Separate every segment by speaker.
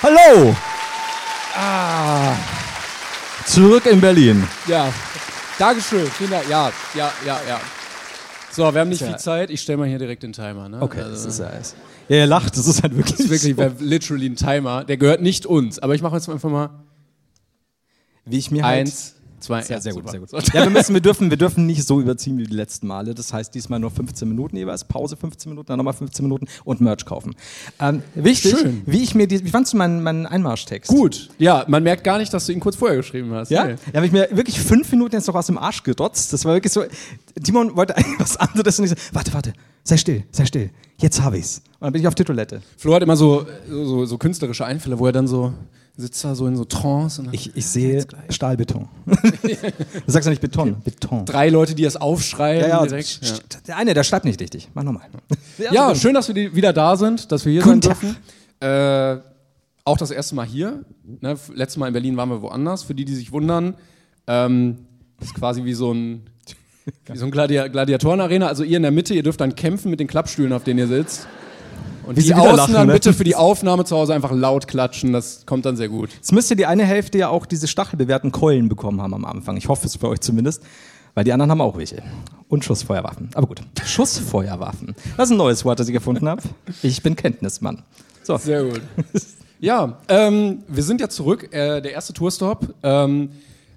Speaker 1: Hallo! Ah. Zurück in Berlin.
Speaker 2: Ja. Dankeschön. Vielen Dank. Ja, ja, ja, ja. So, wir haben nicht viel Zeit. Ich stelle mal hier direkt den Timer. Ne?
Speaker 1: Okay, das ist ja alles. Ja, ihr lacht, Also. das ist halt wirklich.
Speaker 2: Das ist wirklich
Speaker 1: so.
Speaker 2: wäre literally ein Timer. Der gehört nicht uns. Aber ich mache jetzt einfach mal
Speaker 1: Wie ich mir
Speaker 2: eins, zwei,
Speaker 1: Halt ja,
Speaker 2: ja,
Speaker 1: sehr gut,
Speaker 2: super.
Speaker 1: sehr gut.
Speaker 2: So.
Speaker 1: Ja, wir, müssen, wir, dürfen, wir dürfen nicht so überziehen wie die letzten Male. Das heißt, diesmal nur 15 Minuten jeweils, Pause 15 Minuten, dann nochmal 15 Minuten und Merch kaufen. Ähm, wichtig,
Speaker 2: Schön.
Speaker 1: wie ich mir die, wie fandst du meinen, meinen Einmarschtext?
Speaker 2: Gut. Ja, man merkt gar nicht, dass du ihn kurz vorher geschrieben hast.
Speaker 1: Ja,
Speaker 2: Nee.
Speaker 1: da habe ich mir wirklich fünf Minuten jetzt noch aus dem Arsch gedotzt. Das war wirklich so. Timon wollte eigentlich was anderes und ich so, warte, warte, sei still, sei still. Jetzt habe ich's. Und dann bin ich auf die Toilette.
Speaker 2: Flo hat immer so, so, so, so künstlerische Einfälle, wo er dann so sitzt da so in so Trance und dann
Speaker 1: Ich, ich sehe Stahlbeton. du sagst ja nicht Beton, Beton.
Speaker 2: drei Leute, die das aufschreien
Speaker 1: Ja, ja, also,
Speaker 2: direkt.
Speaker 1: st- st- Der eine, der schreibt nicht richtig. Mach nochmal.
Speaker 2: Ja, ja schön, dass wir die- wieder da sind, dass wir hier
Speaker 1: Guten
Speaker 2: sein
Speaker 1: Tag.
Speaker 2: dürfen. Äh, auch das erste Mal hier. Ne? f- Letztes Mal in Berlin waren wir woanders. Für die, die sich wundern, ähm, das ist quasi wie so ein wie so ein Gladia Gladiatorenarena. Also ihr in der Mitte, ihr dürft dann kämpfen mit den Klappstühlen, auf denen ihr sitzt. Und
Speaker 1: Wie
Speaker 2: die
Speaker 1: sie wieder
Speaker 2: Außen
Speaker 1: lachen,
Speaker 2: dann
Speaker 1: ne?
Speaker 2: bitte für die Aufnahme zu Hause einfach laut klatschen. Das kommt dann sehr gut.
Speaker 1: Jetzt müsste die eine Hälfte ja auch diese stachelbewehrten Keulen bekommen haben am Anfang. Ich hoffe es für euch zumindest, weil die anderen haben auch welche. Und Schussfeuerwaffen. Aber gut, Schussfeuerwaffen. Das ist ein neues Wort, das ich gefunden habe. Ich bin Kenntnismann. So,
Speaker 2: Sehr gut. Ja, ähm, wir sind ja zurück. Äh, der erste Tourstop. Ähm,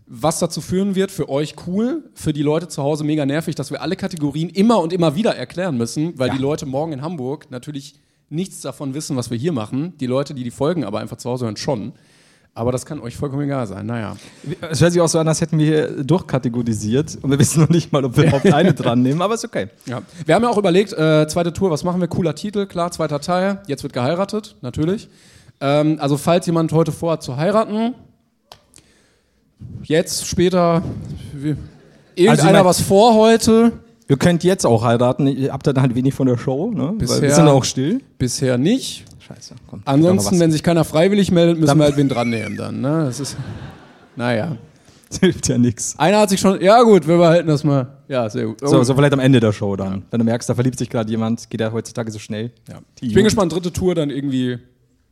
Speaker 2: was dazu führen wird, für euch cool, für die Leute zu Hause mega nervig, dass wir alle Kategorien immer und immer wieder erklären müssen, weil
Speaker 1: Ja.
Speaker 2: die Leute morgen in Hamburg natürlich nichts davon wissen, was wir hier machen. Die Leute, die die Folgen aber einfach zu Hause hören, schon. Aber das kann euch vollkommen egal sein. Naja.
Speaker 1: es hört sich auch so an, als hätten wir hier durchkategorisiert und wir wissen noch nicht mal, ob wir überhaupt eine dran nehmen, aber ist okay.
Speaker 2: Ja. Wir haben ja auch überlegt, äh, zweite Tour, was machen wir? Cooler Titel, klar, zweiter Teil. Jetzt wird geheiratet, natürlich. Ähm, also, falls jemand heute vorhat zu heiraten, jetzt, später, wie, irgendeiner
Speaker 1: Also mein-
Speaker 2: was vor heute,
Speaker 1: Ihr könnt jetzt auch heiraten, ihr habt dann halt wenig von der Show, ne? Weil wir
Speaker 2: Bisher-
Speaker 1: sind auch still.
Speaker 2: bisher nicht.
Speaker 1: Scheiße, komm.
Speaker 2: Ansonsten, wenn
Speaker 1: wenn
Speaker 2: sich keiner freiwillig meldet, müssen
Speaker 1: Dann-
Speaker 2: wir halt wen dran nehmen dann. Ne? Das ist, naja.
Speaker 1: hilft ja nichts.
Speaker 2: Einer hat sich schon, ja gut, wir behalten das mal. Ja, sehr gut.
Speaker 1: So, so vielleicht am Ende der Show dann. Wenn du merkst, da verliebt sich gerade jemand, geht ja heutzutage so schnell.
Speaker 2: ja.
Speaker 1: Die
Speaker 2: Ich bin
Speaker 1: Jugend.
Speaker 2: gespannt, dritte Tour dann irgendwie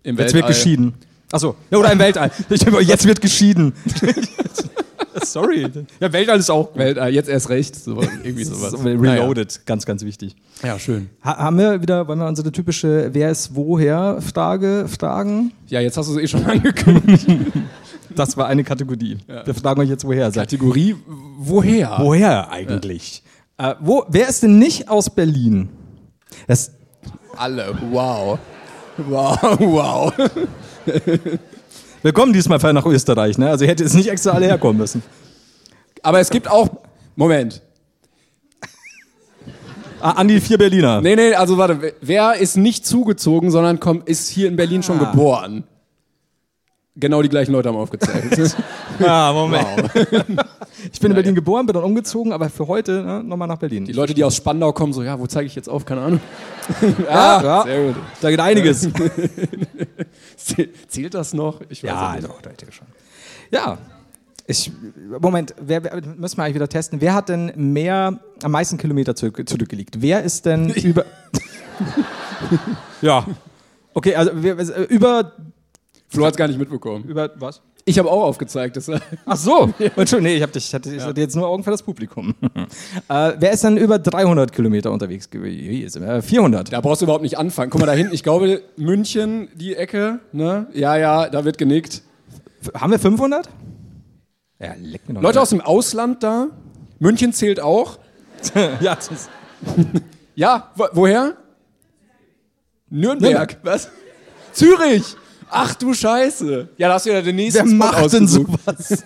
Speaker 2: im
Speaker 1: Jetzt
Speaker 2: Weltall.
Speaker 1: wird geschieden. Achso, ja, oder im Weltall. Ich denke mal, jetzt wird geschieden. Sorry. Ja, Weltall ist auch.
Speaker 2: Weltall, jetzt erst recht. So, irgendwie sowas. Naja.
Speaker 1: Reloaded, ganz, ganz wichtig.
Speaker 2: Ja, schön.
Speaker 1: Ha haben wir wieder, wollen wir unsere typische Wer ist woher Frage fragen?
Speaker 2: Ja, jetzt hast du es eh schon angekündigt.
Speaker 1: Das war eine Kategorie. Wir fragen euch jetzt, woher seid ihr.
Speaker 2: Kategorie woher?
Speaker 1: Woher eigentlich? Äh, wo, wer ist denn nicht aus Berlin? Das,
Speaker 2: Alle. Wow. Wow, wow.
Speaker 1: wir kommen diesmal nach Österreich, ne? Also ihr hättet jetzt nicht extra alle herkommen müssen.
Speaker 2: Aber es gibt auch. Moment.
Speaker 1: Ah, an die vier Berliner.
Speaker 2: Nee, nee, also warte. Wer ist nicht zugezogen, sondern kommt, ist hier in Berlin schon geboren? Genau die gleichen Leute haben aufgezählt.
Speaker 1: Ah, Moment. Ich bin in Berlin geboren, bin dann umgezogen, aber für heute ne, nochmal nach Berlin.
Speaker 2: die Leute, die aus Spandau kommen, so, ja, wo zeige ich jetzt auf? Keine Ahnung. Ah,
Speaker 1: Ja, ja.
Speaker 2: Sehr gut.
Speaker 1: Da geht einiges.
Speaker 2: Zählt das noch? Ich weiß es nicht.
Speaker 1: doch, da schon. Ja. Ich, Moment, wer, wer, müssen wir eigentlich wieder testen. Wer hat denn mehr, am meisten Kilometer zurück, zurückgelegt? Wer ist denn über. ja. Okay, also wer, äh, über.
Speaker 2: Flo hat es gar nicht mitbekommen.
Speaker 1: Über was?
Speaker 2: Ich habe auch aufgezeigt. Das
Speaker 1: Ach so. Entschuldigung, nee, ich, hab dich, ich, hatte, ich hatte jetzt nur Augen für das Publikum. äh, wer ist denn über 300 Kilometer unterwegs gewesen? Äh, 400.
Speaker 2: Da brauchst du überhaupt nicht anfangen. Guck mal da hinten, ich glaube München, die Ecke, ne? Ja, ja, da wird genickt.
Speaker 1: Haben wir 500? Ja, leck mir noch.
Speaker 2: Leute aus dem Ausland da? München zählt auch.
Speaker 1: ja, das ist
Speaker 2: Ja, wo, woher? Nürnberg. Was? Zürich. Ach du Scheiße. Ja, da hast du ja den nächsten
Speaker 1: Wer
Speaker 2: Spot
Speaker 1: macht denn
Speaker 2: ausgesucht.
Speaker 1: sowas?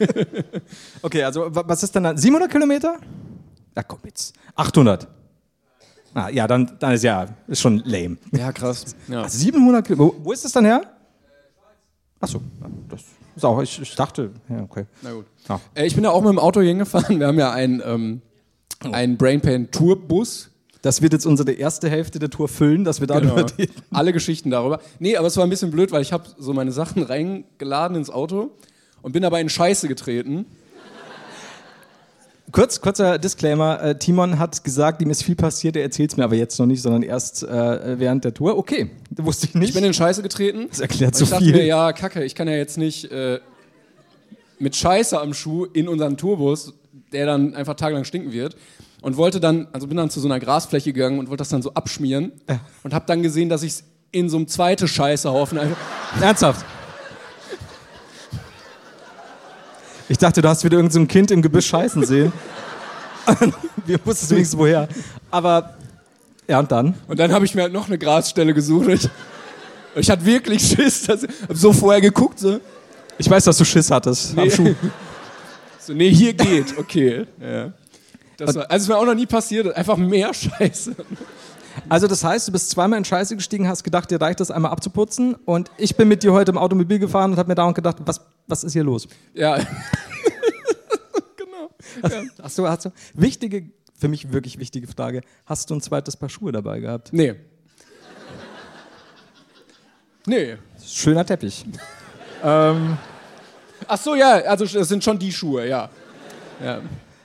Speaker 1: okay, also wa- was ist denn dann? 700 Kilometer? Na komm jetzt. 800. Ah, ja, dann, dann ist ja ist schon lame.
Speaker 2: Ja, krass. Also, Ja.
Speaker 1: 700 Kilo. Wo, wo ist das dann her? Achso, das ist auch, ich, ich dachte, ja, okay. Ah.
Speaker 2: Na gut.
Speaker 1: Ja.
Speaker 2: Äh, ich bin ja auch mit dem Auto hier hingefahren. Wir haben ja einen, ähm, einen Brain Pain Tourbus.
Speaker 1: Das wird jetzt unsere erste Hälfte der Tour füllen, dass wir da
Speaker 2: Genau.
Speaker 1: über die-
Speaker 2: Alle Geschichten darüber. Nee, aber es war ein bisschen blöd, weil ich habe so meine Sachen reingeladen ins Auto und bin dabei in Scheiße getreten.
Speaker 1: Kurz, kurzer Disclaimer. Äh, Timon hat gesagt, ihm ist viel passiert, er erzählt es mir aber jetzt noch nicht, sondern erst äh, während der Tour. Okay, wusste ich nicht.
Speaker 2: Ich bin in Scheiße getreten.
Speaker 1: das erklärt
Speaker 2: Und
Speaker 1: so
Speaker 2: ich dachte
Speaker 1: viel.
Speaker 2: mir, ja, kacke, ich kann ja jetzt nicht äh, mit Scheiße am Schuh in unseren Tourbus, der dann einfach tagelang stinken wird. Und wollte dann, also bin dann zu so einer Grasfläche gegangen und wollte das dann so abschmieren und habe dann gesehen, dass ich es in so einem zweiten Scheißehaufen einfach.
Speaker 1: Ernsthaft. Ich dachte, du hast wieder irgendein so ein Kind im Gebüsch scheißen sehen. Wir wussten wenigstens woher. Aber ja, und dann?
Speaker 2: Und dann habe ich mir halt noch eine Grasstelle gesucht. Und ich, und ich hatte wirklich Schiss, dass ich hab so vorher geguckt, so,
Speaker 1: Ich weiß, dass du Schiss hattest am
Speaker 2: Nee.
Speaker 1: Schuh.
Speaker 2: so nee, hier geht, okay. Ja. Das war, also es ist mir auch noch nie passiert, einfach mehr Scheiße.
Speaker 1: Also das heißt, du bist zweimal in Scheiße gestiegen, hast gedacht, dir reicht das einmal abzuputzen. Und ich bin mit dir heute im Automobil gefahren und habe mir dauernd gedacht, was, was ist hier los?
Speaker 2: Ja,
Speaker 1: Hast du, hast du, wichtige, für mich wirklich wichtige Frage, hast du ein zweites Paar Schuhe dabei gehabt?
Speaker 2: nee. Nee.
Speaker 1: Schöner Teppich.
Speaker 2: Ach so, ja, also das sind schon die Schuhe, ja.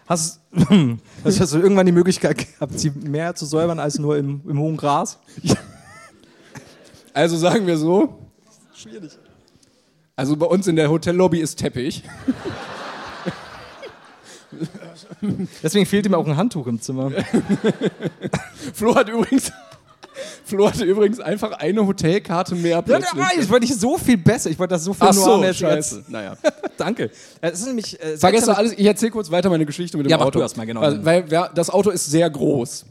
Speaker 1: Hast, also hast, hast du irgendwann die Möglichkeit gehabt, sie mehr zu säubern als nur im, im hohen Gras?
Speaker 2: Also sagen wir so. Schwierig. Also bei uns in der Hotellobby ist Teppich.
Speaker 1: Deswegen fehlt ihm auch ein Handtuch im Zimmer.
Speaker 2: Flo hat übrigens, Flo hatte übrigens einfach eine Hotelkarte mehr plötzlich.
Speaker 1: ich wollte nicht so viel besser. Ich wollte das so viel
Speaker 2: Ach so,
Speaker 1: jetzt-
Speaker 2: scheiße. Naja.
Speaker 1: jetzt- Danke. Es ist nämlich. Äh,
Speaker 2: War gestern alles, ich erzähle kurz weiter meine Geschichte mit dem
Speaker 1: Ja, mach
Speaker 2: Auto.
Speaker 1: du erst mal, genau. Mhm.
Speaker 2: Weil, weil wer- das Auto ist sehr groß.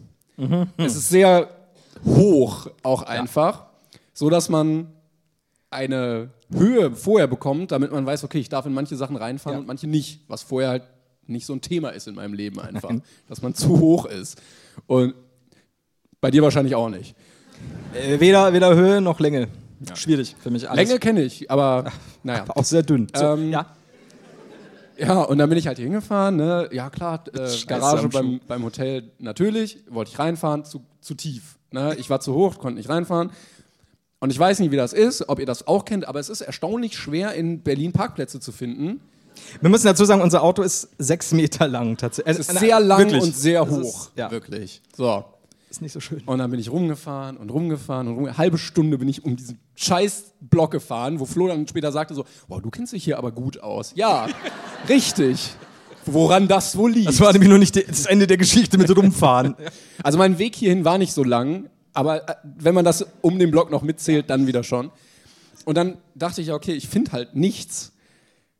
Speaker 2: Es ist sehr hoch auch einfach, so dass man eine Höhe vorher bekommt, damit man weiß, okay, ich darf in manche Sachen reinfahren und manche nicht, was vorher halt nicht so ein Thema ist in meinem Leben einfach, dass man zu hoch ist. Und bei dir wahrscheinlich auch nicht.
Speaker 1: äh, weder, weder Höhe noch Länge. Schwierig für mich alles.
Speaker 2: Länge kenne ich, aber naja.
Speaker 1: Auch sehr dünn. So,
Speaker 2: Ähm,
Speaker 1: ja.
Speaker 2: Ja, und dann bin ich halt hier hingefahren, ne? Ja, klar, äh,
Speaker 1: am
Speaker 2: Garage
Speaker 1: Schuh.
Speaker 2: beim, beim Hotel natürlich, wollte ich reinfahren, zu, zu tief. Ne? Ich war zu hoch, konnte nicht reinfahren. Und ich weiß nicht, wie das ist, ob ihr das auch kennt, aber es ist erstaunlich schwer, in Berlin Parkplätze zu finden.
Speaker 1: Wir müssen dazu sagen, unser Auto ist sechs Meter lang tatsächlich. Äh,
Speaker 2: Es ist sehr lang
Speaker 1: wirklich.
Speaker 2: und sehr
Speaker 1: Es ist-
Speaker 2: hoch.
Speaker 1: ja.
Speaker 2: Wirklich. So.
Speaker 1: Ist nicht so schön.
Speaker 2: Und dann bin ich rumgefahren und rumgefahren und rumge halbe Stunde bin ich um diesen scheiß Block gefahren, wo Flo dann später sagte so, wow, du kennst dich hier aber gut aus. Ja, richtig. Woran das wohl liegt.
Speaker 1: Das war nämlich nur nicht die, das Ende der Geschichte mit Rumfahren.
Speaker 2: Also mein Weg hierhin war nicht so lang, aber äh, wenn man das um den Block noch mitzählt, dann wieder schon. Und dann dachte ich, ja, okay, ich finde halt nichts.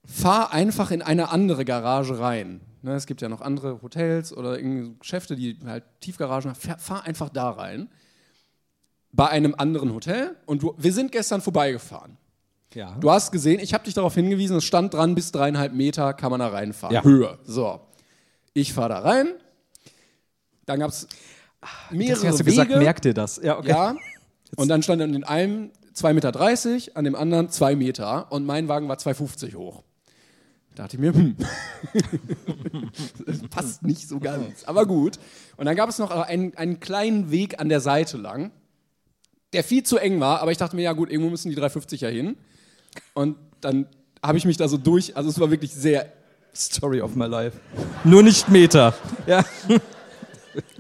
Speaker 2: Fahr einfach in eine andere Garage rein. Ne, es gibt ja noch andere Hotels oder irgendwie so Geschäfte, die halt Tiefgaragen haben. Fahr, fahr einfach da rein. Bei einem anderen Hotel. Und du, wir sind gestern vorbeigefahren.
Speaker 1: ja.
Speaker 2: Du hast gesehen, ich habe dich darauf hingewiesen, es stand dran, bis dreieinhalb Meter kann man da reinfahren.
Speaker 1: Ja.
Speaker 2: Höhe. So. Ich fahre da rein. Dann gab es mehrere
Speaker 1: Deswegen hast du
Speaker 2: Wege.
Speaker 1: gesagt, merk dir das. Ja, okay.
Speaker 2: ja. Und dann stand an den einen 2,30 Meter, an dem anderen 2 Meter und mein Wagen war 2,50 hoch. Da dachte ich mir, hm, das passt nicht so ganz, aber gut. Und dann gab es noch einen, einen kleinen Weg an der Seite lang, der viel zu eng war, aber ich dachte mir, ja gut, irgendwo müssen die 3,50er hin. Und dann habe ich mich da so durch, also es war wirklich sehr
Speaker 1: Story of my life. Nur nicht Meter. Ja.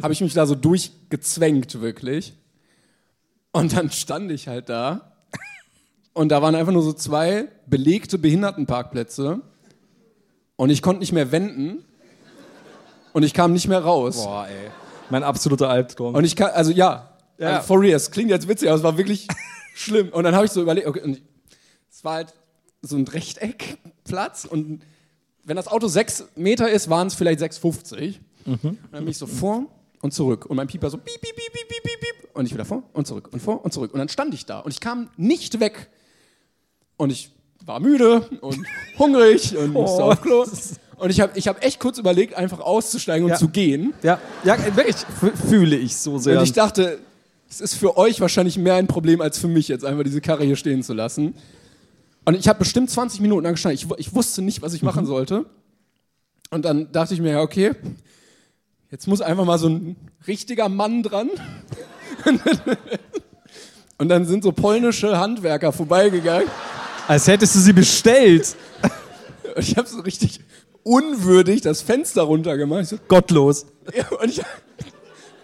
Speaker 2: habe ich mich da so durchgezwängt, wirklich. Und dann stand ich halt da. Und da waren einfach nur so zwei belegte Behindertenparkplätze. Und ich konnte nicht mehr wenden. Und ich kam nicht mehr raus.
Speaker 1: Boah, ey. Mein absoluter Albtraum.
Speaker 2: Und ich kann, also ja,
Speaker 1: Ja.
Speaker 2: Also, for real, es klingt jetzt witzig, aber es war wirklich schlimm. Und dann habe ich so überlegt, okay, und ich- es war halt so ein Rechteckplatz und wenn das Auto sechs Meter ist, waren es vielleicht 6,50.
Speaker 1: Mhm.
Speaker 2: Und dann bin ich so vor und zurück und mein Pieper so piep, piep, piep, piep, piep, piep, piep. Und ich wieder vor und zurück und vor und zurück. Und dann stand ich da und ich kam nicht
Speaker 1: Oh.
Speaker 2: weg. Und ich war müde und hungrig und musste auf Klo. Und ich habe ich hab echt kurz überlegt, einfach auszusteigen und
Speaker 1: Ja.
Speaker 2: zu gehen.
Speaker 1: Ja, ja wirklich fü- fühle ich so sehr.
Speaker 2: Und ich dachte, es ist für euch wahrscheinlich mehr ein Problem als für mich, jetzt einfach diese Karre hier stehen zu lassen. Und ich habe bestimmt 20 Minuten angestanden. Ich, wu- ich wusste nicht, was ich machen sollte. Und dann dachte ich mir, ja, okay, jetzt muss einfach mal so ein richtiger Mann dran. Und dann sind so polnische Handwerker vorbeigegangen.
Speaker 1: Als hättest du sie bestellt.
Speaker 2: Und ich habe so richtig unwürdig das Fenster runtergemacht. Ich so,
Speaker 1: Gottlos.
Speaker 2: Ja, und ich,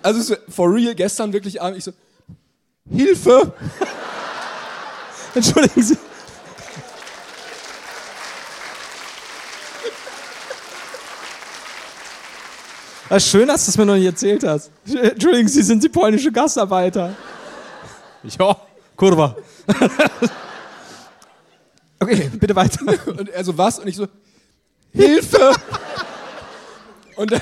Speaker 2: also so, for real, gestern wirklich Abend, ich so, Hilfe!
Speaker 1: Entschuldigen Sie. Ah, schön, dass du es mir noch nicht erzählt hast. Entschuldigen Sie, sind Sie polnische Gastarbeiter? Ja, Kurwa. Okay, bitte weiter.
Speaker 2: Und er so, was? Und ich so, Hilfe! und dann,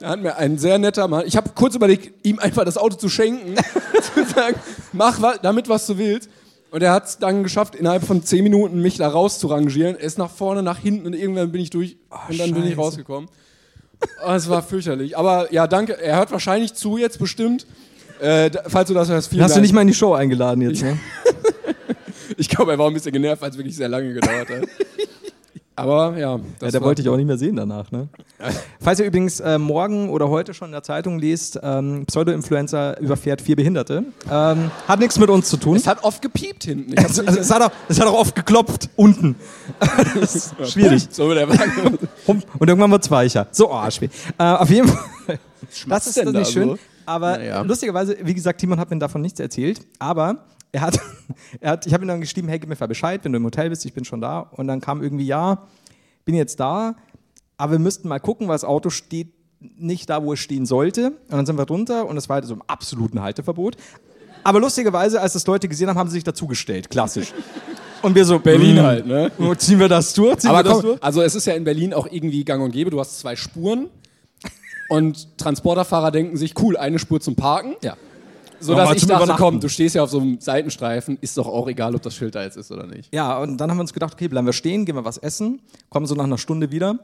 Speaker 2: dann hat mir ein sehr netter Mann, ich habe kurz überlegt, ihm einfach das Auto zu schenken, zu sagen, mach wa damit, was du willst. Und er hat es dann geschafft, innerhalb von 10 Minuten mich da rauszurangieren. Er ist nach vorne, nach hinten und irgendwann bin ich durch und dann bin
Speaker 1: Ah,
Speaker 2: ich
Speaker 1: Scheiße.
Speaker 2: rausgekommen. Oh, es war fürchterlich. Aber ja, danke. Er hört wahrscheinlich zu jetzt bestimmt. Äh, da- falls du das hörst, vielen
Speaker 1: Hast du
Speaker 2: Dank.
Speaker 1: nicht mal in die Show eingeladen jetzt, ne?
Speaker 2: Ich glaube, er war ein bisschen genervt, weil es wirklich sehr lange gedauert hat. Aber ja,
Speaker 1: Ja,
Speaker 2: das
Speaker 1: der
Speaker 2: war-
Speaker 1: wollte ich auch nicht mehr sehen danach, ne? Falls ihr übrigens äh, morgen oder heute schon in der Zeitung lest, ähm, Pseudo-Influencer überfährt vier Behinderte, ähm, hat nichts mit uns zu tun.
Speaker 2: Es hat oft gepiept hinten. Ich hab's
Speaker 1: Es,
Speaker 2: nicht-
Speaker 1: also, es, hat auch, es hat auch oft geklopft, unten. das ist schwierig.
Speaker 2: So wird der Wagen.
Speaker 1: Hump. Und irgendwann wird es weicher. So, oh, schwierig. Äh, auf jeden Fall. Das ist
Speaker 2: denn
Speaker 1: das
Speaker 2: da
Speaker 1: nicht schön.
Speaker 2: so?
Speaker 1: Aber
Speaker 2: Naja.
Speaker 1: lustigerweise, wie gesagt, Timon hat mir davon nichts erzählt. Aber er hat, er hat ich habe ihm dann geschrieben, hey, gib mir mal Bescheid, wenn du im Hotel bist, ich bin schon da. Und dann kam irgendwie, ja, bin jetzt da, aber wir müssten mal gucken, weil das Auto steht nicht da, wo es stehen sollte. Und dann sind wir drunter und es war halt so im absoluten Halteverbot. Aber lustigerweise, als das Leute gesehen haben, haben sie sich dazugestellt. Klassisch. Und wir so,
Speaker 2: Berlin
Speaker 1: hm,
Speaker 2: halt, ne?
Speaker 1: Ziehen wir das durch? Ziehen
Speaker 2: Aber
Speaker 1: wir das
Speaker 2: komm,
Speaker 1: durch?
Speaker 2: also es ist ja in Berlin auch irgendwie gang und gäbe. Du hast zwei Spuren und Transporterfahrer denken sich, cool, eine Spur zum Parken.
Speaker 1: Ja.
Speaker 2: Sodass
Speaker 1: Nochmal
Speaker 2: ich
Speaker 1: zum
Speaker 2: dachte,
Speaker 1: Übernachten.
Speaker 2: komm, du stehst ja auf so einem Seitenstreifen, ist doch auch egal, ob das Schild da jetzt ist oder nicht.
Speaker 1: Ja, und dann haben wir uns gedacht, okay, bleiben wir stehen, gehen wir was essen, kommen so nach einer Stunde wieder.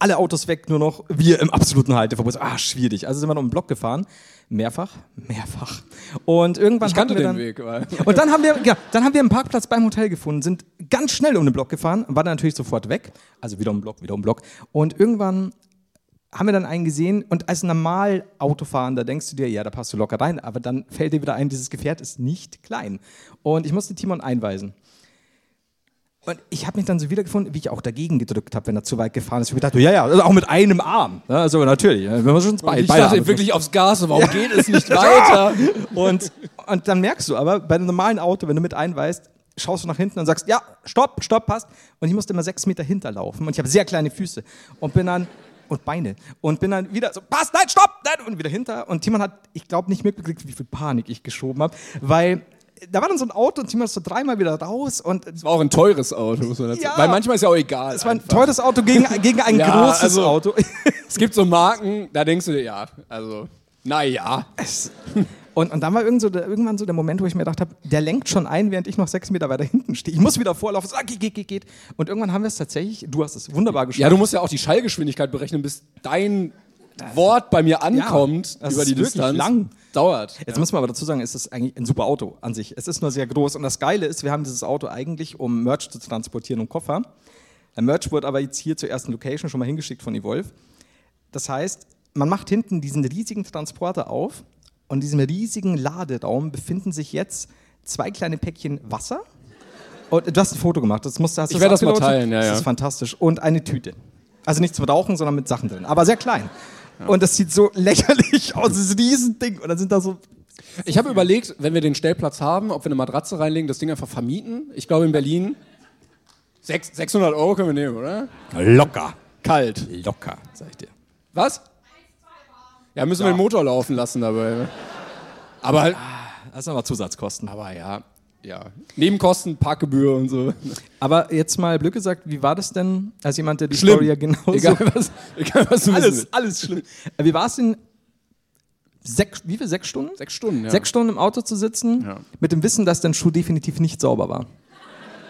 Speaker 1: Alle Autos weg, nur noch wir im absoluten Halteverbot. Ah, schwierig. Also sind wir noch im Block gefahren. Mehrfach, mehrfach. Und irgendwann
Speaker 2: Ich kannte
Speaker 1: hatten wir
Speaker 2: den
Speaker 1: dann,
Speaker 2: Weg. Weil
Speaker 1: Und dann haben wir, ja, dann haben wir einen Parkplatz beim Hotel gefunden, sind ganz schnell um den Block gefahren, waren dann natürlich sofort weg. Also wieder um den Block, wieder um den Block. Und irgendwann haben wir dann einen gesehen und als normal Autofahrender denkst du dir, ja, da passt du locker rein, aber dann fällt dir wieder ein, dieses Gefährt ist nicht klein. Und ich musste Timon einweisen. Und ich habe mich dann so wiedergefunden, wie ich auch dagegen gedrückt habe, wenn er zu weit gefahren ist. Ich dachte, ja, ja, also auch mit einem Arm. Ja, Also natürlich, ja, wenn wir schon zwei,
Speaker 2: ich
Speaker 1: beide
Speaker 2: dachte
Speaker 1: Arme-
Speaker 2: wirklich aufs Gas, warum geht es nicht weiter?
Speaker 1: und, und dann merkst du aber, bei einem normalen Auto, wenn du mit einweist, schaust du nach hinten und sagst, ja, stopp, stopp, passt. Und ich musste immer sechs Meter hinterlaufen und ich habe sehr kleine Füße und bin dann, und Beine, und bin dann wieder so, passt, nein, stopp, nein, und wieder hinter. Und Timon hat, ich glaube, nicht mitgekriegt, wie viel Panik ich geschoben habe, weil da war dann so ein Auto und Timon ist so dreimal wieder raus und es
Speaker 2: Es war auch ein teures Auto, muss man dazu
Speaker 1: Ja.
Speaker 2: Weil manchmal ist ja auch egal.
Speaker 1: war ein
Speaker 2: einfach.
Speaker 1: teures Auto gegen, gegen ein
Speaker 2: Ja,
Speaker 1: großes
Speaker 2: also-
Speaker 1: Auto.
Speaker 2: Es gibt so Marken, da denkst du dir, ja, also, naja.
Speaker 1: Und, und dann war irgend so der, irgendwann so der Moment, wo ich mir gedacht habe, der lenkt schon ein, während ich noch sechs Meter weiter hinten stehe. Ich muss wieder vorlaufen. So, ah, geht, geht, geht, geht. Und irgendwann haben wir es tatsächlich, du hast es wunderbar geschafft.
Speaker 2: Ja, du musst ja auch die Schallgeschwindigkeit berechnen, bis dein Wort bei mir ankommt
Speaker 1: Ja, das
Speaker 2: über
Speaker 1: ist
Speaker 2: die
Speaker 1: wirklich
Speaker 2: Distanz.
Speaker 1: lang.
Speaker 2: Dauert.
Speaker 1: Jetzt muss man aber dazu sagen, es ist eigentlich ein super Auto an sich. Es ist nur sehr groß. Und das Geile ist, wir haben dieses Auto eigentlich, um Merch zu transportieren und Koffer. Der Merch wurde aber jetzt hier zur ersten Location schon mal hingeschickt von Evolve. Das heißt, man macht hinten diesen riesigen Transporter auf und in diesem riesigen Laderaum befinden sich jetzt zwei kleine Päckchen Wasser. Und du hast ein Foto gemacht. Das musst, du- hast du
Speaker 2: Ich werd das mal
Speaker 1: abgelotet?
Speaker 2: teilen, ja,
Speaker 1: Das
Speaker 2: ja.
Speaker 1: ist fantastisch. Und eine Tüte. Also nicht zum Rauchen, sondern mit Sachen drin. Aber sehr klein. Und das sieht so lächerlich aus. Das ist ein Riesending. Und dann sind da so
Speaker 2: Ich habe überlegt, wenn wir den Stellplatz haben, ob wir eine Matratze reinlegen, das Ding einfach vermieten. Ich glaube, in Berlin sechs- 600 Euro können wir nehmen, oder?
Speaker 1: Locker.
Speaker 2: Kalt.
Speaker 1: Locker, sag ich dir.
Speaker 2: Was? Ja, müssen wir den Motor laufen lassen dabei. ne? Aber halt.
Speaker 1: Das sind aber Zusatzkosten.
Speaker 2: Aber ja. Ja. Nebenkosten, Parkgebühr und so.
Speaker 1: Aber jetzt mal blöd gesagt, wie war das denn als jemand, der die
Speaker 2: Schlimm.
Speaker 1: Story ja genauso...
Speaker 2: Egal was, egal was du wissen willst.
Speaker 1: alles, alles schlimm. Äh, Wie war es denn, sechs, wie viel, sechs Stunden?
Speaker 2: Sechs Stunden, ja.
Speaker 1: Sechs Stunden im Auto zu sitzen,
Speaker 2: Ja.
Speaker 1: mit dem Wissen, dass dein Schuh definitiv nicht sauber war.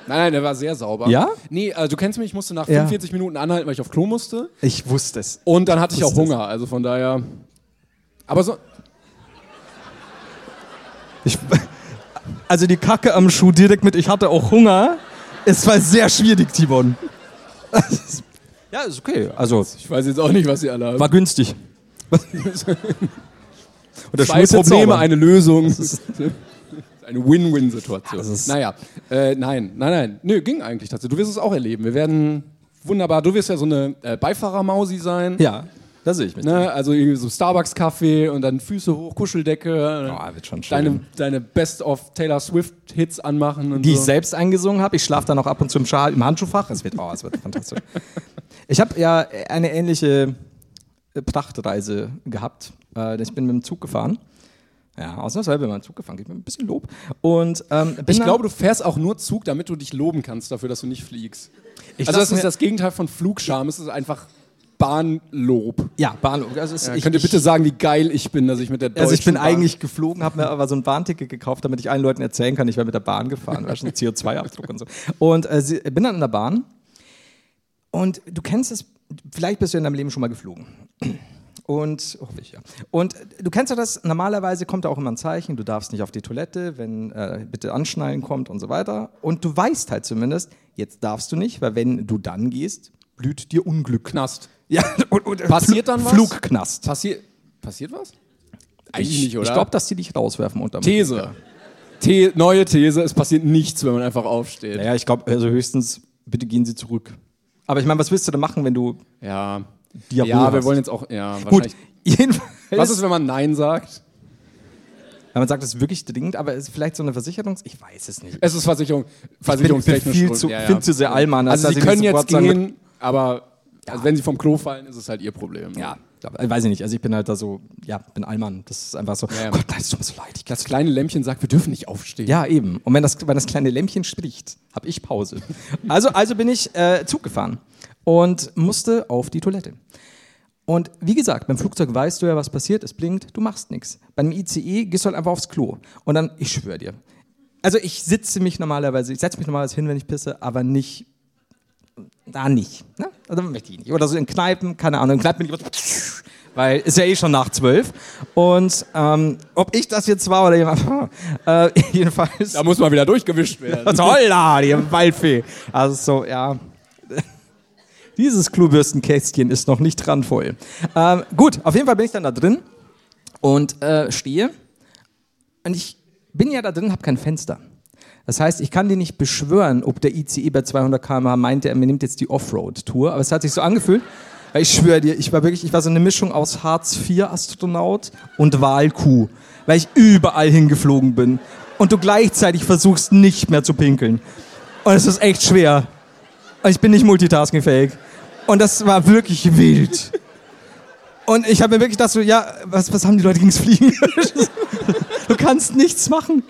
Speaker 2: nein, der war sehr sauber.
Speaker 1: Ja?
Speaker 2: Nee, also du kennst mich, ich musste nach
Speaker 1: Ja.
Speaker 2: 45 Minuten anhalten, weil ich auf Klo musste.
Speaker 1: Ich wusste es.
Speaker 2: Und dann hatte ich auch
Speaker 1: Wusste es.
Speaker 2: Hunger, also von daher. Aber so.
Speaker 1: Ich, also die Kacke am Schuh direkt mit, ich hatte auch Hunger. Es war sehr schwierig, Timon. ja, ist okay. Also,
Speaker 2: Ich weiß jetzt auch nicht, was ihr alle habt.
Speaker 1: war günstig. Und der
Speaker 2: Zwei Probleme,
Speaker 1: sauber.
Speaker 2: eine Lösung. eine Win-Win-Situation.
Speaker 1: das ist-
Speaker 2: naja, äh, nein, nein, nein. Nö, ging eigentlich tatsächlich. Du wirst es auch erleben. Wir werden wunderbar. Du wirst ja so eine äh, Beifahrermausi sein.
Speaker 1: Ja, da sehe ich mich.
Speaker 2: Ne? Also irgendwie so Starbucks-Kaffee und dann Füße hoch, Kuscheldecke. äh,
Speaker 1: Oh, wird schon schön.
Speaker 2: deine, deine Best of Taylor Swift Hits anmachen und
Speaker 1: die ich
Speaker 2: so.
Speaker 1: selbst eingesungen habe. Ich schlafe dann auch ab und zu im, Schal, im Handschuhfach. Es wird, oh, es wird fantastisch. Ich habe ja eine ähnliche äh, Prachtreise gehabt. Äh, Ich bin mit dem Zug gefahren. Ja, ausnahmsweise bin ich mit dem Zug gefahren. Gib mir ein bisschen Lob. Und ähm, bin
Speaker 2: Ich
Speaker 1: dann-
Speaker 2: glaube, du fährst auch nur Zug, damit du dich loben kannst dafür, dass du nicht fliegst.
Speaker 1: ich
Speaker 2: also
Speaker 1: lass
Speaker 2: das ist
Speaker 1: mir-
Speaker 2: das Gegenteil von Flugscham, es ist einfach Bahnlob.
Speaker 1: Ja, Bahnhof. Also, es-
Speaker 2: Ich, Könnt ihr bitte sagen, wie geil ich bin, dass ich mit der Deutschen
Speaker 1: Also ich bin
Speaker 2: Bahn
Speaker 1: eigentlich geflogen, habe mir aber so ein Bahnticket gekauft, damit ich allen Leuten erzählen kann, ich wäre mit der Bahn gefahren, weil schon CO2-Abdruck und so. Und äh, sie- bin dann in der Bahn und du kennst es, vielleicht bist du in deinem Leben schon mal geflogen. Und hoffe ich ja. Und äh, du kennst ja das, normalerweise kommt da auch immer ein Zeichen, du darfst nicht auf die Toilette, wenn äh, bitte anschnallen kommt und so weiter. Und du weißt halt zumindest, jetzt darfst du nicht, weil wenn du dann gehst, blüht dir Unglück.
Speaker 2: Knast.
Speaker 1: Ja, und, und,
Speaker 2: Passiert dann was?
Speaker 1: Flugknast.
Speaker 2: Passier passiert was? Eigentlich nicht, oder?
Speaker 1: Ich glaube, dass die dich rauswerfen unter
Speaker 2: These. The neue These, es passiert nichts, wenn man einfach aufsteht.
Speaker 1: Naja, ich glaube, also höchstens, bitte gehen Sie zurück. Aber ich meine, was willst du denn machen, wenn du
Speaker 2: Ja. Ja,
Speaker 1: Diabol
Speaker 2: wir
Speaker 1: hast?
Speaker 2: wollen jetzt auch, ja,
Speaker 1: Gut,
Speaker 2: wahrscheinlich.
Speaker 1: jedenfalls.
Speaker 2: Was ist, wenn man Nein sagt?
Speaker 1: wenn man sagt, es ist wirklich dringend, aber es ist vielleicht so eine Versicherungs... Ich weiß es nicht.
Speaker 2: Es ist Versicherung.
Speaker 1: bin, bin
Speaker 2: Versicherungstechnisch.
Speaker 1: viel
Speaker 2: grund-
Speaker 1: zu,
Speaker 2: ja, ja.
Speaker 1: Bin zu sehr Allmann. als
Speaker 2: Also,
Speaker 1: dass
Speaker 2: sie
Speaker 1: ich nicht
Speaker 2: können jetzt
Speaker 1: sofort sagen würde-
Speaker 2: gehen, aber also wenn sie vom Klo fallen, ist es halt ihr Problem.
Speaker 1: Ja, aber, ich weiß ich nicht. Also ich bin halt da so, ja, bin Allmann. Das ist einfach so,
Speaker 2: ja.
Speaker 1: Gott, nein, es tut mir so leid. Ich
Speaker 2: Das kleine Lämpchen sagt, wir dürfen nicht aufstehen.
Speaker 1: Ja, eben. Und wenn das, wenn das kleine Lämpchen spricht, habe ich Pause. Also, also bin ich äh, Zug gefahren und musste auf die Toilette. Und wie gesagt, beim Flugzeug weißt du ja, was passiert, es blinkt, du machst nichts. Beim ICE gehst du halt einfach aufs Klo. Und dann, ich schwöre dir, also ich sitze mich normalerweise, ich setze mich normalerweise hin, wenn ich pisse, aber nicht, da nicht. Ne? Also möchte ich nicht. Oder so in Kneipen, keine Ahnung, in Kneipen bin ich, weil ist ja eh schon nach zwölf. Und ähm, ob ich das jetzt war oder jemand, äh, jedenfalls.
Speaker 2: Da muss man wieder durchgewischt werden.
Speaker 1: Toll, da, die Waldfee. Also so, ja. Dieses Klobürstenkästchen ist noch nicht randvoll. Ähm, gut, auf jeden Fall bin ich dann da drin und äh, stehe. Und ich bin ja da drin, habe kein Fenster. Das heißt, ich kann dir nicht beschwören, ob der ICE bei 200 km/h meinte, er nimmt jetzt die Offroad-Tour. Aber es hat sich so angefühlt. Weil Ich schwöre dir, ich war wirklich, ich war so eine Mischung aus Hartz-IV-Astronaut und Wahlkuh, weil ich überall hingeflogen bin. Und du gleichzeitig versuchst, nicht mehr zu pinkeln. Und es ist echt schwer. Und ich bin nicht multitaskingfähig. Und das war wirklich wild. Und ich habe mir wirklich gedacht, so, ja, was, was haben die Leute gegens Fliegen? du kannst nichts machen.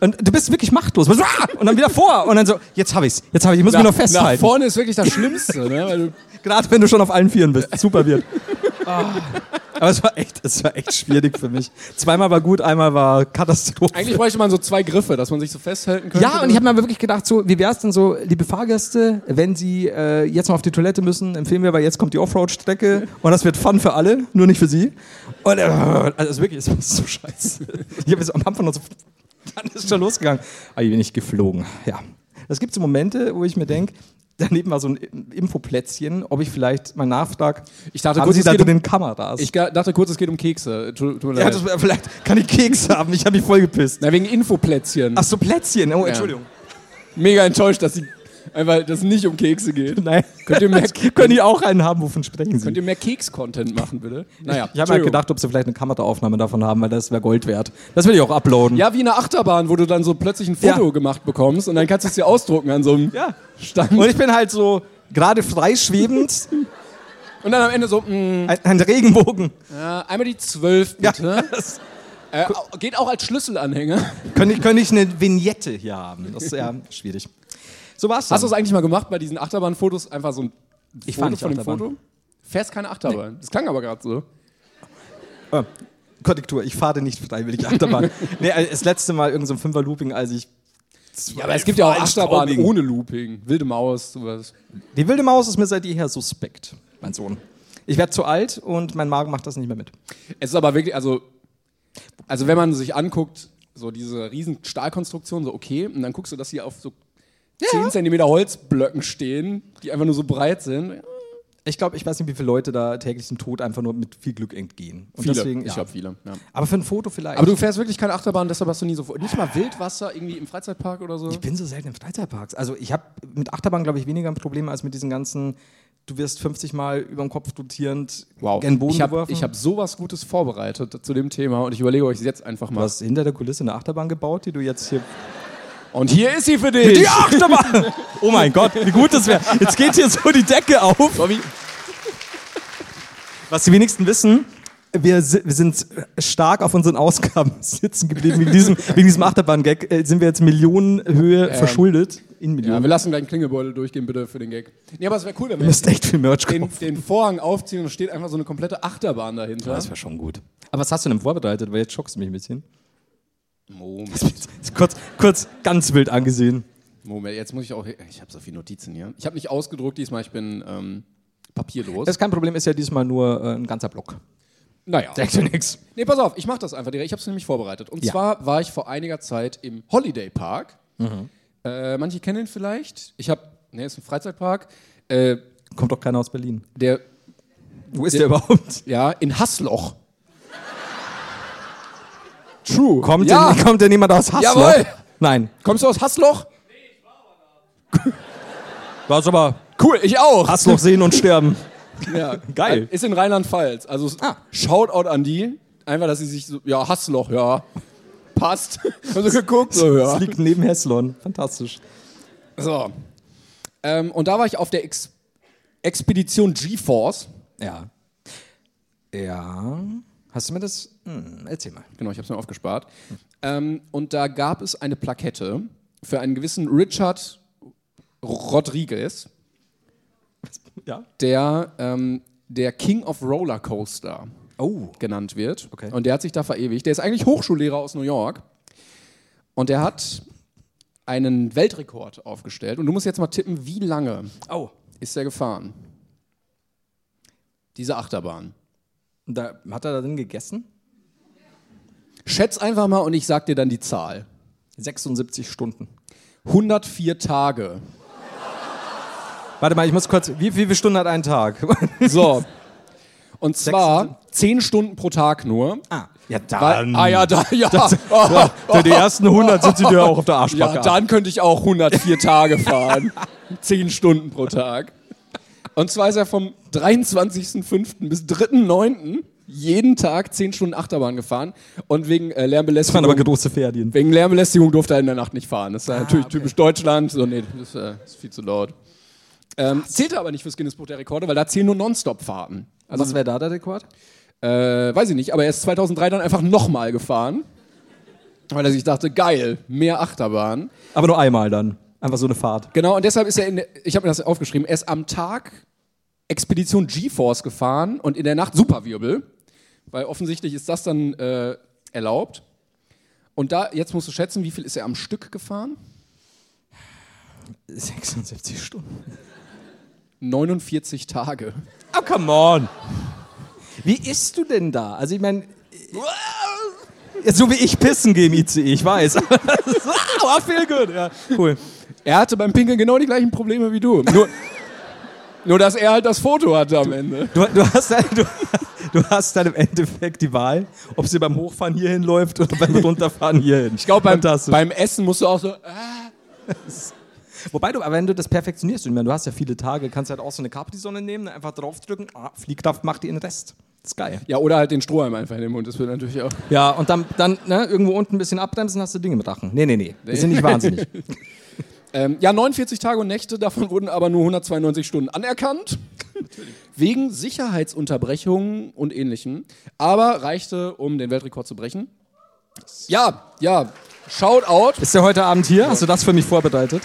Speaker 1: Und du bist wirklich machtlos. Und so, ah! Und dann wieder vor. Und dann so, jetzt habe ich's. Jetzt habe ich, ich muss mich noch
Speaker 2: nach
Speaker 1: festhalten.
Speaker 2: vorne ist wirklich das Schlimmste. Ne? Weil du,
Speaker 1: Gerade wenn du schon auf allen Vieren bist. Super wird. Ah. Aber es war echt, es war echt schwierig für mich. Zweimal war gut, einmal war Katastrophe.
Speaker 2: eigentlich bräuchte man so zwei Griffe, dass man sich so festhalten könnte.
Speaker 1: Ja, und ich habe mir wirklich gedacht, so, wie wäre es denn so, liebe Fahrgäste, wenn Sie äh, jetzt mal auf die Toilette müssen, empfehlen wir, weil jetzt kommt die Offroad-Strecke und das wird Fun für alle, nur nicht für Sie. Und äh, also wirklich, es war so scheiße. Ich habe jetzt am Anfang noch so, dann ist schon losgegangen. Aber ich bin nicht geflogen, ja. Es gibt so Momente, wo ich mir denke, daneben war so ein Infoplätzchen, ob ich vielleicht mal nachfrag,
Speaker 2: Ich dachte
Speaker 1: haben
Speaker 2: kurz,
Speaker 1: Sie
Speaker 2: es
Speaker 1: da
Speaker 2: geht um-
Speaker 1: drin Kameras?
Speaker 2: Ich ga- dachte kurz, es geht um Kekse. Tu, tu mir
Speaker 1: ja,
Speaker 2: leid.
Speaker 1: das, wär- vielleicht kann ich Kekse haben, ich habe mich voll gepisst.
Speaker 2: Na, wegen Infoplätzchen.
Speaker 1: Ach so, Plätzchen, oh, Entschuldigung.
Speaker 2: Mega enttäuscht, dass sie einfach, dass es nicht um Kekse geht.
Speaker 1: Nein.
Speaker 2: Könnt ihr mehr,
Speaker 1: Können die auch einen haben, wovon sprechen Sie?
Speaker 2: könnt ihr mehr Keks-Content machen, bitte? Naja,
Speaker 1: ich habe halt
Speaker 2: Entschuldigung.
Speaker 1: gedacht, ob sie vielleicht eine Kameraaufnahme davon haben, weil das wäre Gold wert. Das will ich auch uploaden.
Speaker 2: Ja, wie in einer Achterbahn, wo du dann so plötzlich ein Foto
Speaker 1: Ja.
Speaker 2: gemacht bekommst und dann kannst du es dir ausdrucken an so einem
Speaker 1: Ja.
Speaker 2: Stand.
Speaker 1: Und ich bin halt so gerade freischwebend,
Speaker 2: Und dann am Ende so, mh,
Speaker 1: ein, ein Regenbogen.
Speaker 2: ja, einmal die 12 bitte.
Speaker 1: Das,
Speaker 2: Äh, au- geht auch als Schlüsselanhänger.
Speaker 1: könnte, ich, könnte ich eine Vignette hier haben? Das ist ja schwierig. So war's.
Speaker 2: Hast du
Speaker 1: dann.
Speaker 2: es eigentlich mal gemacht bei diesen Achterbahnfotos? Einfach so ein
Speaker 1: Ich
Speaker 2: Foto
Speaker 1: fahr nicht
Speaker 2: von dem
Speaker 1: Achterbahn.
Speaker 2: Foto? Fährst keine Achterbahn. Das klang aber gerade so.
Speaker 1: Ah, äh, Korrektur, ich fahre nicht freiwillig Achterbahn. nee, also das letzte Mal irgendein so ein Fünfer-Looping, als ich
Speaker 2: Ja, aber es gibt ja auch Achterbahnen ohne Looping. Wilde Maus, sowas.
Speaker 1: Die wilde Maus ist mir seit jeher suspekt, mein Sohn. Ich werde zu alt und mein Magen macht das nicht mehr mit.
Speaker 2: Es ist aber wirklich, also, also wenn man sich anguckt, so diese riesen Stahlkonstruktion, so okay, und dann guckst du, dass sie auf so 10 cm Holzblöcken stehen, die einfach nur so breit sind.
Speaker 1: Ich glaube, ich weiß nicht, wie viele Leute da täglich dem Tod einfach nur mit viel Glück entgehen. Und
Speaker 2: Viele,
Speaker 1: deswegen,
Speaker 2: ich
Speaker 1: ja.
Speaker 2: glaube viele. Ja.
Speaker 1: Aber für ein Foto vielleicht.
Speaker 2: Aber du fährst wirklich keine Achterbahn, deshalb hast du nie so vor. Nicht mal Wildwasser irgendwie im Freizeitpark oder so.
Speaker 1: ich bin so selten in Freizeitparks. Also ich habe mit Achterbahn, glaube ich, weniger ein Problem als mit diesen ganzen, du wirst 50 Mal über den Kopf dotierend gen Boden
Speaker 2: ich habe
Speaker 1: geworfen.
Speaker 2: ich hab sowas Gutes vorbereitet zu dem Thema und ich überlege euch jetzt einfach
Speaker 1: du
Speaker 2: mal.
Speaker 1: hast hinter der Kulisse eine Achterbahn gebaut, die du jetzt hier...
Speaker 2: Und hier ist sie für dich.
Speaker 1: Die Achterbahn! Oh mein Gott, wie gut das wäre. Jetzt geht hier so die Decke auf.
Speaker 2: Bobby,
Speaker 1: Was die wenigsten wissen, wir, si- wir sind stark auf unseren Ausgaben sitzen geblieben. Wegen diesem, wegen diesem Achterbahn-Gag äh, sind wir jetzt Millionenhöhe verschuldet. In
Speaker 2: Ja,
Speaker 1: Millionen.
Speaker 2: wir lassen gleich einen Klingelbeutel durchgehen, bitte, für den Gag. Nee, aber es wäre cool, wenn
Speaker 1: ihr
Speaker 2: wir
Speaker 1: müsst echt viel Merch
Speaker 2: den,
Speaker 1: kaufen.
Speaker 2: den Vorhang aufziehen und steht einfach so eine komplette Achterbahn dahinter.
Speaker 1: wäre schon gut. Aber was hast du denn vorbereitet? Weil jetzt schockst du mich ein bisschen.
Speaker 2: Moment,
Speaker 1: Kurz, kurz ganz wild angesehen.
Speaker 2: Moment, jetzt muss ich auch. Ich habe so viele Notizen hier. Ich habe nicht ausgedruckt diesmal, ich bin ähm, papierlos.
Speaker 1: Das ist kein Problem, ist ja diesmal nur äh, ein ganzer Block.
Speaker 2: naja.
Speaker 1: Echt nix.
Speaker 2: Nee, pass auf, ich mache das einfach direkt. Ich habe es nämlich vorbereitet. Und
Speaker 1: Ja.
Speaker 2: zwar war ich vor einiger Zeit im Holiday Park.
Speaker 1: Mhm.
Speaker 2: Äh, manche kennen ihn vielleicht. Ich habe. Nee, ist ein Freizeitpark. Äh,
Speaker 1: Kommt doch keiner aus Berlin.
Speaker 2: der.
Speaker 1: Wo ist der überhaupt?
Speaker 2: Ja, in Hassloch. True.
Speaker 1: Kommt,
Speaker 2: ja.
Speaker 1: denn, kommt denn jemand aus Hassloch?
Speaker 2: Jawohl.
Speaker 1: Nein.
Speaker 2: Kommst du aus Hassloch?
Speaker 1: Was aber
Speaker 2: Cool, ich auch.
Speaker 1: Hassloch sehen und sterben.
Speaker 2: Ja. Äh,
Speaker 1: Geil.
Speaker 2: Ist in Rheinland-Pfalz. Also
Speaker 1: Ah.
Speaker 2: Shoutout an die. Einfach, dass sie sich so, ja, Hassloch, ja. Passt. Haben so geguckt, so, ja.
Speaker 1: Das liegt neben Hesslon. Fantastisch.
Speaker 2: So. Ähm, und da war ich auf der Ex Expedition GeForce.
Speaker 1: Ja. Ja. Hast du mir das? Hm, erzähl mal.
Speaker 2: Genau, ich habe es mir aufgespart. Ähm, und da gab es eine Plakette für einen gewissen Richard Rodriguez,
Speaker 1: Ja.
Speaker 2: der ähm, der King of Rollercoaster
Speaker 1: Oh.
Speaker 2: genannt wird.
Speaker 1: Okay.
Speaker 2: Und der hat sich da verewigt. Der ist eigentlich Hochschullehrer aus New York. Und der hat einen Weltrekord aufgestellt. Und du musst jetzt mal tippen, wie lange
Speaker 1: Oh.
Speaker 2: ist der gefahren? Diese Achterbahn.
Speaker 1: Und Da, hat er da drin gegessen?
Speaker 2: Schätz einfach mal und ich sag dir dann die Zahl.
Speaker 1: 76 Stunden.
Speaker 2: 104 Tage.
Speaker 1: Warte mal, ich muss kurz. Wie, wie viele Stunden hat ein Tag?
Speaker 2: So. Und zwar 10 Stunden pro Tag nur.
Speaker 1: ah. Ja,
Speaker 2: Weil,
Speaker 1: dann.
Speaker 2: ah ja, da, ja. Oh.
Speaker 1: ja, denn die ersten 100 sind sie dir auch auf der Arschbacke.
Speaker 2: Ja, dann könnte ich auch 104 Tage fahren. 10 Stunden pro Tag. Und zwar ist er vom 23.05. bis 3.09. jeden Tag 10 Stunden Achterbahn gefahren. Und wegen äh,
Speaker 1: Das waren aber Ah,
Speaker 2: Lärmbelästigung.
Speaker 1: große Ferien.
Speaker 2: Wegen Lärmbelästigung durfte er in der Nacht nicht fahren. Das ist natürlich typisch Deutschland. So, nee, das ist, äh, ist viel zu laut. Ähm, zählte aber nicht fürs Guinness Buch der Rekorde, weil da zählen nur Nonstop-Fahrten.
Speaker 1: Also, was wäre da der Rekord?
Speaker 2: Äh, weiß ich nicht, aber er ist 2003 dann einfach nochmal gefahren. Weil er sich dachte, geil, mehr Achterbahn.
Speaker 1: Aber nur einmal dann. Einfach so eine Fahrt.
Speaker 2: Genau, und deshalb ist er in der, ich habe mir das aufgeschrieben, er ist am Tag Expedition GeForce gefahren und in der Nacht Superwirbel, weil offensichtlich ist das dann äh, erlaubt. Und da, jetzt musst du schätzen, wie viel ist er am Stück gefahren?
Speaker 1: 76 Stunden.
Speaker 2: 49 Tage.
Speaker 1: Oh, come on. Wie isst du denn da? Also, ich meine. So wie ich pissen gehe im ICE, ich weiß. Aber feel good. Ja, cool.
Speaker 2: Er hatte beim Pinkeln genau die gleichen Probleme wie du. Nur, nur dass er halt das Foto hatte am Ende.
Speaker 1: Du, du, hast, dann- du, du hast dann im Endeffekt die Wahl, ob sie beim Hochfahren hierhin läuft oder beim Runterfahren hierhin.
Speaker 2: Ich glaube, beim,
Speaker 1: Fantastisch.
Speaker 2: beim Essen musst du auch so, äh,
Speaker 1: Wobei du, aber wenn du das perfektionierst, ich meine, du hast ja viele Tage, kannst halt auch so eine Capri-Sonne nehmen, einfach draufdrücken, ah, Fliehkraft macht dir den Rest. Das ist geil.
Speaker 2: Ja, oder halt den Strohhalm einfach in den Mund. Das wird natürlich auch.
Speaker 1: Ja, und dann, dann ne, irgendwo unten ein bisschen abbremsen, hast du Dinge mit Rachen. Nee, nee, nee, wir sind nicht wahnsinnig.
Speaker 2: Ähm, ja, 49 Tage und Nächte, davon wurden aber nur 192 Stunden anerkannt. Wegen Sicherheitsunterbrechungen und ähnlichem. Aber reichte, um den Weltrekord zu brechen. Ja, ja. Shoutout.
Speaker 1: Ist der heute Abend hier? Hast du das für mich vorbereitet?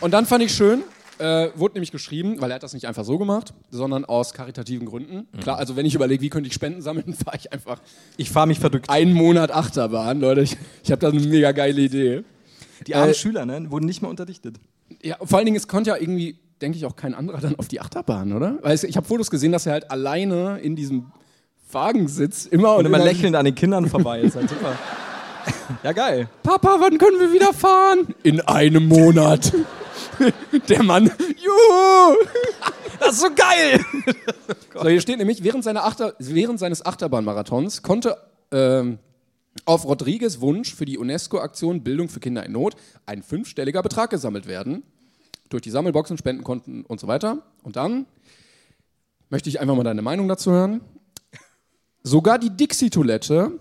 Speaker 2: Und dann fand ich schön, äh, wurde nämlich geschrieben, weil er hat das nicht einfach so gemacht, sondern aus karitativen Gründen. Klar, also wenn ich überlege, wie könnte ich Spenden sammeln, fahre ich einfach
Speaker 1: Ich fahre mich verrückt.
Speaker 2: einen Monat Achterbahn, Leute. Ich, ich habe da eine mega geile Idee.
Speaker 1: Die armen
Speaker 2: Äh,
Speaker 1: Schüler, ne? Wurden nicht mehr unterrichtet.
Speaker 2: Ja, vor allen Dingen, es konnte ja irgendwie, denke ich, auch kein anderer dann auf die Achterbahn, oder? Weil es, ich habe Fotos gesehen, dass er halt alleine in diesem Wagen sitzt, immer und,
Speaker 1: Und immer lächelnd an den Kindern vorbei. Ist halt super. Ja, geil.
Speaker 2: Papa, wann können wir wieder fahren? In einem Monat. Der Mann, juhu!
Speaker 1: Das ist so geil!
Speaker 2: So, hier steht nämlich, während, seiner Achter, während seines Achterbahnmarathons konnte ähm, auf Rodriguez Wunsch für die UNESCO-Aktion Bildung für Kinder in Not ein fünfstelliger Betrag gesammelt werden. Durch die Sammelboxen, Spendenkonten und so weiter. Und dann möchte ich einfach mal deine Meinung dazu hören. Sogar die Dixie-Toilette,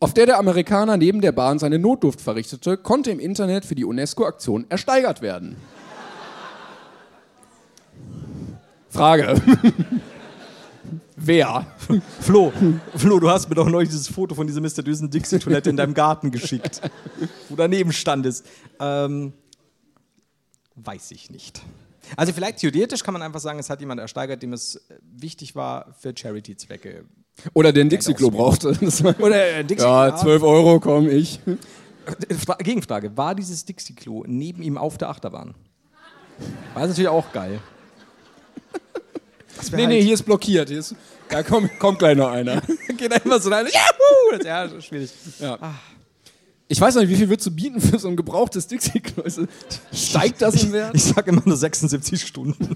Speaker 2: auf der der Amerikaner neben der Bahn seine Notdurft verrichtete, konnte im Internet für die UNESCO-Aktion ersteigert werden. Frage. Wer?
Speaker 1: Flo, Flo, du hast mir doch neulich dieses Foto von dieser mysteriösen Dixie-Toilette in deinem Garten geschickt, wo daneben standest. Ähm, weiß ich nicht. Also vielleicht theoretisch kann man einfach sagen, es hat jemand ersteigert, dem es äh, wichtig war für Charity-Zwecke.
Speaker 2: Oder den Dixie-Klo brauchte. Das war-
Speaker 1: Oder äh, Dixie.
Speaker 2: Ja, 12 Euro komm ich.
Speaker 1: Äh, Fra- Gegenfrage, war dieses Dixie-Klo neben ihm auf der Achterbahn? War das natürlich auch geil. Das wär
Speaker 2: Nee,
Speaker 1: halt-
Speaker 2: nee, hier ist blockiert. Hier ist, da kommt, kommt gleich noch einer.
Speaker 1: geht da immer so rein. Juhu! Das- Ja, das ist schwierig.
Speaker 2: Ich weiß noch nicht, wie viel würdest du bieten für so ein gebrauchtes Dixie-Klo? Ist es- Steigt das im Wert?
Speaker 1: Ich sag immer nur 76 Stunden.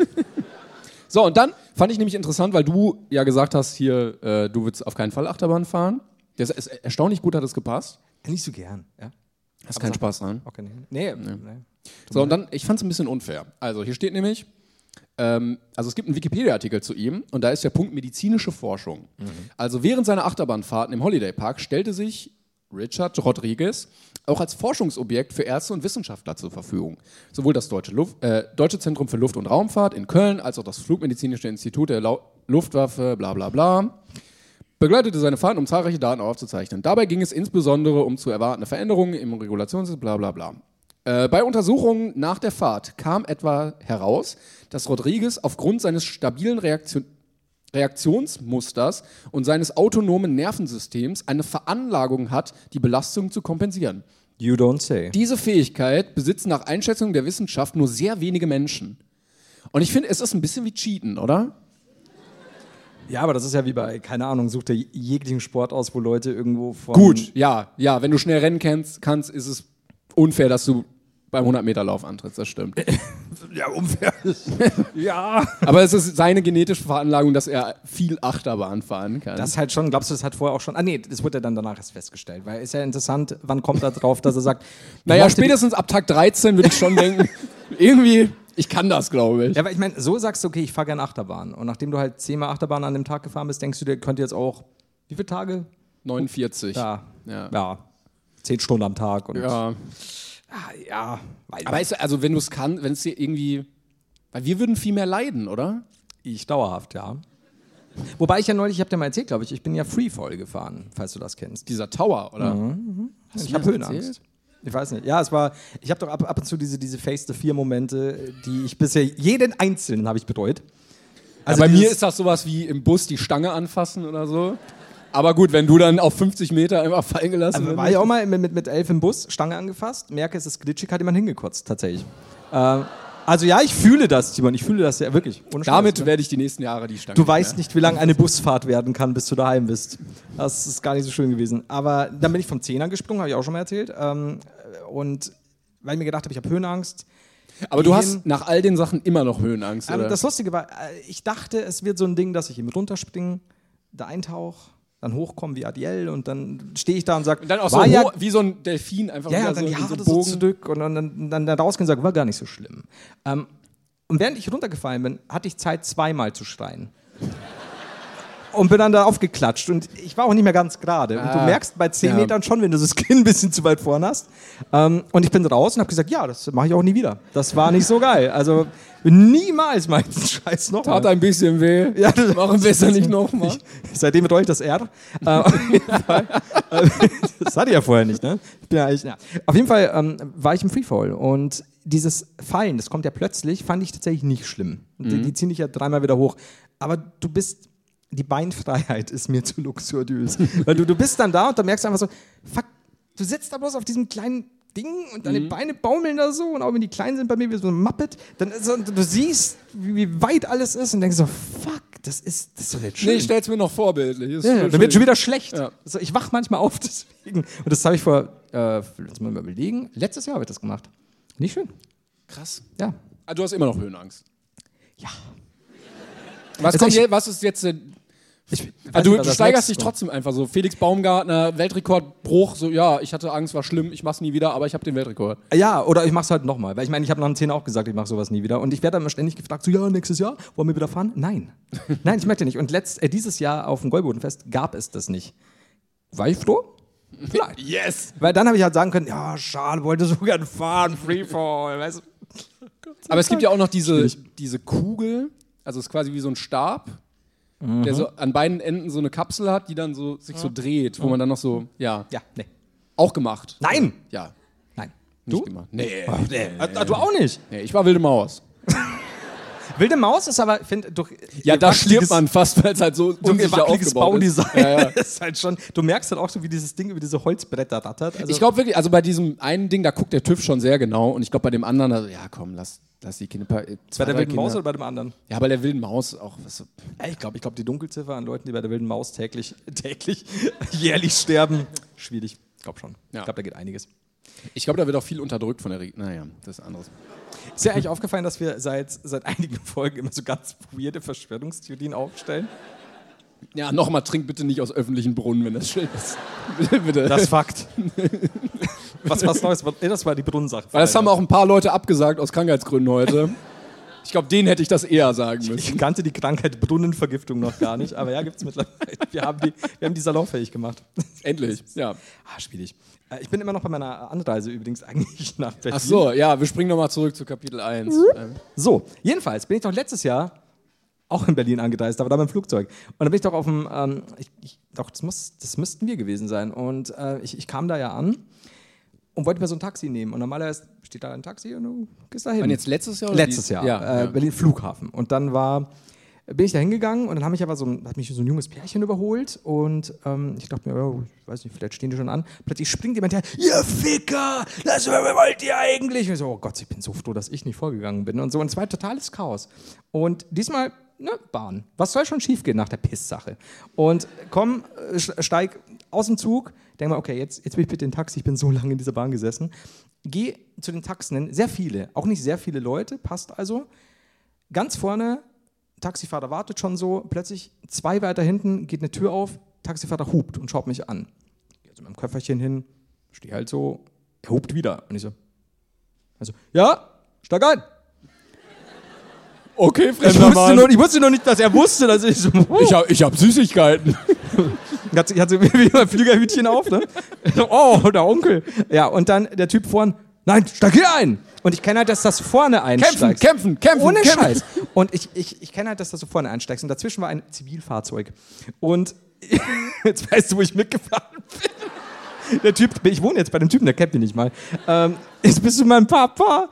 Speaker 2: So, und dann fand ich nämlich interessant, weil du ja gesagt hast, hier, äh, du willst auf keinen Fall Achterbahn fahren. Das ist erstaunlich gut hat es gepasst.
Speaker 1: Nicht so gern. Ja.
Speaker 2: Hast keinen Spaß dran.
Speaker 1: Okay, nee. Nee. nee.
Speaker 2: So, und dann, ich fand es ein bisschen unfair. Also, hier steht nämlich, ähm, also es gibt einen Wikipedia-Artikel zu ihm und da ist der Punkt medizinische Forschung. Also, während seiner Achterbahnfahrten im Holiday Park stellte sich Richard Rodriguez auch als Forschungsobjekt für Ärzte und Wissenschaftler zur Verfügung. Sowohl das Deutsche, Luft, äh, Deutsche Zentrum für Luft- und Raumfahrt in Köln als auch das Flugmedizinische Institut der Lau Luftwaffe, bla bla bla begleitete seine Fahrten, um zahlreiche Daten aufzuzeichnen. Dabei ging es insbesondere um zu erwartende Veränderungen im Regulationssystem, bla bla bla. Äh, bei Untersuchungen nach der Fahrt kam etwa heraus, dass Rodriguez aufgrund seines stabilen Reaktio Reaktionsmusters und seines autonomen Nervensystems eine Veranlagung hat, die Belastung zu kompensieren.
Speaker 1: You don't say.
Speaker 2: Diese Fähigkeit besitzen nach Einschätzung der Wissenschaft nur sehr wenige Menschen. Und ich finde, es ist ein bisschen wie Cheaten, oder?
Speaker 1: ja, aber das ist ja wie bei, keine Ahnung, sucht er jeglichen Sport aus, wo Leute irgendwo von.
Speaker 2: Gut, Hm. ja, ja, wenn du schnell rennen kannst, kannst ist es unfair, dass du beim 100-Meter-Lauf antrittst, das stimmt.
Speaker 1: Ja, unfair. ja.
Speaker 2: Aber es ist seine genetische Veranlagung, dass er viel Achterbahn fahren kann.
Speaker 1: Das ist halt schon, glaubst du, das hat vorher auch schon. Ah, nee, das wurde ja dann danach erst festgestellt. Weil ist ja interessant, wann kommt er drauf, dass er sagt.
Speaker 2: naja,
Speaker 1: Leute, die-
Speaker 2: spätestens ab Tag 13 würde ich schon denken, irgendwie, ich kann das, glaube ich.
Speaker 1: Ja, aber ich meine, so sagst du, okay, ich fahre gerne Achterbahn. Und nachdem du halt zehnmal Achterbahn an dem Tag gefahren bist, denkst du dir, könnte jetzt auch. Wie viele Tage?
Speaker 2: 49.
Speaker 1: Ja.
Speaker 2: Ja.
Speaker 1: ja. Zehn Stunden am Tag. Und
Speaker 2: Ja.
Speaker 1: ja weil
Speaker 2: Aber ist, also, wenn du es kannst, wenn es dir irgendwie. Weil wir würden viel mehr leiden, oder?
Speaker 1: Ich dauerhaft, ja. Wobei ich ja neulich, ich habe dir mal erzählt, glaube ich, ich bin ja Freefall gefahren, falls du das kennst.
Speaker 2: Dieser Tower, oder? Hast du
Speaker 1: Ich
Speaker 2: mir
Speaker 1: habe
Speaker 2: das
Speaker 1: Höhenangst.
Speaker 2: erzählt?
Speaker 1: Ich weiß nicht. Ja, es war, ich habe doch ab, ab und zu diese, diese Face-the-Fear-Momente, die ich bisher, jeden einzelnen habe ich betreut. Also
Speaker 2: ja, bei mir
Speaker 1: dieses-
Speaker 2: ist das sowas wie im Bus die Stange anfassen oder so. Aber gut, wenn du dann auf 50 Meter einfach fallen gelassen
Speaker 1: Also
Speaker 2: wirst.
Speaker 1: war ich auch mal mit, mit, mit elf im Bus, Stange angefasst, merke, es ist glitschig, hat jemand hingekotzt, tatsächlich. Ähm, also ja, ich fühle das, Simon, ich fühle das ja wirklich. Ohne Scheiß,
Speaker 2: Damit
Speaker 1: ne?
Speaker 2: werde ich die nächsten Jahre die Stange.
Speaker 1: Du weißt nicht, wie lang eine Busfahrt werden kann, bis du daheim bist. Das ist gar nicht so schön gewesen. Aber dann bin ich vom Zehner gesprungen, habe ich auch schon mal erzählt. Ähm, und weil ich mir gedacht habe, ich habe Höhenangst.
Speaker 2: Aber du
Speaker 1: gehen.
Speaker 2: hast nach all den Sachen immer noch Höhenangst,
Speaker 1: Ähm,
Speaker 2: oder?
Speaker 1: das Lustige war, äh, ich dachte, es wird so ein Ding, dass ich eben runterspringe, da eintauche, dann hochkomme wie Adiel und dann stehe ich da und sage,
Speaker 2: und dann auch so
Speaker 1: war ja
Speaker 2: hoch- wie so ein Delfin einfach
Speaker 1: Ja,
Speaker 2: wieder
Speaker 1: ja, dann die
Speaker 2: in
Speaker 1: Haare so
Speaker 2: Bogen.
Speaker 1: zurück und dann, dann, dann da rausgehen und sagen, war gar nicht so schlimm. Ähm, und während ich runtergefallen bin, hatte ich Zeit, zweimal zu schreien. Und bin dann da aufgeklatscht und ich war auch nicht mehr ganz gerade. Und du
Speaker 2: Ah,
Speaker 1: merkst bei 10
Speaker 2: ja.
Speaker 1: Metern schon, wenn du das Kinn ein bisschen zu weit vorne hast. Ähm, und ich bin raus und habe gesagt, ja, das mache ich auch nie wieder. Das war nicht so geil. Also niemals meinen Scheiß noch.
Speaker 2: Tat ein bisschen weh.
Speaker 1: Ja, das-
Speaker 2: Machen wir es ja nicht nochmal.
Speaker 1: Seitdem bedeutet das R. Äh, auf jeden Fall. Äh, das hatte ich ja vorher nicht, ne? Ich bin ja eigentlich, ja. Auf jeden Fall ähm, war ich im Freefall und dieses Fallen, das kommt ja plötzlich, fand ich tatsächlich nicht schlimm. Die,
Speaker 2: Mhm.
Speaker 1: die ziehen dich ja dreimal wieder hoch. Aber du bist, die Beinfreiheit ist mir zu luxuriös. Weil du, du bist dann da und dann merkst du einfach so, fuck, du sitzt da bloß auf diesem kleinen Ding und
Speaker 2: Mhm.
Speaker 1: deine Beine baumeln da so und auch wenn die klein sind bei mir wie so ein Muppet, dann ist, so- du siehst, wie, wie weit alles ist und denkst so, fuck, das ist, das ist doch nicht schön.
Speaker 2: Nee, ich stell's mir noch vorbildlich. Ist
Speaker 1: Ja, ja,
Speaker 2: schön-
Speaker 1: dann wird schon wieder schlecht.
Speaker 2: Ja.
Speaker 1: Also ich wach manchmal auf deswegen. Und das habe ich vor, äh, lass mal überlegen, letztes Jahr habe ich das gemacht. Nicht schön.
Speaker 2: krass.
Speaker 1: Ja.
Speaker 2: Ah, du hast immer noch Höhenangst.
Speaker 1: Ja.
Speaker 2: Was,
Speaker 1: Also
Speaker 2: kommt
Speaker 1: ich-
Speaker 2: je, was ist jetzt denn?
Speaker 1: Ich, also
Speaker 2: Ah,
Speaker 1: weiß
Speaker 2: du
Speaker 1: nicht, was
Speaker 2: du
Speaker 1: das
Speaker 2: steigerst dich
Speaker 1: nächste-
Speaker 2: trotzdem einfach so. Felix Baumgartner, Weltrekordbruch, so ja, ich hatte Angst, war schlimm, ich mach's nie wieder, aber ich habe den Weltrekord.
Speaker 1: Ja, oder ich mach's halt nochmal. Weil ich meine, ich habe nach dem 10 auch gesagt, ich mache sowas nie wieder. Und ich werde dann immer ständig gefragt, so ja, nächstes Jahr, wollen wir wieder fahren? Nein. Nein, ich möchte nicht. Und letzt, äh, dieses Jahr auf dem Goldbodenfest gab es das nicht. War ich froh? Vielleicht.
Speaker 2: Yes!
Speaker 1: Weil dann habe ich halt sagen können, ja, schade, wollte so gern fahren, Freefall, weißt du.
Speaker 2: Aber es gibt ja auch noch diese, diese Kugel, also es ist quasi wie so ein Stab,
Speaker 1: Mhm.
Speaker 2: der so an beiden Enden so eine Kapsel hat, die dann so sich so dreht, wo man dann noch so, ja,
Speaker 1: Ja, nee.
Speaker 2: auch gemacht.
Speaker 1: Nein!
Speaker 2: Ja,
Speaker 1: Nein.
Speaker 2: nicht
Speaker 1: Du?
Speaker 2: gemacht. Nee.
Speaker 1: Ah, ah, du auch nicht.
Speaker 2: nee, ich war wilde Maus.
Speaker 1: Wilde Maus ist aber, finde durch
Speaker 2: Ja,
Speaker 1: ihr
Speaker 2: da
Speaker 1: wackeliges-
Speaker 2: stirbt man fast, weil es halt so
Speaker 1: Durch ihr
Speaker 2: unsicher
Speaker 1: wackeliges
Speaker 2: aufgebaut ist.
Speaker 1: Baudesign ist halt schon. Du merkst halt auch so, wie dieses Ding über diese Holzbretter rattert. Also,
Speaker 2: Ich glaube wirklich, also bei diesem einen Ding, da guckt der TÜV schon sehr genau und ich glaube bei dem anderen, also, ja komm, lass, lass die Kinder. Bei
Speaker 1: bei der wilden Maus oder bei dem anderen?
Speaker 2: Ja, bei der wilden Maus auch. Was, so-
Speaker 1: Ja, Ich glaube, ich glaube, die Dunkelziffer an Leuten, die bei der wilden Maus täglich, täglich, jährlich sterben, schwierig. Ich glaube schon.
Speaker 2: Ja.
Speaker 1: Ich glaube, da geht einiges.
Speaker 2: ich glaube, da wird auch viel unterdrückt von der Regierung. Naja, das ist anderes.
Speaker 1: Ist dir eigentlich aufgefallen, dass wir seit, seit einigen Folgen immer so ganz weirde Verschwörungstheorien aufstellen?
Speaker 2: Ja, nochmal, trink bitte nicht aus öffentlichen Brunnen, wenn das schön ist. bitte, bitte.
Speaker 1: Das ist Fakt. was, was Neues? war- nee, Das war die Brunnensache.
Speaker 2: Weil das haben auch ein paar Leute abgesagt aus Krankheitsgründen heute. Ich glaube, denen hätte ich das eher sagen müssen.
Speaker 1: Ich kannte die Krankheit Brunnenvergiftung noch gar nicht, aber ja, gibt es mittlerweile. Wir haben, die, wir haben die salonfähig gemacht.
Speaker 2: Endlich. Ja.
Speaker 1: Ah, schwierig. Äh, Ich bin immer noch bei meiner Anreise übrigens eigentlich nach Berlin.
Speaker 2: Ach so, ja, wir springen nochmal zurück zu Kapitel 1. Ähm,
Speaker 1: So, jedenfalls bin ich doch letztes Jahr auch in Berlin angereist, aber da beim Flugzeug. Und da bin ich doch auf dem, ähm, ich, ich, doch, das, muss, das müssten wir gewesen sein. Und äh, ich, ich kam da ja an und wollte mir so ein Taxi nehmen. Und normalerweise steht da ein Taxi und du gehst da hin.
Speaker 2: Wann jetzt letztes Jahr? Oder
Speaker 1: Letztes
Speaker 2: dies-
Speaker 1: Jahr,
Speaker 2: Ja,
Speaker 1: äh,
Speaker 2: ja.
Speaker 1: Berlin Flughafen. Und dann war, bin ich da hingegangen und dann habe ich aber so ein, hat mich so ein junges Pärchen überholt und ähm, ich dachte mir, oh, ich weiß nicht, vielleicht stehen die schon an. Plötzlich springt jemand her, ihr Ficker, das wollt ihr eigentlich? Und ich so, oh Gott, ich bin so froh, dass ich nicht vorgegangen bin und so. Und es war totales Chaos. Und diesmal, ne, Bahn. Was soll schon schiefgehen nach der Pisssache? Und komm, äh, sch- steig aus dem Zug, denk mal, okay, jetzt, jetzt will ich bitte den Taxi, ich bin so lange in dieser Bahn gesessen. Geh zu den Taxen, sehr viele, auch nicht sehr viele Leute, passt also ganz vorne, Taxifahrer wartet schon so, plötzlich zwei weiter hinten geht eine Tür auf, Taxifahrer hupt und schaut mich an. Ich geh Also mit dem Köfferchen hin, stehe halt so, er hupt wieder. Und ich so, also, ja, steig ein.
Speaker 2: Okay,
Speaker 1: Ich
Speaker 2: fremder
Speaker 1: wusste,
Speaker 2: Mann.
Speaker 1: nur, ich wusste noch nicht, dass er wusste, dass ich so,
Speaker 2: ich habe ich hab Süßigkeiten.
Speaker 1: Hat sie- hat sie wie immer ein Fliegerhütchen auf, ne? So, oh, der Onkel. Ja, und dann der Typ vorn, nein, steig hier ein! Und ich kenne halt, dass das vorne einsteigt.
Speaker 2: kämpfen, kämpfen,
Speaker 1: Ohne
Speaker 2: kämpfen.
Speaker 1: Scheiß. Und ich, ich, ich kenne halt, dass das so vorne einsteigst. Und dazwischen war ein Zivilfahrzeug. Und jetzt weißt du, wo ich mitgefahren bin. Der Typ, ich wohne jetzt bei dem Typen, der kennt mich nicht mal. Ähm, jetzt bist du mein Papa.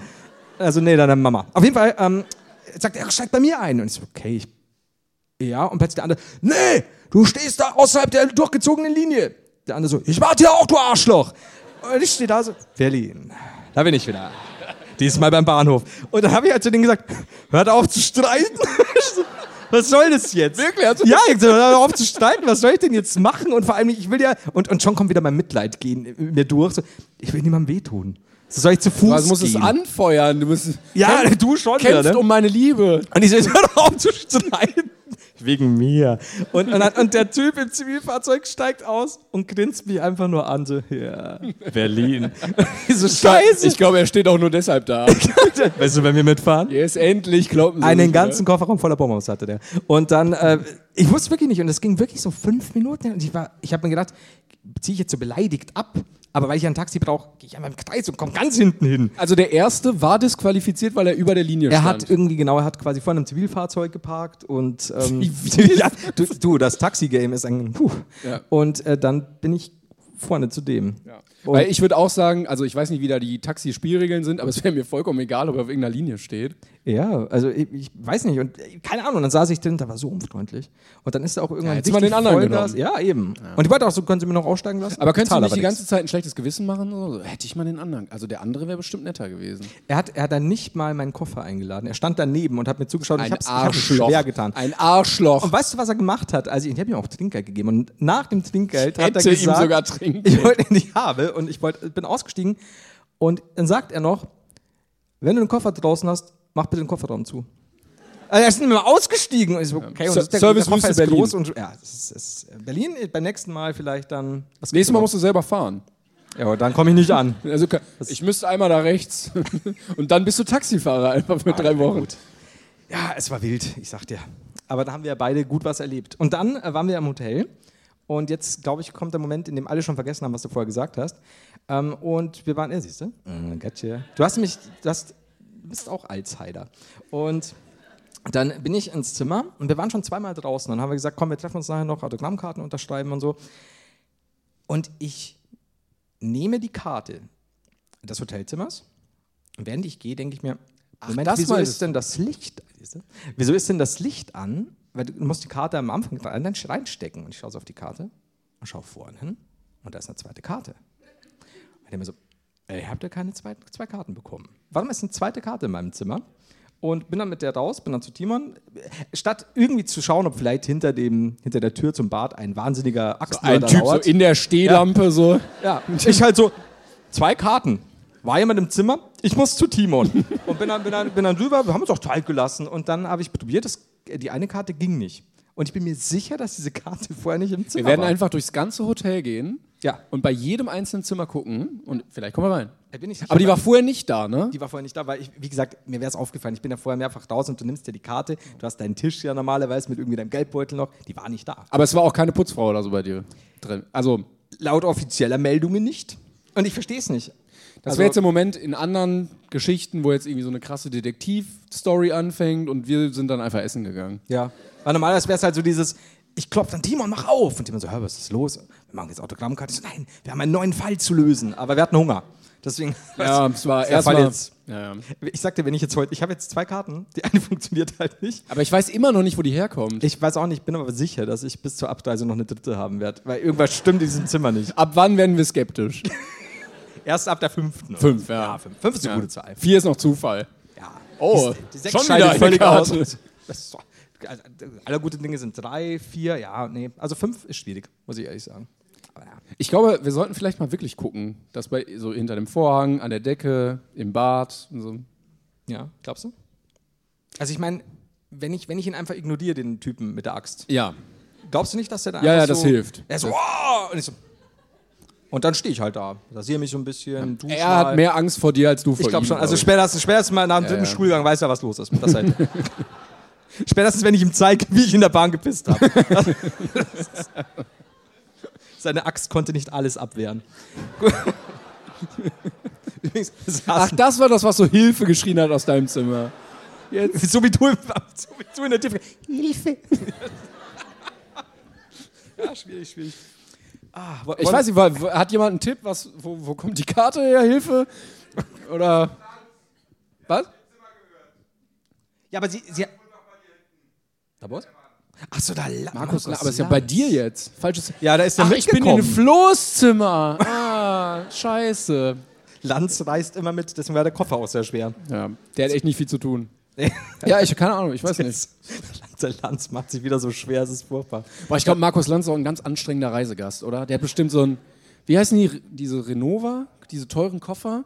Speaker 1: Also, nee, deine Mama. Auf jeden Fall ähm, sagt er, steig bei mir ein. Und ich so, okay, ich ja, und plötzlich der andere, nee, du stehst da außerhalb der durchgezogenen Linie. Der andere so, ich warte hier auch, du Arschloch. Und ich stehe da so, Berlin, da bin ich wieder. Diesmal beim Bahnhof. Und dann habe ich halt zu denen gesagt, hört auf zu streiten. Ich so, Was soll das jetzt?
Speaker 2: Wirklich? Also Hast du-
Speaker 1: Ja, ich so, hört auf zu streiten. Was soll ich denn jetzt machen? Und vor allem, ich will ja, und, und schon kommt wieder mein Mitleid gehen in mir durch. So, ich will niemandem wehtun. So soll ich zu Fuß
Speaker 2: Du musst es
Speaker 1: gehen?
Speaker 2: anfeuern. Du musst
Speaker 1: Ja,
Speaker 2: kämpf-
Speaker 1: du schon wieder,
Speaker 2: kämpfst
Speaker 1: ne?
Speaker 2: um meine Liebe.
Speaker 1: Und ich so, jetzt hör doch auf zu streiten. Wegen mir. Und, und, und der Typ im Zivilfahrzeug steigt aus und grinst mich einfach nur an, so, ja, Berlin. Ich so, scheiße.
Speaker 2: Ich glaube, er steht auch nur deshalb da.
Speaker 1: weißt du, wenn wir mitfahren?
Speaker 2: Jetzt endlich glauben sie
Speaker 1: Einen
Speaker 2: nicht mehr.
Speaker 1: ganzen Kofferraum voller Bonbons hatte der. Und dann, äh, ich wusste wirklich nicht, und es ging wirklich so fünf Minuten. Und ich war, ich habe mir gedacht, ziehe ich jetzt so beleidigt ab, aber weil ich ein Taxi brauche, gehe ich einmal im Kreis und komme ganz hinten hin.
Speaker 2: Also der erste war disqualifiziert, weil er über der Linie
Speaker 1: Er
Speaker 2: stand.
Speaker 1: hat irgendwie, genau, er hat quasi vor einem Zivilfahrzeug geparkt und ähm,
Speaker 2: Zivil-
Speaker 1: ja, du, du, das Taxi-Game ist ein Puh.
Speaker 2: Ja.
Speaker 1: Und äh, dann bin ich vorne zu dem.
Speaker 2: ja. Weil ich würde auch sagen, also ich weiß nicht, wie da die Taxi-Spielregeln sind, aber es wäre mir vollkommen egal, ob er auf irgendeiner Linie steht.
Speaker 1: Ja, also ich, ich weiß nicht. Und äh, keine Ahnung, dann saß ich drin, da war so unfreundlich. Und dann ist er auch irgendwann
Speaker 2: hättest du mal
Speaker 1: richtig
Speaker 2: den anderen
Speaker 1: Vollgas- Ja, eben. Und die wollte auch so, können Sie mir noch aussteigen lassen?
Speaker 2: Aber könntest du
Speaker 1: Zahl
Speaker 2: nicht die
Speaker 1: nichts.
Speaker 2: ganze Zeit ein schlechtes Gewissen machen? So, hätte ich mal den anderen. Also der andere wäre bestimmt netter gewesen.
Speaker 1: Er hat, er hat dann nicht mal meinen Koffer eingeladen. Er stand daneben und hat mir zugeschaut. und ich hab's, ich hab's schwer getan.
Speaker 2: Ein Arschloch.
Speaker 1: Und weißt du, was er gemacht hat? Also ich habe ihm auch Trinkgeld gegeben und nach dem Trinkgeld hat er
Speaker 2: Hätte ihm
Speaker 1: gesagt,
Speaker 2: sogar Trinkgeld.
Speaker 1: ich wollte ihn nicht haben und ich wollte, bin ausgestiegen und dann sagt er noch, wenn du den Koffer draußen hast, mach bitte den Kofferraum zu. Also er ist nicht mehr ausgestiegen. Und ich so, okay, und
Speaker 2: Ser-
Speaker 1: das ist der,
Speaker 2: Service
Speaker 1: der Koffer
Speaker 2: Wüste
Speaker 1: ist
Speaker 2: Berlin.
Speaker 1: groß und ja, das ist, das ist Berlin äh, beim nächsten Mal vielleicht dann. Was
Speaker 2: Nächstes Mal musst du selber fahren.
Speaker 1: ja, aber dann komme ich nicht an.
Speaker 2: Also, ka- ich müsste einmal da rechts. Und dann bist du Taxifahrer einfach für drei Wochen.
Speaker 1: Ja, es war wild, ich sag dir. Aber da haben wir beide gut was erlebt. Und dann äh, waren wir im Hotel. Und jetzt, glaube ich, kommt der Moment, in dem alle schon vergessen haben, was du vorher gesagt hast. Ähm, und wir waren, ja, siehst du? Mm, gotcha. Du hast mich, du, hast, du bist auch Alzheimer. Und dann bin ich ins Zimmer und wir waren schon zweimal draußen. Dann haben wir gesagt, komm, wir treffen uns nachher noch, Autogrammkarten unterschreiben und so. Und ich nehme die Karte des Hotelzimmers. Und während ich gehe, denke ich mir, Moment,
Speaker 2: das
Speaker 1: wieso
Speaker 2: meinst
Speaker 1: ist denn das Licht? siehst du? Wieso ist denn das Licht an? Weil du musst die Karte am Anfang rein- reinstecken. Und ich schaue so auf die Karte und schaue vorne hin. Und da ist eine zweite Karte. Und immer so, ey, habt ihr keine zwei, zwei Karten bekommen? Warum ist eine zweite Karte in meinem Zimmer? Und bin dann mit der raus, bin dann zu Timon. Statt irgendwie zu schauen, ob vielleicht hinter, dem, hinter der Tür zum Bad ein wahnsinniger Axtmörder lauert.
Speaker 2: der Stehlampe so.
Speaker 1: Ja, ich halt so, zwei Karten. War jemand im Zimmer? Ich muss zu Timon. Und bin dann, bin dann, bin dann rüber, wir haben uns auch Teig gelassen. Und dann habe ich probiert, das, die eine Karte ging nicht. Und ich bin mir sicher, dass diese Karte vorher nicht im Zimmer
Speaker 2: Wir werden
Speaker 1: war.
Speaker 2: einfach durchs ganze Hotel gehen
Speaker 1: ja,
Speaker 2: und bei jedem einzelnen Zimmer gucken. Und vielleicht kommen wir rein.
Speaker 1: da bin ich
Speaker 2: Aber die war vorher nicht da, ne?
Speaker 1: Die war vorher nicht da, weil ich, wie gesagt, mir wäre es aufgefallen. Ich bin da vorher mehrfach draußen und du nimmst dir die Karte. Du hast deinen Tisch ja normalerweise mit irgendwie deinem Geldbeutel noch. Die war nicht da.
Speaker 2: Aber es war auch keine Putzfrau oder so bei dir drin. Also,
Speaker 1: Laut offizieller Meldungen nicht. Und ich verstehe es nicht.
Speaker 2: das
Speaker 1: Also-
Speaker 2: wäre jetzt im Moment in anderen Geschichten, wo jetzt irgendwie so eine krasse Detektiv-Story anfängt und wir sind dann einfach essen gegangen.
Speaker 1: Ja. Weil normalerweise wäre es halt so dieses, ich klopfe an Timon, mach auf. Und Timon so, hör, was ist los? Wir machen jetzt Autogrammkarte. Ich so, nein, wir haben einen neuen Fall zu lösen. Aber wir hatten Hunger. Deswegen.
Speaker 2: Ja, es war
Speaker 1: der Fall
Speaker 2: erstmal-
Speaker 1: jetzt-
Speaker 2: Ja, ja.
Speaker 1: Ich sagte, wenn ich jetzt heute, ich habe jetzt zwei Karten, die eine funktioniert halt nicht.
Speaker 2: Aber ich weiß immer noch nicht, wo die herkommt.
Speaker 1: Ich weiß auch nicht, bin aber sicher, dass ich bis zur Abreise noch eine dritte haben werde, weil irgendwas stimmt in diesem Zimmer nicht.
Speaker 2: Ab wann werden wir skeptisch?
Speaker 1: Erst ab der fünften. oder?
Speaker 2: Fünf, ja.
Speaker 1: Ja, fünf. Fünf ist eine gute Zahl.
Speaker 2: Vier ist noch Zufall.
Speaker 1: Ja.
Speaker 2: Oh,
Speaker 1: die, die sechs
Speaker 2: schon
Speaker 1: schon
Speaker 2: wieder
Speaker 1: wieder
Speaker 2: eine
Speaker 1: völlig
Speaker 2: Karte.
Speaker 1: aus. Das ist so, also, alle guten Dinge sind drei, vier, ja, nee. Also fünf ist schwierig, muss ich ehrlich sagen. Aber ja.
Speaker 2: Ich glaube, wir sollten vielleicht mal wirklich gucken, dass bei so hinter dem Vorhang, an der Decke, im Bad und so.
Speaker 1: ja, glaubst du? Also ich meine, wenn ich, wenn ich ihn einfach ignoriere, den Typen mit der Axt,
Speaker 2: Ja.
Speaker 1: glaubst du nicht, dass der da
Speaker 2: Ja,
Speaker 1: einfach
Speaker 2: ja, das
Speaker 1: so,
Speaker 2: hilft.
Speaker 1: Er ist so, wow! und ich so, und dann stehe ich halt da, rasiere mich so ein bisschen, dusche
Speaker 2: Er hat
Speaker 1: mal.
Speaker 2: mehr Angst vor dir als du vor
Speaker 1: Ich glaube
Speaker 2: ihm,
Speaker 1: schon. Also
Speaker 2: glaub
Speaker 1: spätestens, spätestens mal nach dem dritten
Speaker 2: ja.
Speaker 1: Schulgang weiß er, was los ist. Das halt. spätestens, wenn ich ihm zeige, wie ich in der Bahn gepisst habe. Seine Axt konnte nicht alles abwehren. Übrigens, wir
Speaker 2: Ach,
Speaker 1: saßen,
Speaker 2: das war das, was so Hilfe geschrien hat aus deinem Zimmer.
Speaker 1: so, wie du, im- so wie du in der Tiefe. Hilfe! ja, schwierig, schwierig. Ah, wo-
Speaker 2: Ich weiß nicht, wa- wa- hat jemand einen Tipp? Was, wo, wo kommt die Karte her? Hilfe? Oder. Was?
Speaker 1: Ja, aber sie. sie da was? Achso, da la-
Speaker 2: Markus, na, aber es ist ja
Speaker 1: Lanz.
Speaker 2: bei dir jetzt. Falsches.
Speaker 1: Ja, da ist er
Speaker 2: Ach, ich bin in
Speaker 1: mitgekommen.
Speaker 2: einem Floßzimmer. Ah, scheiße.
Speaker 1: Lanz reist immer mit, deswegen war der Koffer auch sehr schwer.
Speaker 2: Ja, der hat echt nicht viel zu tun.
Speaker 1: Nee.
Speaker 2: Ja, ich keine Ahnung, ich weiß nicht.
Speaker 1: Der Lanz macht sich wieder so schwer, es ist furchtbar.
Speaker 2: Boah, ich glaube, Markus Lanz ist auch ein ganz anstrengender Reisegast, oder? Der hat bestimmt so ein, wie heißen die, diese Renova, diese teuren Koffer?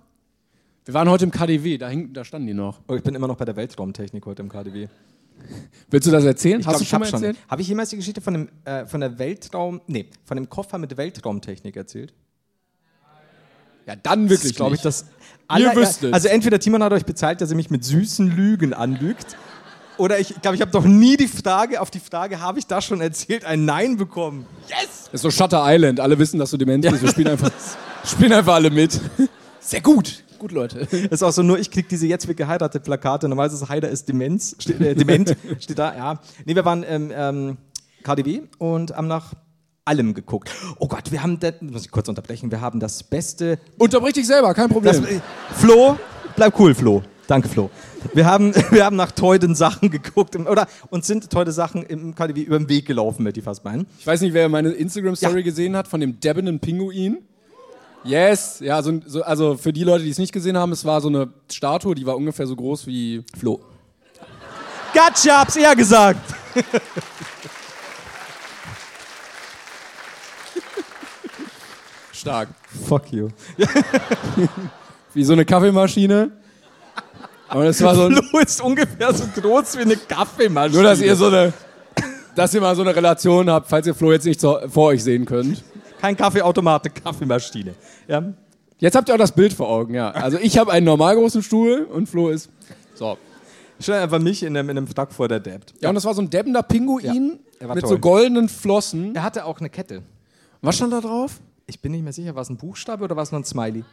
Speaker 2: Wir waren heute im KDW, da, hing, da standen die noch.
Speaker 1: Oh, ich bin immer noch bei der Weltraumtechnik heute im KDW.
Speaker 2: Willst du das erzählen?
Speaker 1: Ich
Speaker 2: Hast
Speaker 1: glaub,
Speaker 2: du
Speaker 1: ich
Speaker 2: schon mal
Speaker 1: hab
Speaker 2: erzählt?
Speaker 1: Habe ich jemals die Geschichte von dem, äh, von der Weltraum, nee, von dem Koffer mit Weltraumtechnik erzählt?
Speaker 2: Ja, dann wirklich,
Speaker 1: ist, glaube ich,
Speaker 2: nicht.
Speaker 1: das aller-
Speaker 2: wüsstet's.
Speaker 1: Also entweder Timon hat euch bezahlt, dass ihr mich mit süßen Lügen anlügt. Oder ich glaube, ich habe doch nie die Frage, auf die Frage, habe ich das schon erzählt, ein Nein bekommen.
Speaker 2: Das ist so Shutter Island, alle wissen, dass du dement bist, wir spielen einfach, spielen einfach alle mit. Sehr gut. Gut, Leute.
Speaker 1: Das ist auch so, nur ich krieg diese jetzt wird geheiratet Plakate. Normalerweise ist Heider ist Demenz, ähm, steht, äh, dement, steht da, ja. Nee, wir waren im ähm, KDW und haben nach allem geguckt. Oh Gott, wir haben, das, muss ich kurz unterbrechen, wir haben das beste
Speaker 2: Unterbrich dich selber, kein
Speaker 1: das,
Speaker 2: Problem.
Speaker 1: äh, Flo, bleib cool, Flo. Danke, Flo. Wir haben, wir haben nach teuden Sachen geguckt im- oder uns sind teure Sachen im quasi wie über den Weg gelaufen, möchte ich fast meinen.
Speaker 2: Ich weiß nicht, wer meine Instagram-Story
Speaker 1: Ja.
Speaker 2: gesehen hat von dem debbenden Pinguin. Yes, ja, so, ein- so, also für die Leute, die es nicht gesehen haben, es war so eine Statue, die war ungefähr so groß wie
Speaker 1: Flo. Gatscha, hab's eher gesagt.
Speaker 2: stark.
Speaker 1: Fuck you.
Speaker 2: Wie so eine Kaffeemaschine. Und es war so, nur
Speaker 1: Flo ist ungefähr so groß wie eine Kaffeemaschine.
Speaker 2: dass ihr so eine, dass ihr mal so eine Relation habt, falls ihr Flo jetzt nicht so, vor euch sehen könnt.
Speaker 1: Kein Kaffeeautomat, eine Kaffeemaschine. Ja.
Speaker 2: Jetzt habt ihr auch das Bild vor Augen, ja. Also ich habe einen normal großen Stuhl und Flo ist, so.
Speaker 1: Stell dir einfach mich in einem, in einem Stack vor, der dappt.
Speaker 2: Ja, und das war so ein debbender Pinguin
Speaker 1: Ja, er war
Speaker 2: mit
Speaker 1: toll.
Speaker 2: so goldenen Flossen.
Speaker 1: Er hatte auch eine Kette.
Speaker 2: Was stand da drauf?
Speaker 1: Ich bin nicht mehr sicher, war es ein Buchstabe oder war es nur ein Smiley?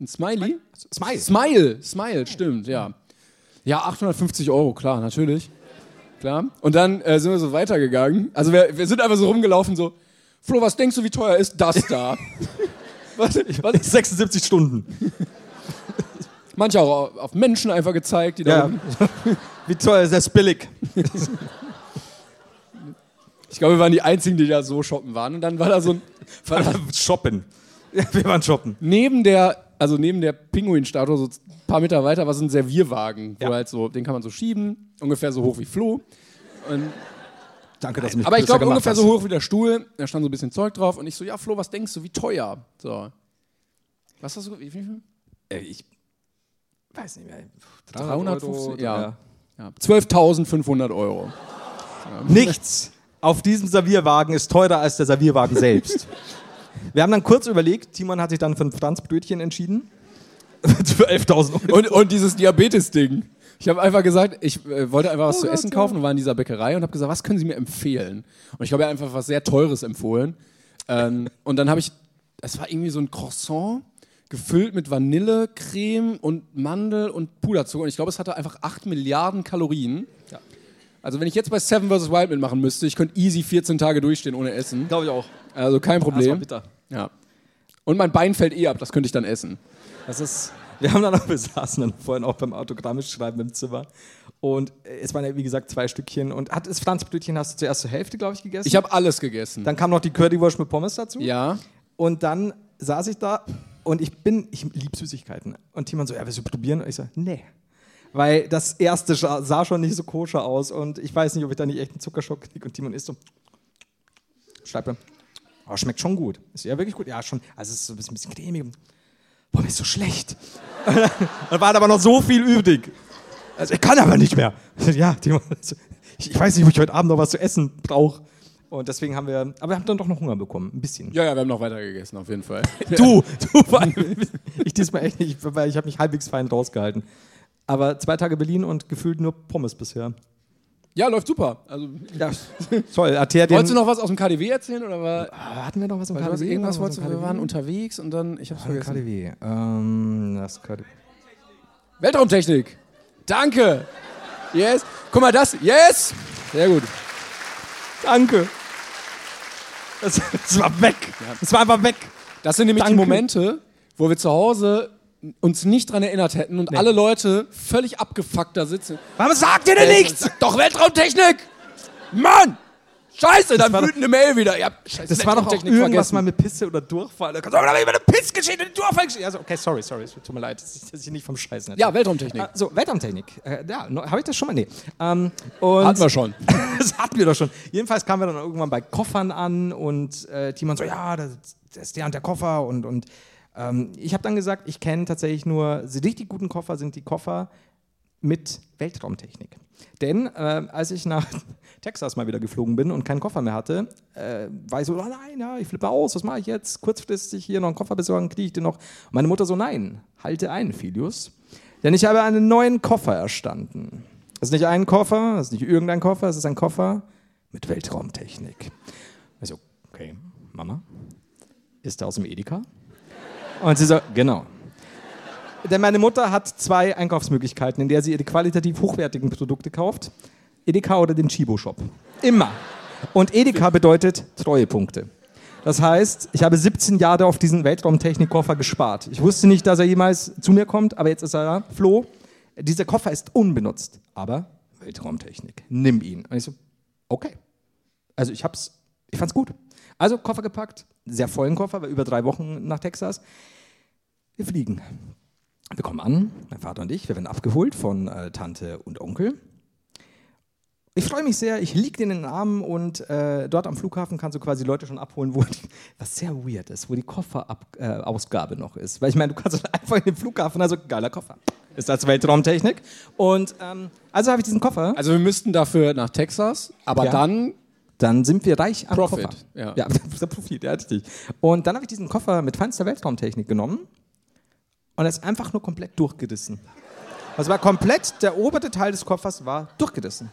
Speaker 2: Ein Smiley?
Speaker 1: Smile.
Speaker 2: Smile, Smile, stimmt, ja. Ja, 850 Euro, klar, natürlich. Klar. Und dann äh, sind wir so weitergegangen. Also wir, wir sind einfach so rumgelaufen, so, Flo, was denkst du, wie teuer ist das da? was, was,
Speaker 1: 76 Stunden.
Speaker 2: manche auch auf Menschen einfach gezeigt, die da
Speaker 1: Ja.
Speaker 2: rumlaufen.
Speaker 1: Wie teuer ist das billig?
Speaker 2: Ich glaube, wir waren die einzigen, die da so shoppen waren. Und dann war da so ein. War da,
Speaker 1: shoppen. Ja, wir waren shoppen.
Speaker 2: neben der, also neben der Pinguin-Statue, so ein paar Meter weiter, war so ein Servierwagen,
Speaker 1: Ja.
Speaker 2: wo halt so, den kann man so schieben, ungefähr so hoch wie Flo. Und
Speaker 1: Danke, dass du mich
Speaker 2: Aber ich
Speaker 1: größer
Speaker 2: glaube ungefähr
Speaker 1: gemacht
Speaker 2: so
Speaker 1: hast.
Speaker 2: hoch wie der Stuhl. Da stand so ein bisschen Zeug drauf und ich so, ja Flo, was denkst du, wie teuer? So. Was hast du? Wie viel?
Speaker 1: Äh, ich weiß nicht mehr.
Speaker 2: 350?
Speaker 1: Ah, Euro,
Speaker 2: ja. ja. 12.500 Euro.
Speaker 1: Nichts auf diesem Servierwagen ist teurer als der Servierwagen selbst. Wir haben dann kurz überlegt. Timon hat sich dann für ein Franzbrötchen entschieden. für 11.000 Euro.
Speaker 2: Und, und dieses Diabetes-Ding. Ich habe einfach gesagt, ich äh, wollte einfach
Speaker 1: Oh
Speaker 2: was zu essen kaufen und war in dieser Bäckerei und habe gesagt, was können Sie mir empfehlen? Und ich habe ja einfach was sehr Teures empfohlen. Ähm, und dann habe ich, es war irgendwie so ein Croissant gefüllt mit Vanillecreme und Mandel und Puderzucker. Und ich glaube, es hatte einfach 8 Milliarden Kalorien. Also wenn ich jetzt bei Seven vs. Wild mitmachen müsste, ich könnte easy 14 Tage durchstehen ohne Essen.
Speaker 1: Glaube ich auch.
Speaker 2: Also kein
Speaker 1: Das war
Speaker 2: Problem.
Speaker 1: bitter.
Speaker 2: Ja. Und mein Bein fällt eh ab, das könnte ich dann essen.
Speaker 1: Das ist, wir haben dann auch, wir saßen dann vorhin auch beim Autogrammschreiben im Zimmer. Und äh, es waren ja, wie gesagt, zwei Stückchen. Und hat, das Franzbrötchen hast du zuerst zur Hälfte, glaube ich, gegessen.
Speaker 2: Ich habe alles gegessen.
Speaker 1: dann kam noch die Currywurst mit Pommes dazu.
Speaker 2: ja.
Speaker 1: Und dann saß ich da und ich bin, ich liebe Süßigkeiten. Und Timon so, ja, willst du probieren? Und ich so, nee. Weil das erste scha- sah schon nicht so koscher aus und ich weiß nicht, ob ich da nicht echt einen Zuckerschock kriege. Und Timon ist so, Schleipe. Oh, schmeckt schon gut. Ist ja wirklich gut. Ja, schon. Also es ist so ein bisschen- bisschen cremig. Boah, mir ist so schlecht. Dann war aber noch so viel übrig. Also ich kann aber nicht mehr. Ich so, Ja, Timon, also, ich, ich weiß nicht, ob ich heute Abend noch was zu essen brauche. Und deswegen haben wir, aber wir haben dann doch noch Hunger bekommen. Ein bisschen.
Speaker 2: Ja, ja, wir haben noch weiter gegessen, auf jeden Fall.
Speaker 1: Du, du, vor allem, ich diesmal echt nicht, weil ich habe mich halbwegs fein rausgehalten. Aber zwei Tage Berlin und gefühlt nur Pommes bisher.
Speaker 2: ja, läuft super. Also,
Speaker 1: Ja, toll. Hat der den,
Speaker 2: wolltest du noch was aus dem KDW erzählen oder war
Speaker 1: hatten wir noch Ah, was im
Speaker 2: was,
Speaker 1: KDW?
Speaker 2: irgendwas
Speaker 1: War noch was
Speaker 2: wolltest
Speaker 1: im
Speaker 2: du, wir
Speaker 1: KDW?
Speaker 2: waren unterwegs und dann ich hab's
Speaker 1: Im
Speaker 2: vergessen.
Speaker 1: KDW. E. Ähm, das KDW.
Speaker 2: Weltraumtechnik. Danke. Yes. Guck mal das. Yes. Sehr gut.
Speaker 1: Danke. Es, es war weg. Es war einfach weg.
Speaker 2: Das sind nämlich die
Speaker 1: Danke.
Speaker 2: Momente, wo wir zu Hause uns nicht dran erinnert hätten und alle Leute völlig abgefuckt da sitzen.
Speaker 1: Warum sagt ihr denn nichts?
Speaker 2: Sag Doch Weltraumtechnik. Mann. Scheiße, dann
Speaker 1: war doch-
Speaker 2: wütende Mail wieder. Ja, scheiße,
Speaker 1: Das war doch auch
Speaker 2: Weltraumtechnik
Speaker 1: irgendwas
Speaker 2: vergessen.
Speaker 1: mal mit Pisse oder Durchfall. Da kannst du aber doch über eine Pissgeschichte, eine Durchfallgeschichte. Also, okay, sorry, sorry. Es tut mir leid, dass ich, dass ich nicht vom Scheißen erzähle.
Speaker 2: Ja, Weltraumtechnik.
Speaker 1: Ah, So, Weltraumtechnik. Äh, ja, habe ich das schon mal? Nee. Ähm, und
Speaker 2: Hatten wir schon.
Speaker 1: das hatten wir doch schon. Jedenfalls kamen wir dann irgendwann bei Koffern an und äh, Timon so, ja, das, das ist der und der Koffer und, und ähm, ich habe dann gesagt, ich kenne tatsächlich nur, die richtig guten Koffer sind die Koffer mit Weltraumtechnik. Denn äh, als ich nach Texas mal wieder geflogen bin und keinen Koffer mehr hatte, äh, war ich so, oh nein, ja, ich flippe aus, was mache ich jetzt? Kurzfristig hier noch einen Koffer besorgen, kriege ich den noch? Und meine Mutter so, nein, halte ein, Filius. Denn ich habe einen neuen Koffer erstanden. Es ist nicht ein Koffer, es ist nicht irgendein Koffer, es ist ein Koffer mit Weltraumtechnik. Also, okay, Mama, ist der aus dem Edeka? Und sie so, genau. Denn meine Mutter hat zwei Einkaufsmöglichkeiten, in der sie ihre qualitativ hochwertigen Produkte kauft. Edeka oder den Chibo-Shop. Immer. Und Edeka bedeutet Treuepunkte. Das heißt, ich habe 17 Jahre auf diesen Weltraumtechnikkoffer gespart. Ich wusste nicht, dass er jemals zu mir kommt, aber jetzt ist er da. Flo, dieser Koffer ist unbenutzt, aber Weltraumtechnik, nimm ihn. Und ich so, okay. Also ich hab's, ich fand's gut. Also Koffer gepackt, sehr vollen Koffer, war über drei Wochen nach Texas. Wir fliegen. Wir kommen an, mein Vater und ich, wir werden abgeholt von äh, Tante und Onkel. Ich freue mich sehr, ich liege in den Armen und äh, dort am Flughafen kannst du quasi Leute schon abholen, wo die, was sehr weird ist, wo die Kofferausgabe äh, Ausgabe noch ist. Weil ich meine, du kannst halt einfach in den Flughafen, also geiler Koffer. Ist das Weltraumtechnik? Und ähm, also habe ich diesen Koffer.
Speaker 2: Also wir müssten dafür nach Texas, aber
Speaker 1: Ja.
Speaker 2: dann
Speaker 1: Dann sind wir reich am
Speaker 2: Profit,
Speaker 1: Koffer.
Speaker 2: ja.
Speaker 1: ja der Profit, ja, richtig. Und dann habe ich diesen Koffer mit feinster Weltraumtechnik genommen und er ist einfach nur komplett durchgerissen. Also war komplett, der obere Teil des Koffers war durchgerissen.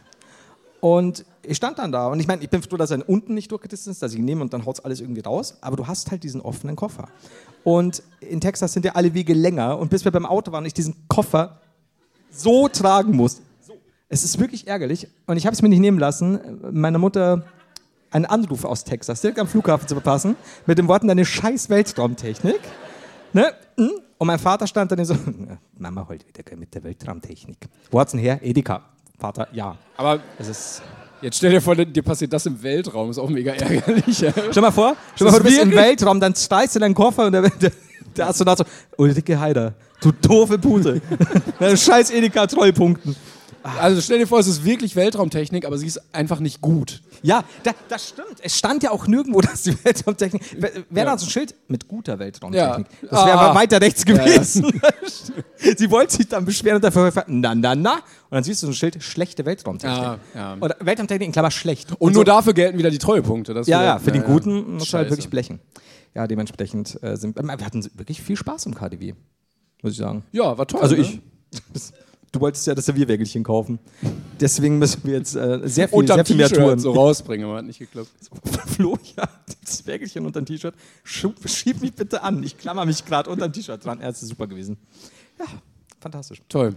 Speaker 1: Und ich stand dann da und ich meine, ich bin froh, dass er unten nicht durchgerissen ist, dass ich ihn nehme und dann haut alles irgendwie raus. Aber du hast halt diesen offenen Koffer. Und in Texas sind ja alle Wege länger und bis wir beim Auto waren und ich diesen Koffer so tragen musste. Es ist wirklich ärgerlich und ich habe es mir nicht nehmen lassen, meiner Mutter einen Anruf aus Texas direkt am Flughafen zu verpassen, mit den Worten, deine scheiß Weltraumtechnik. Ne? Hm? Und mein Vater stand dann so, Mama heult wieder mit der Weltraumtechnik. Wo hat's denn her? Edeka. Vater, ja.
Speaker 2: aber
Speaker 1: Es ist
Speaker 2: jetzt stell dir vor, dir passiert das im Weltraum, ist auch mega ärgerlich. ja.
Speaker 1: Stell mal vor, stell mal vor, du
Speaker 2: Das ist
Speaker 1: bist im
Speaker 2: wirklich-
Speaker 1: Weltraum, dann streichst du deinen Koffer und der, der, der Astronaut so, Ulrike Heider, du doofe Pute. Scheiß Edeka Treupunkten.
Speaker 2: Also stell dir vor, es ist wirklich Weltraumtechnik, aber sie ist einfach nicht gut.
Speaker 1: Ja, da, das stimmt. Es stand ja auch nirgendwo, dass die Weltraumtechnik. Wäre
Speaker 2: Ja.
Speaker 1: da so ein Schild mit guter Weltraumtechnik.
Speaker 2: Ja.
Speaker 1: Das wäre
Speaker 2: Ah.
Speaker 1: aber weiter rechts
Speaker 2: ja.
Speaker 1: gewesen. Sie wollte sich dann beschweren und dafür na, na, na. Und dann siehst du so ein Schild, schlechte Weltraumtechnik.
Speaker 2: Ah, ja.
Speaker 1: Oder Weltraumtechnik in Klammer schlecht.
Speaker 2: Und nur
Speaker 1: so,
Speaker 2: dafür gelten wieder die Treuepunkte. Das
Speaker 1: Ja,
Speaker 2: wieder-
Speaker 1: ja, für den Guten musst du halt
Speaker 2: Scheiße.
Speaker 1: wirklich blechen. Ja, dementsprechend äh, sind wir hatten wirklich viel Spaß im KDW, muss ich sagen.
Speaker 2: Ja, war toll.
Speaker 1: Also
Speaker 2: ne?
Speaker 1: ich. Das- Du wolltest ja das Servierwägelchen kaufen. Deswegen müssen wir jetzt äh, sehr viel,
Speaker 2: Und
Speaker 1: sehr
Speaker 2: dann
Speaker 1: viel mehr
Speaker 2: T-Shirt
Speaker 1: tun.
Speaker 2: so rausbringen, aber hat nicht geklappt.
Speaker 1: Flo, ja, das Wägelchen unter ein T-Shirt. Schub- Schieb mich bitte an. Ich klammer mich gerade unter ein T-Shirt dran. Ja, das ist super gewesen. Ja, fantastisch.
Speaker 2: Toll.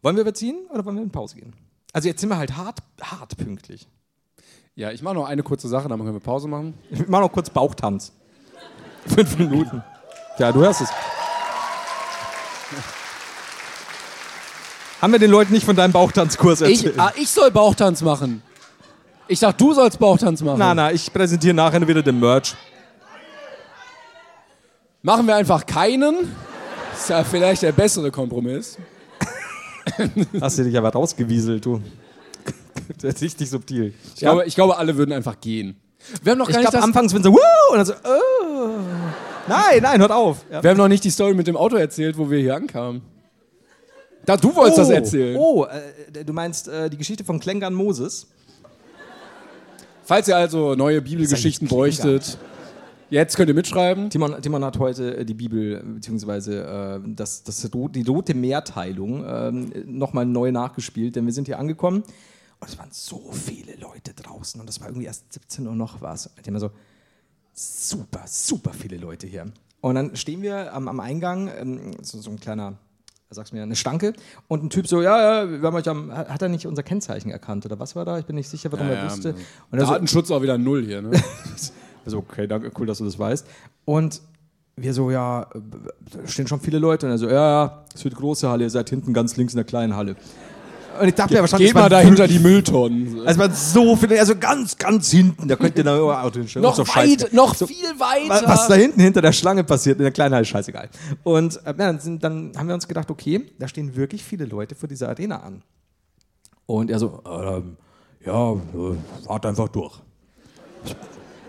Speaker 1: Wollen wir überziehen oder wollen wir in Pause gehen? Also jetzt sind wir halt hart, hart pünktlich.
Speaker 2: Ja, ich mache noch eine kurze Sache, dann können wir Pause machen.
Speaker 1: Ich mach noch kurz Bauchtanz. Fünf Minuten. Ja, du hörst es. Haben wir den Leuten nicht von deinem Bauchtanzkurs erzählt?
Speaker 2: Ich, ah, ich soll Bauchtanz machen. Ich sag, du sollst Bauchtanz machen.
Speaker 1: na, na, ich präsentiere nachher wieder den Merch.
Speaker 2: Machen wir einfach keinen. Ist ja vielleicht der bessere Kompromiss.
Speaker 1: Hast du dich aber rausgewieselt, du. Das ist richtig subtil.
Speaker 2: Ich, glaube, ich glaube, alle würden einfach gehen. Wir haben noch gar
Speaker 1: Ich
Speaker 2: nicht
Speaker 1: glaube,
Speaker 2: das,
Speaker 1: anfangs bin so, Woo! und dann so, oh. Nein, nein, hört auf. Ja.
Speaker 2: wir haben noch nicht die Story mit dem Auto erzählt, wo wir hier ankamen. Da du wolltest das erzählen.
Speaker 1: Oh, äh, du meinst äh, die Geschichte von Klängern Moses?
Speaker 2: Falls ihr also neue Bibelgeschichten
Speaker 1: Ist ja nicht klingeln.
Speaker 2: bräuchtet, jetzt könnt ihr mitschreiben.
Speaker 1: Timon, Timon hat heute äh, die Bibel, äh, beziehungsweise äh, das, das, ro- die rote Mehrteilung ähm, nochmal neu nachgespielt, denn wir sind hier angekommen und es waren so viele Leute draußen und es war irgendwie erst 17 Uhr noch was. Und ich immer so, super, super viele Leute hier. Und dann stehen wir am, am Eingang, ähm, so, so ein kleiner, sagst du mir, eine Stanke und ein Typ so, ja, ja, wir haben euch am, hat hat er nicht unser Kennzeichen erkannt oder was war da? Ich bin nicht sicher, warum er
Speaker 2: ja,
Speaker 1: wusste.
Speaker 2: also
Speaker 1: Und er so,
Speaker 2: Datenschutz auch wieder null hier. Ne?
Speaker 1: also, okay, danke, cool, dass du das weißt. Und wir so, ja, äh, da stehen schon viele Leute. Und er so, ja, ja, es wird große Halle, ihr seid hinten ganz links in der kleinen Halle. Und ich dachte mir wahrscheinlich,
Speaker 2: Geht mal da hinter die Mülltonnen.
Speaker 1: Es waren so viele, also ganz, ganz hinten, da könnt ihr noch euer Auto hinstellen.
Speaker 2: noch
Speaker 1: Ist doch scheißegal.
Speaker 2: weit, noch viel
Speaker 1: Was,
Speaker 2: weiter.
Speaker 1: was da hinten hinter der Schlange passiert, in der kleinen Halle, scheißegal. Und äh, ja, dann, sind, dann haben wir uns gedacht, okay, da stehen wirklich viele Leute vor dieser Arena an. Und er so, ähm, ja, äh, fahrt einfach durch.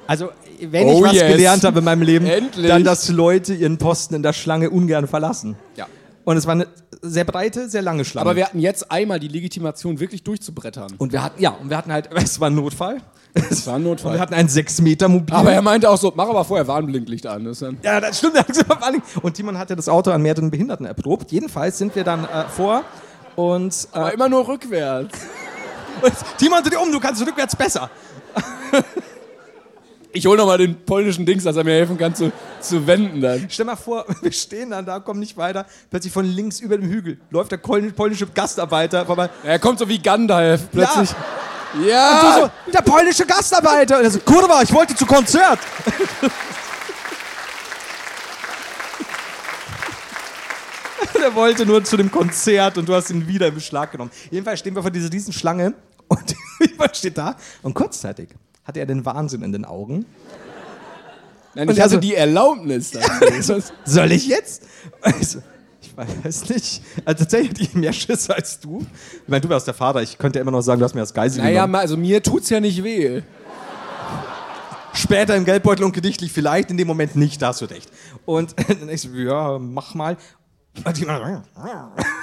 Speaker 1: Also, wenn ich
Speaker 2: Oh
Speaker 1: was
Speaker 2: yes.
Speaker 1: gelernt habe in meinem Leben,
Speaker 2: Endlich.
Speaker 1: dann, dass Leute ihren Posten in der Schlange ungern verlassen.
Speaker 2: Ja.
Speaker 1: Und es war eine sehr breite, sehr lange Schlange.
Speaker 2: Aber wir hatten jetzt einmal die Legitimation, wirklich durchzubrettern.
Speaker 1: und wir hatten, ja, und wir hatten halt, es war ein Notfall.
Speaker 2: Das war
Speaker 1: Und
Speaker 2: ein
Speaker 1: wir
Speaker 2: Notfall.
Speaker 1: hatten ein 6-Meter-Mobil.
Speaker 2: Aber er meinte auch so, mach aber vorher Warnblinklicht an. Das ist dann
Speaker 1: Ja, das stimmt. Vor allen Dingen- Und Timon hat ja das Auto an mehreren Behinderten erprobt. Jedenfalls sind wir dann äh, vor und, äh,
Speaker 2: aber immer nur rückwärts.
Speaker 1: und Timon, dreh um, du kannst rückwärts besser.
Speaker 2: Ich hol nochmal den polnischen Dings, dass er mir helfen kann zu, zu wenden dann.
Speaker 1: Stell mal vor, wir stehen dann da, kommen nicht weiter. Plötzlich von links über dem Hügel läuft der kol- polnische Gastarbeiter vorbei.
Speaker 2: Er kommt so wie Gandalf plötzlich.
Speaker 1: Ja.
Speaker 2: Ja!
Speaker 1: So, der polnische Gastarbeiter. Und er so, Kurwa, ich wollte zu Konzert. der wollte nur zu dem Konzert und du hast ihn wieder in Beschlag genommen. Jedenfalls stehen wir vor dieser riesen Schlange und jemand steht da und kurzzeitig hatte er den Wahnsinn in den Augen.
Speaker 2: Nein,
Speaker 1: Und
Speaker 2: ich
Speaker 1: er
Speaker 2: hatte
Speaker 1: so-
Speaker 2: die Erlaubnis. dazu.
Speaker 1: Soll ich jetzt? Also, ich weiß nicht. Also tatsächlich hatte ich mehr Schiss als du. Ich meine, du warst der Vater. Ich könnte immer noch sagen, du hast mir das Geisel
Speaker 2: naja,
Speaker 1: genommen.
Speaker 2: ma- also mir tut's ja nicht weh.
Speaker 1: Später im Geldbeutel und gedichtlich vielleicht, in dem Moment nicht, da hast du recht. Und dann ich so, ja, mach mal. Und die machen,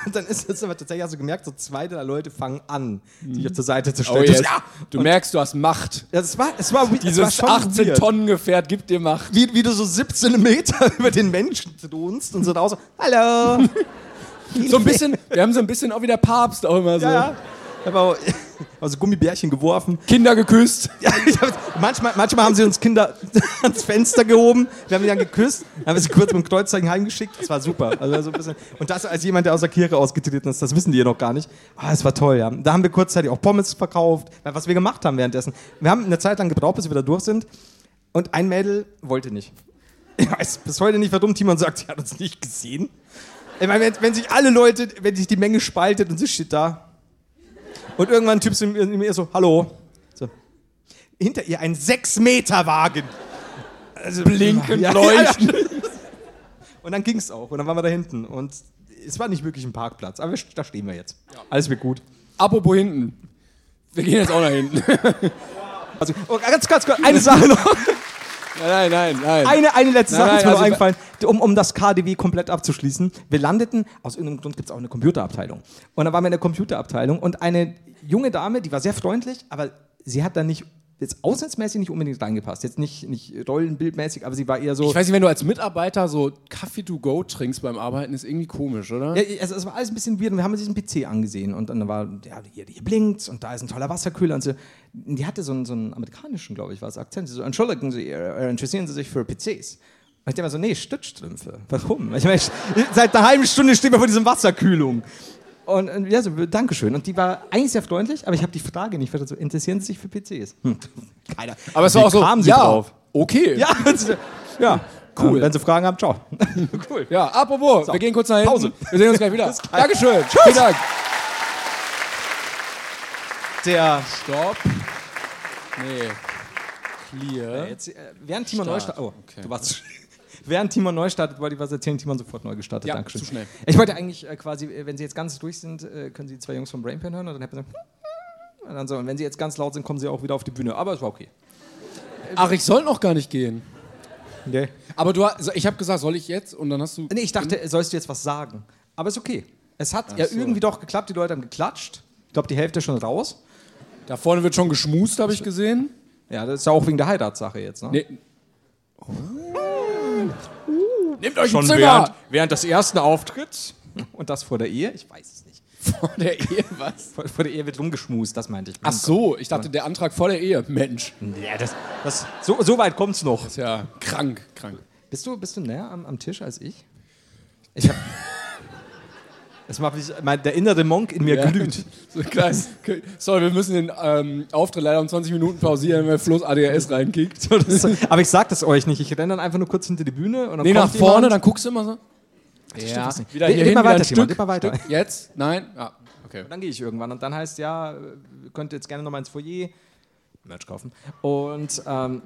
Speaker 1: und dann ist es aber tatsächlich, hast du gemerkt, so zwei der Leute fangen an, dich zur Seite zu stellen.
Speaker 2: Oh, yes.
Speaker 1: ja.
Speaker 2: Du merkst, du hast Macht.
Speaker 1: Ja, es war, es war, es
Speaker 2: Dieses
Speaker 1: war schon
Speaker 2: 18
Speaker 1: weird.
Speaker 2: Tonnen Gefährt gibt dir Macht.
Speaker 1: Wie, wie du so 17 Meter über den Menschen drunst und so da so, hallo.
Speaker 2: So ein bisschen, wir haben so ein bisschen auch wieder Papst auch immer so.
Speaker 1: Ja, ja. Ich habe auch also Gummibärchen geworfen.
Speaker 2: Kinder geküsst.
Speaker 1: Ja, ich hab, manchmal, manchmal haben sie uns Kinder ans Fenster gehoben, wir haben sie dann geküsst, dann haben wir sie kurz mit dem Kreuzzeichen heimgeschickt. Das war super. Also so ein bisschen. Und das als jemand, der aus der Kirche ausgetreten ist, das wissen die ja noch gar nicht. Ah, es war toll, ja. Da haben wir kurzzeitig auch Pommes verkauft, weil was wir gemacht haben währenddessen. Wir haben eine Zeit lang gebraucht, bis wir da durch sind. Und ein Mädel wollte nicht. Ich weiß bis heute nicht, warum Timon sagt, sie hat uns nicht gesehen. Ich meine, wenn, wenn sich alle Leute, wenn sich die Menge spaltet und sie steht da. Und irgendwann ein Typ zu mir- mir so, hallo. So. Hinter ihr ein 6-Meter-Wagen. Also,
Speaker 2: Blinkend,
Speaker 1: ja,
Speaker 2: leuchtend.
Speaker 1: Ja, ja. Und dann ging's auch. Und dann waren wir da hinten. Und es war nicht wirklich ein Parkplatz. Aber wir, da stehen wir jetzt. Alles wird gut.
Speaker 2: Apropos hinten. Wir gehen jetzt auch nach hinten.
Speaker 1: Also, oh, ganz, ganz kurz, eine Sache noch.
Speaker 2: Nein, nein, nein.
Speaker 1: Eine, eine letzte
Speaker 2: Nein,
Speaker 1: Sache ist mir
Speaker 2: nein,
Speaker 1: noch
Speaker 2: also-
Speaker 1: eingefallen, um, um das KDW komplett abzuschließen. Wir landeten, aus irgendeinem Grund gibt es auch eine Computerabteilung. Und da waren wir in der Computerabteilung und eine junge Dame, die war sehr freundlich, aber sie hat da nicht, jetzt aussatzmäßig nicht unbedingt reingepasst. Jetzt nicht, nicht rollenbildmäßig, aber sie war eher so.
Speaker 2: Ich weiß nicht, wenn du als Mitarbeiter so Kaffee to go trinkst beim Arbeiten, ist irgendwie komisch, oder?
Speaker 1: Ja, also es war alles ein bisschen weird und wir haben uns diesen PC angesehen und dann war, ja, hier, hier blinkt und da ist ein toller Wasserkühler und so. Die hatte so einen, so einen amerikanischen, glaube ich, war es, Akzent. Sie so, entschuldigen Sie, äh, äh, interessieren Sie sich für PCs? Und ich dachte mir so, nee, Stützstrümpfe. Warum? Ich meine, ich- seit einer halben Stunde stehen wir vor diesem Wasserkühlung. Und äh, ja, so, Dankeschön. Und die war eigentlich sehr freundlich, aber ich habe die Frage nicht verstanden. So, interessieren Sie sich für PCs? Hm. Keiner.
Speaker 2: Aber es
Speaker 1: Wie
Speaker 2: war auch so,
Speaker 1: kamen Sie
Speaker 2: ja,
Speaker 1: drauf?
Speaker 2: okay.
Speaker 1: Ja, und sie so, ja,
Speaker 2: Cool.
Speaker 1: cool. Wenn Sie Fragen haben, ciao. cool.
Speaker 2: Ja, apropos, wir gehen kurz nach hinten.
Speaker 1: Pause.
Speaker 2: Wir sehen uns gleich wieder.
Speaker 1: Bis gleich.
Speaker 2: Dankeschön.
Speaker 1: Tschüss.
Speaker 2: Vielen Dank.
Speaker 1: Der
Speaker 2: Stopp. Nee. Clear.
Speaker 1: Jetzt, äh, während Timon neu
Speaker 2: Start.
Speaker 1: startet. Oh,
Speaker 2: Okay.
Speaker 1: du warst. während Timon neu startet, wollte ich was erzählen. Timon sofort neu gestartet.
Speaker 2: Ja,
Speaker 1: Dankeschön.
Speaker 2: zu schnell.
Speaker 1: Ich wollte eigentlich äh, quasi, äh, wenn sie jetzt ganz durch sind, äh, können sie die zwei Jungs vom Brainpan hören und dann hat man so. Und dann so. Und wenn sie jetzt ganz laut sind, kommen sie auch wieder auf die Bühne. Aber es war okay.
Speaker 2: Ach, ich soll noch gar nicht gehen.
Speaker 1: Nee.
Speaker 2: Aber du, hast- ich habe gesagt, soll ich jetzt? Und dann hast du.
Speaker 1: ich dachte, äh, sollst du jetzt was sagen? Aber es ist okay. Es hat
Speaker 2: Ach
Speaker 1: ja
Speaker 2: so.
Speaker 1: irgendwie doch geklappt. Die Leute haben geklatscht. Ich glaube, die Hälfte schon raus.
Speaker 2: Da vorne wird schon geschmust, habe ich gesehen.
Speaker 1: Ja, das ist ja auch wegen der Heiratssache jetzt. Ne?
Speaker 2: Nee. Nehmt euch
Speaker 1: Schon
Speaker 2: ein Zimmer
Speaker 1: während, während des ersten Auftritts. Und das vor der Ehe? Ich weiß es nicht.
Speaker 2: vor der Ehe, was?
Speaker 1: Vor, vor der Ehe wird rumgeschmust, das meinte ich.
Speaker 2: Ach so, ich dachte, der Antrag vor der Ehe. Mensch.
Speaker 1: Ja, das, das, so, so weit kommt's noch.
Speaker 2: Tja, krank, krank.
Speaker 1: Bist du, bist du näher am, am Tisch als ich? Ich hab. Das macht mich, mein, der innere Monk in mir
Speaker 2: Ja.
Speaker 1: glüht.
Speaker 2: So klein. Sorry, wir müssen den ähm, Auftritt leider um 20 Minuten pausieren, weil Flo's ADHS reinkickt.
Speaker 1: So, Aber ich sag das euch nicht. Ich renne dann einfach nur kurz hinter die Büne und dann
Speaker 2: Nee,
Speaker 1: kommt
Speaker 2: nach vorne,
Speaker 1: jemand.
Speaker 2: dann guckst du immer so. Ja, wieder
Speaker 1: Leg-
Speaker 2: hier
Speaker 1: leg mal
Speaker 2: hin, wieder
Speaker 1: weiter,
Speaker 2: ein
Speaker 1: Timon,
Speaker 2: Stück,
Speaker 1: leg mal weiter.
Speaker 2: Stück. Jetzt? Nein? Ah, okay.
Speaker 1: Dann gehe ich irgendwann und dann heißt ja, äh, könnt ihr jetzt gerne nochmal ins Foyer Merch kaufen. Und ähm,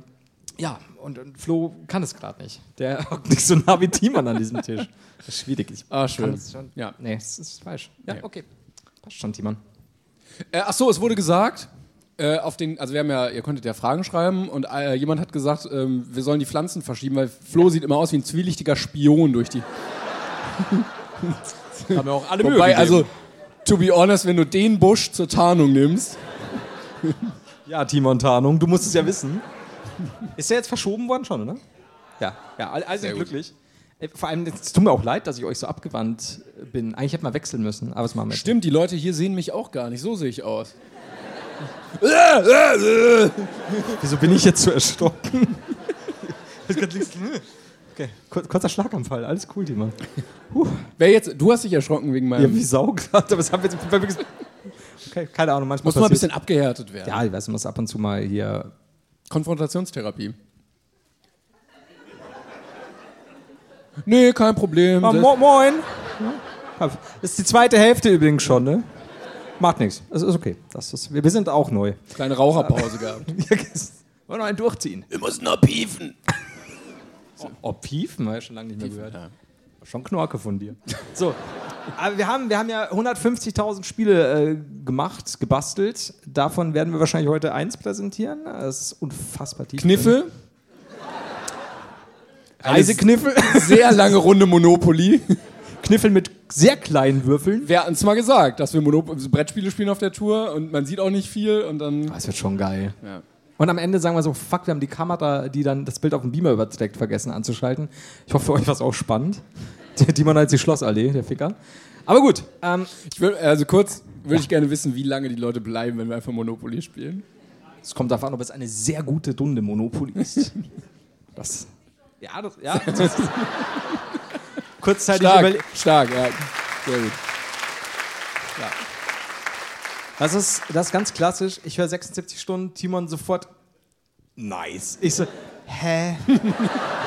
Speaker 1: ja, und, und Flo kann es gerade nicht. Der hockt nicht so nah wie Timon an diesem Tisch. Das ist schwierig. Ich
Speaker 2: Ah,
Speaker 1: kann
Speaker 2: schön.
Speaker 1: es schon.
Speaker 2: Ja.
Speaker 1: Nee, das ist falsch. Ja,
Speaker 2: Nee.
Speaker 1: okay. Passt schon, Timon.
Speaker 2: Äh, ach so, es wurde gesagt, äh, auf den, also wir haben ja, ihr konntet ja Fragen schreiben und äh, jemand hat gesagt, ähm, wir sollen die Pflanzen verschieben, weil Flo sieht immer aus wie ein zwielichtiger Spion durch die.
Speaker 1: Haben wir auch alle
Speaker 2: Wobei, also, to be honest, wenn du den Busch zur Tarnung nimmst,
Speaker 1: Ja, Timon Tarnung, du musst es ja wissen. Ist der jetzt verschoben worden schon, oder? Ja, ja, all- also
Speaker 2: Sehr gut.
Speaker 1: glücklich. Äh, Vor allem, es tut mir auch leid, dass ich euch so abgewandt bin. Eigentlich hätte man wechseln müssen, aber es machen wir jetzt.
Speaker 2: stimmt, die Leute hier sehen mich auch gar nicht, so sehe ich aus.
Speaker 1: Wieso bin ich jetzt so erschrocken? okay, kur- kurzer Schlaganfall, alles cool, Timon.
Speaker 2: Wer jetzt, du hast dich erschrocken wegen
Speaker 1: Ja,
Speaker 2: meinem.
Speaker 1: wie Sau gesagt, aber es haben wir jetzt auf jeden Fall wirklich- ke- keine Ahnung, manchmal
Speaker 2: Muss mal ein
Speaker 1: passiert-
Speaker 2: bisschen abgehärtet werden.
Speaker 1: Ja, ich weiß, man muss ab und zu mal hier.
Speaker 2: Konfrontationstherapie. Nee, kein Problem.
Speaker 1: Ah, mo moin! Ja. Das ist die zweite Hälfte übrigens schon, ne? Macht nichts. Das ist okay. Das ist, wir wir sind auch neu.
Speaker 2: Kleine Raucherpause gehabt.
Speaker 1: Wollen wir einen durchziehen?
Speaker 2: Wir müssen noch piefen.
Speaker 1: Oh, Piefen habe ich schon lange nicht mehr gehört.
Speaker 2: Ja.
Speaker 1: Schon Knorke von dir. So. Aber wir haben, wir haben ja 150.000 Spiele äh, gemacht, gebastelt. Davon werden wir wahrscheinlich heute eins präsentieren. Das ist unfassbar tief.
Speaker 2: Kniffe,
Speaker 1: Reisekniffel.
Speaker 2: sehr lange Runde Monopoly.
Speaker 1: Kniffel mit sehr kleinen Würfeln.
Speaker 2: Wer hat's mal gesagt, dass wir Monop Brettspiele spielen auf der Tour und man sieht auch nicht viel und dann.
Speaker 1: Das Ah, wird schon geil.
Speaker 2: Ja.
Speaker 1: Und am Ende sagen wir so, fuck, wir haben die Kamera, die dann das Bild auf den Beamer überträgt, vergessen anzuschalten. Ich hoffe, für euch war es auch spannend. Die, die man als die Schlossallee, der Ficker. Aber gut, ähm,
Speaker 2: Ich will, also kurz würde ich gerne wissen, wie lange die Leute bleiben, wenn wir einfach Monopoly spielen.
Speaker 1: es kommt darauf an, ob es eine sehr gute Dunde Monopoly ist. Das. Ja, das. Ja. Das Kurzzeitig überle-
Speaker 2: Stark, stark, ja. Sehr gut.
Speaker 1: Das ist, das ist ganz klassisch. Ich höre 76 Stunden, Timon sofort. Nice. Ich so, hä?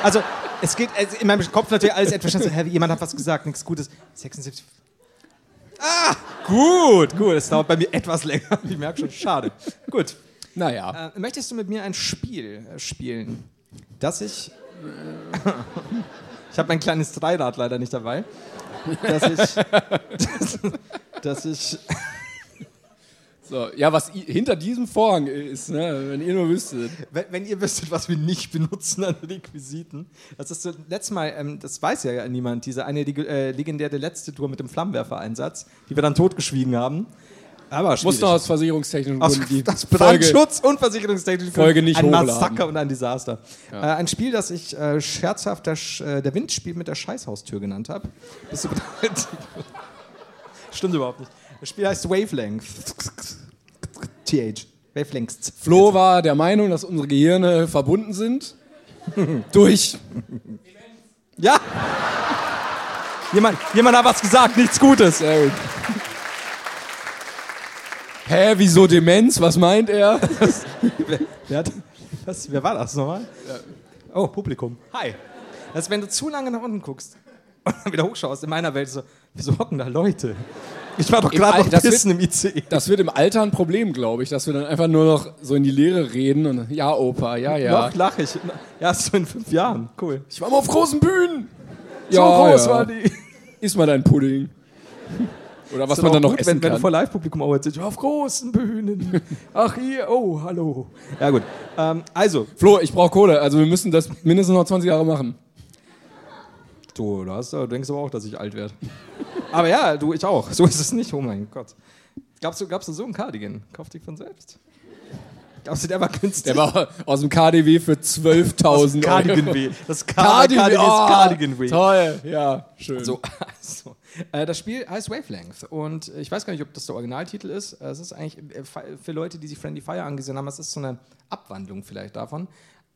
Speaker 1: also, es geht also in meinem Kopf natürlich alles etwas schnell so, hä, jemand hat was gesagt, nichts Gutes. 76. Ah, gut, gut. Es dauert bei mir etwas länger. Ich merke schon, schade. Gut.
Speaker 2: Naja.
Speaker 1: Äh, möchtest du mit mir ein Spiel äh, spielen, das ich. ich habe mein kleines Dreirad leider nicht dabei. Dass ich. dass ich.
Speaker 2: So, ja, was i- hinter diesem Vorhang ist, ne, wenn ihr nur wüsstet.
Speaker 1: Wenn, wenn ihr wüsstet, was wir nicht benutzen an Requisiten. Das ist so, letztes Mal, ähm, das weiß ja niemand, diese eine leg- äh, legendäre letzte Tour mit dem Flammenwerfer-Einsatz, die wir dann totgeschwiegen haben. Aber
Speaker 2: Muss
Speaker 1: schwierig.
Speaker 2: noch aus versicherungstechnischen
Speaker 1: aus
Speaker 2: Gründen die
Speaker 1: das
Speaker 2: Folge.
Speaker 1: Brandschutz und Versicherungstechnik.
Speaker 2: Folge nicht
Speaker 1: ein
Speaker 2: hochladen.
Speaker 1: Massaker und ein Desaster. Äh, ein Spiel, das ich äh, scherzhaft der, Sch äh, der Wind spielt mit der Scheißhaustür genannt habe. Bist du bereit? Stimmt überhaupt nicht. Das Spiel heißt Wavelength. TH. Wavelengths.
Speaker 2: Flo war der Meinung, dass unsere Gehirne verbunden sind. Durch.
Speaker 1: Ja. Jemand, jemand hat was gesagt, nichts Gutes.
Speaker 2: Sehr gut. Hä, wieso Demenz? Was meint er?
Speaker 1: Wer, hat, was, wer war das nochmal? Oh, Publikum. Hi. Das ist, wenn du zu lange nach unten guckst und dann wieder hochschaust, in meiner Welt so, wieso hocken da Leute? Ich war doch
Speaker 2: Im
Speaker 1: gerade
Speaker 2: All-
Speaker 1: noch
Speaker 2: das wird-
Speaker 1: pissen im E. ICE.
Speaker 2: Das wird im Alter ein Problem, glaube ich, dass wir dann einfach nur noch so in die Leere reden und ja, Opa, ja, ja.
Speaker 1: Noch lache ich. Ja, so in fünf Jahren. Cool.
Speaker 2: Ich war mal auf großen Bühnen.
Speaker 1: So groß
Speaker 2: ja.
Speaker 1: war die.
Speaker 2: Iss mal dein Pudding. Oder was man dann noch
Speaker 1: gut,
Speaker 2: essen
Speaker 1: wenn, wenn du
Speaker 2: kann.
Speaker 1: vor Live-Publikum auch erzählst, auf großen Bühnen. Ach hier, oh, hallo. Ja gut. Ähm, also,
Speaker 2: Flo, ich brauche Kohle. Also wir müssen das mindestens noch 20 Jahre machen.
Speaker 1: Du, du, hast, du denkst aber auch, dass ich alt werde. aber ja, du, ich auch. So ist es nicht. Oh mein Gott. Glaubst du, glaubst du so einen Cardigan? Kauf dich von selbst. Glaubst du, der war günstig?
Speaker 2: Der war aus dem KDW für 12.000
Speaker 1: Cardigan
Speaker 2: Euro.
Speaker 1: W. Das Car Cardigan, Cardigan
Speaker 2: oh,
Speaker 1: ist Cardigan W.
Speaker 2: Toll, ja, schön.
Speaker 1: So, also, äh, das Spiel heißt Wavelength und äh, ich weiß gar nicht, ob das der Originaltitel ist. Äh, Es ist eigentlich äh, fa- für Leute, die sich Friendly Fire angesehen haben, es ist so eine Abwandlung vielleicht davon.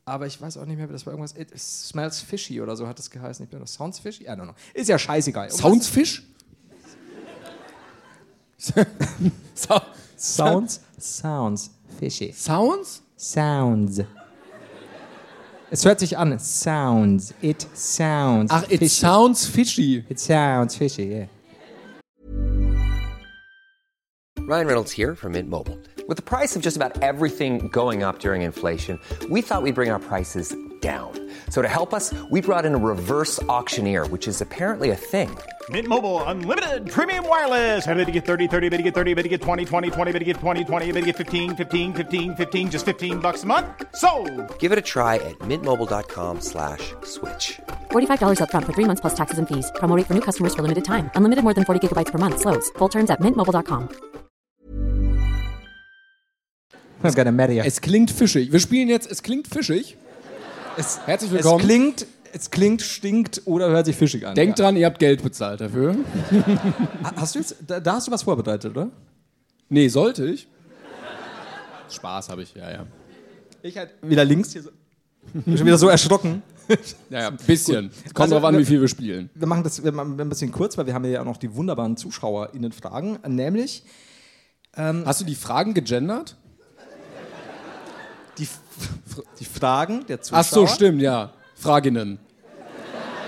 Speaker 1: Aber ich weiß auch nicht mehr, das war irgendwas. It smells fishy oder so hat es geheißen. Ich bin das Sounds fishy? I don't know. Ist ja scheißegal. Um
Speaker 2: Sounds Fisch? so,
Speaker 1: Sounds, sounds, fishy.
Speaker 2: Sounds?
Speaker 1: Sounds. Es hört sich an. Sounds. It sounds.
Speaker 2: Ach, it sounds fishy.
Speaker 1: It sounds fishy, yeah.
Speaker 3: Ryan Reynolds here from Mint Mobile. With the price of just about everything going up during inflation, we thought we'd bring our prices down. So to help us, we brought in a reverse auctioneer, which is apparently a thing.
Speaker 4: Mint Mobile unlimited premium wireless. Ready to get 30, 30, ready to get 30, ready to get 20, 20, 20, ready to get 20, 20, ready to get 15, 15, 15, 15 just 15 bucks a month. Sold.
Speaker 3: Give it a try at mintmobile.com slash switch.
Speaker 5: $45 up front for three months plus taxes and fees. Promo rate for new customers for limited time. Unlimited more than 40 gigabytes per month. Slows. Full terms at mintmobile.com.
Speaker 1: I'm gonna marry you.
Speaker 2: Es klingt fischig. Wir spielen jetzt Es klingt fischig.
Speaker 1: Es,
Speaker 2: Herzlich willkommen.
Speaker 1: Es klingt, es klingt, stinkt oder hört sich fischig an.
Speaker 2: Denkt
Speaker 1: ja.
Speaker 2: dran, ihr habt Geld bezahlt dafür.
Speaker 1: dran. Hast du jetzt, da, da hast du was vorbereitet, oder?
Speaker 2: Nee, sollte ich? Spaß habe ich, ja, ja.
Speaker 1: Ich halt wieder links hier so. Bin schon wieder so erschrocken.
Speaker 2: Ja, ja, bisschen. Kommt
Speaker 1: Also,
Speaker 2: drauf an,
Speaker 1: wir-
Speaker 2: wie viel wir spielen.
Speaker 1: wir machen das wir machen ein bisschen kurz, weil wir haben ja auch noch die wunderbaren ZuschauerInnen-Fragen. Nämlich,
Speaker 2: Hast du die Fragen gegendert?
Speaker 1: Die, F- die Fragen der Zuschauer.
Speaker 2: Ach so, stimmt, ja. Fraginnen.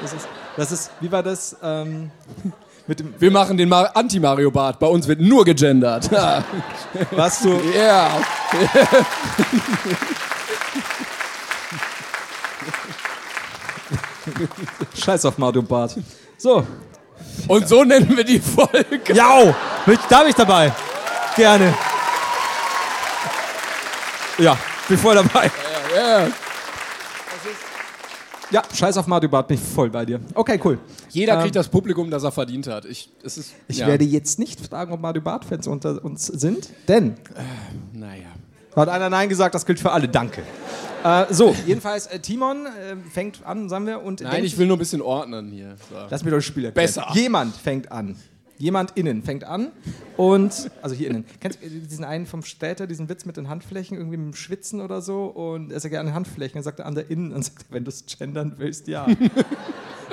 Speaker 1: Das ist, das ist wie war das ähm, mit dem,
Speaker 2: Wir machen den Mar- Anti-Mario-Bart. Bei uns wird nur gegendert. Ja.
Speaker 1: warst du,
Speaker 2: yeah.
Speaker 1: scheiß auf Mario Bart. So.
Speaker 2: Und so nennen wir die Folge.
Speaker 1: Jau! Mit- Da bin ich dabei. Gerne. Ja, bin voll dabei. Ja, scheiß auf Mario Bart, bin ich voll bei dir. Okay, cool.
Speaker 2: Jeder kriegt das Publikum, das er verdient hat. Ähm. Ich, es ist,
Speaker 1: Ich
Speaker 2: ja.
Speaker 1: werde jetzt nicht fragen, ob Mario Bart-Fans unter uns sind, denn
Speaker 2: Naja.
Speaker 1: Hat einer Nein gesagt, das gilt für alle, danke. Äh, so, jedenfalls, äh, Timon äh, fängt an, sagen wir, und
Speaker 2: Nein,
Speaker 1: denkt-
Speaker 2: ich will nur ein bisschen ordnen hier. So.
Speaker 1: Lass mir doch das Spiel erklären.
Speaker 2: Besser.
Speaker 1: Jemand fängt an. Jemand innen fängt an und, also hier innen. Kennst du diesen einen vom Städter, diesen Witz mit den Handflächen, irgendwie mit dem Schwitzen oder so? Und er sagt ja an den Handflächen, dann sagt der andere innen und sagt, er, wenn du es gendern willst, ja.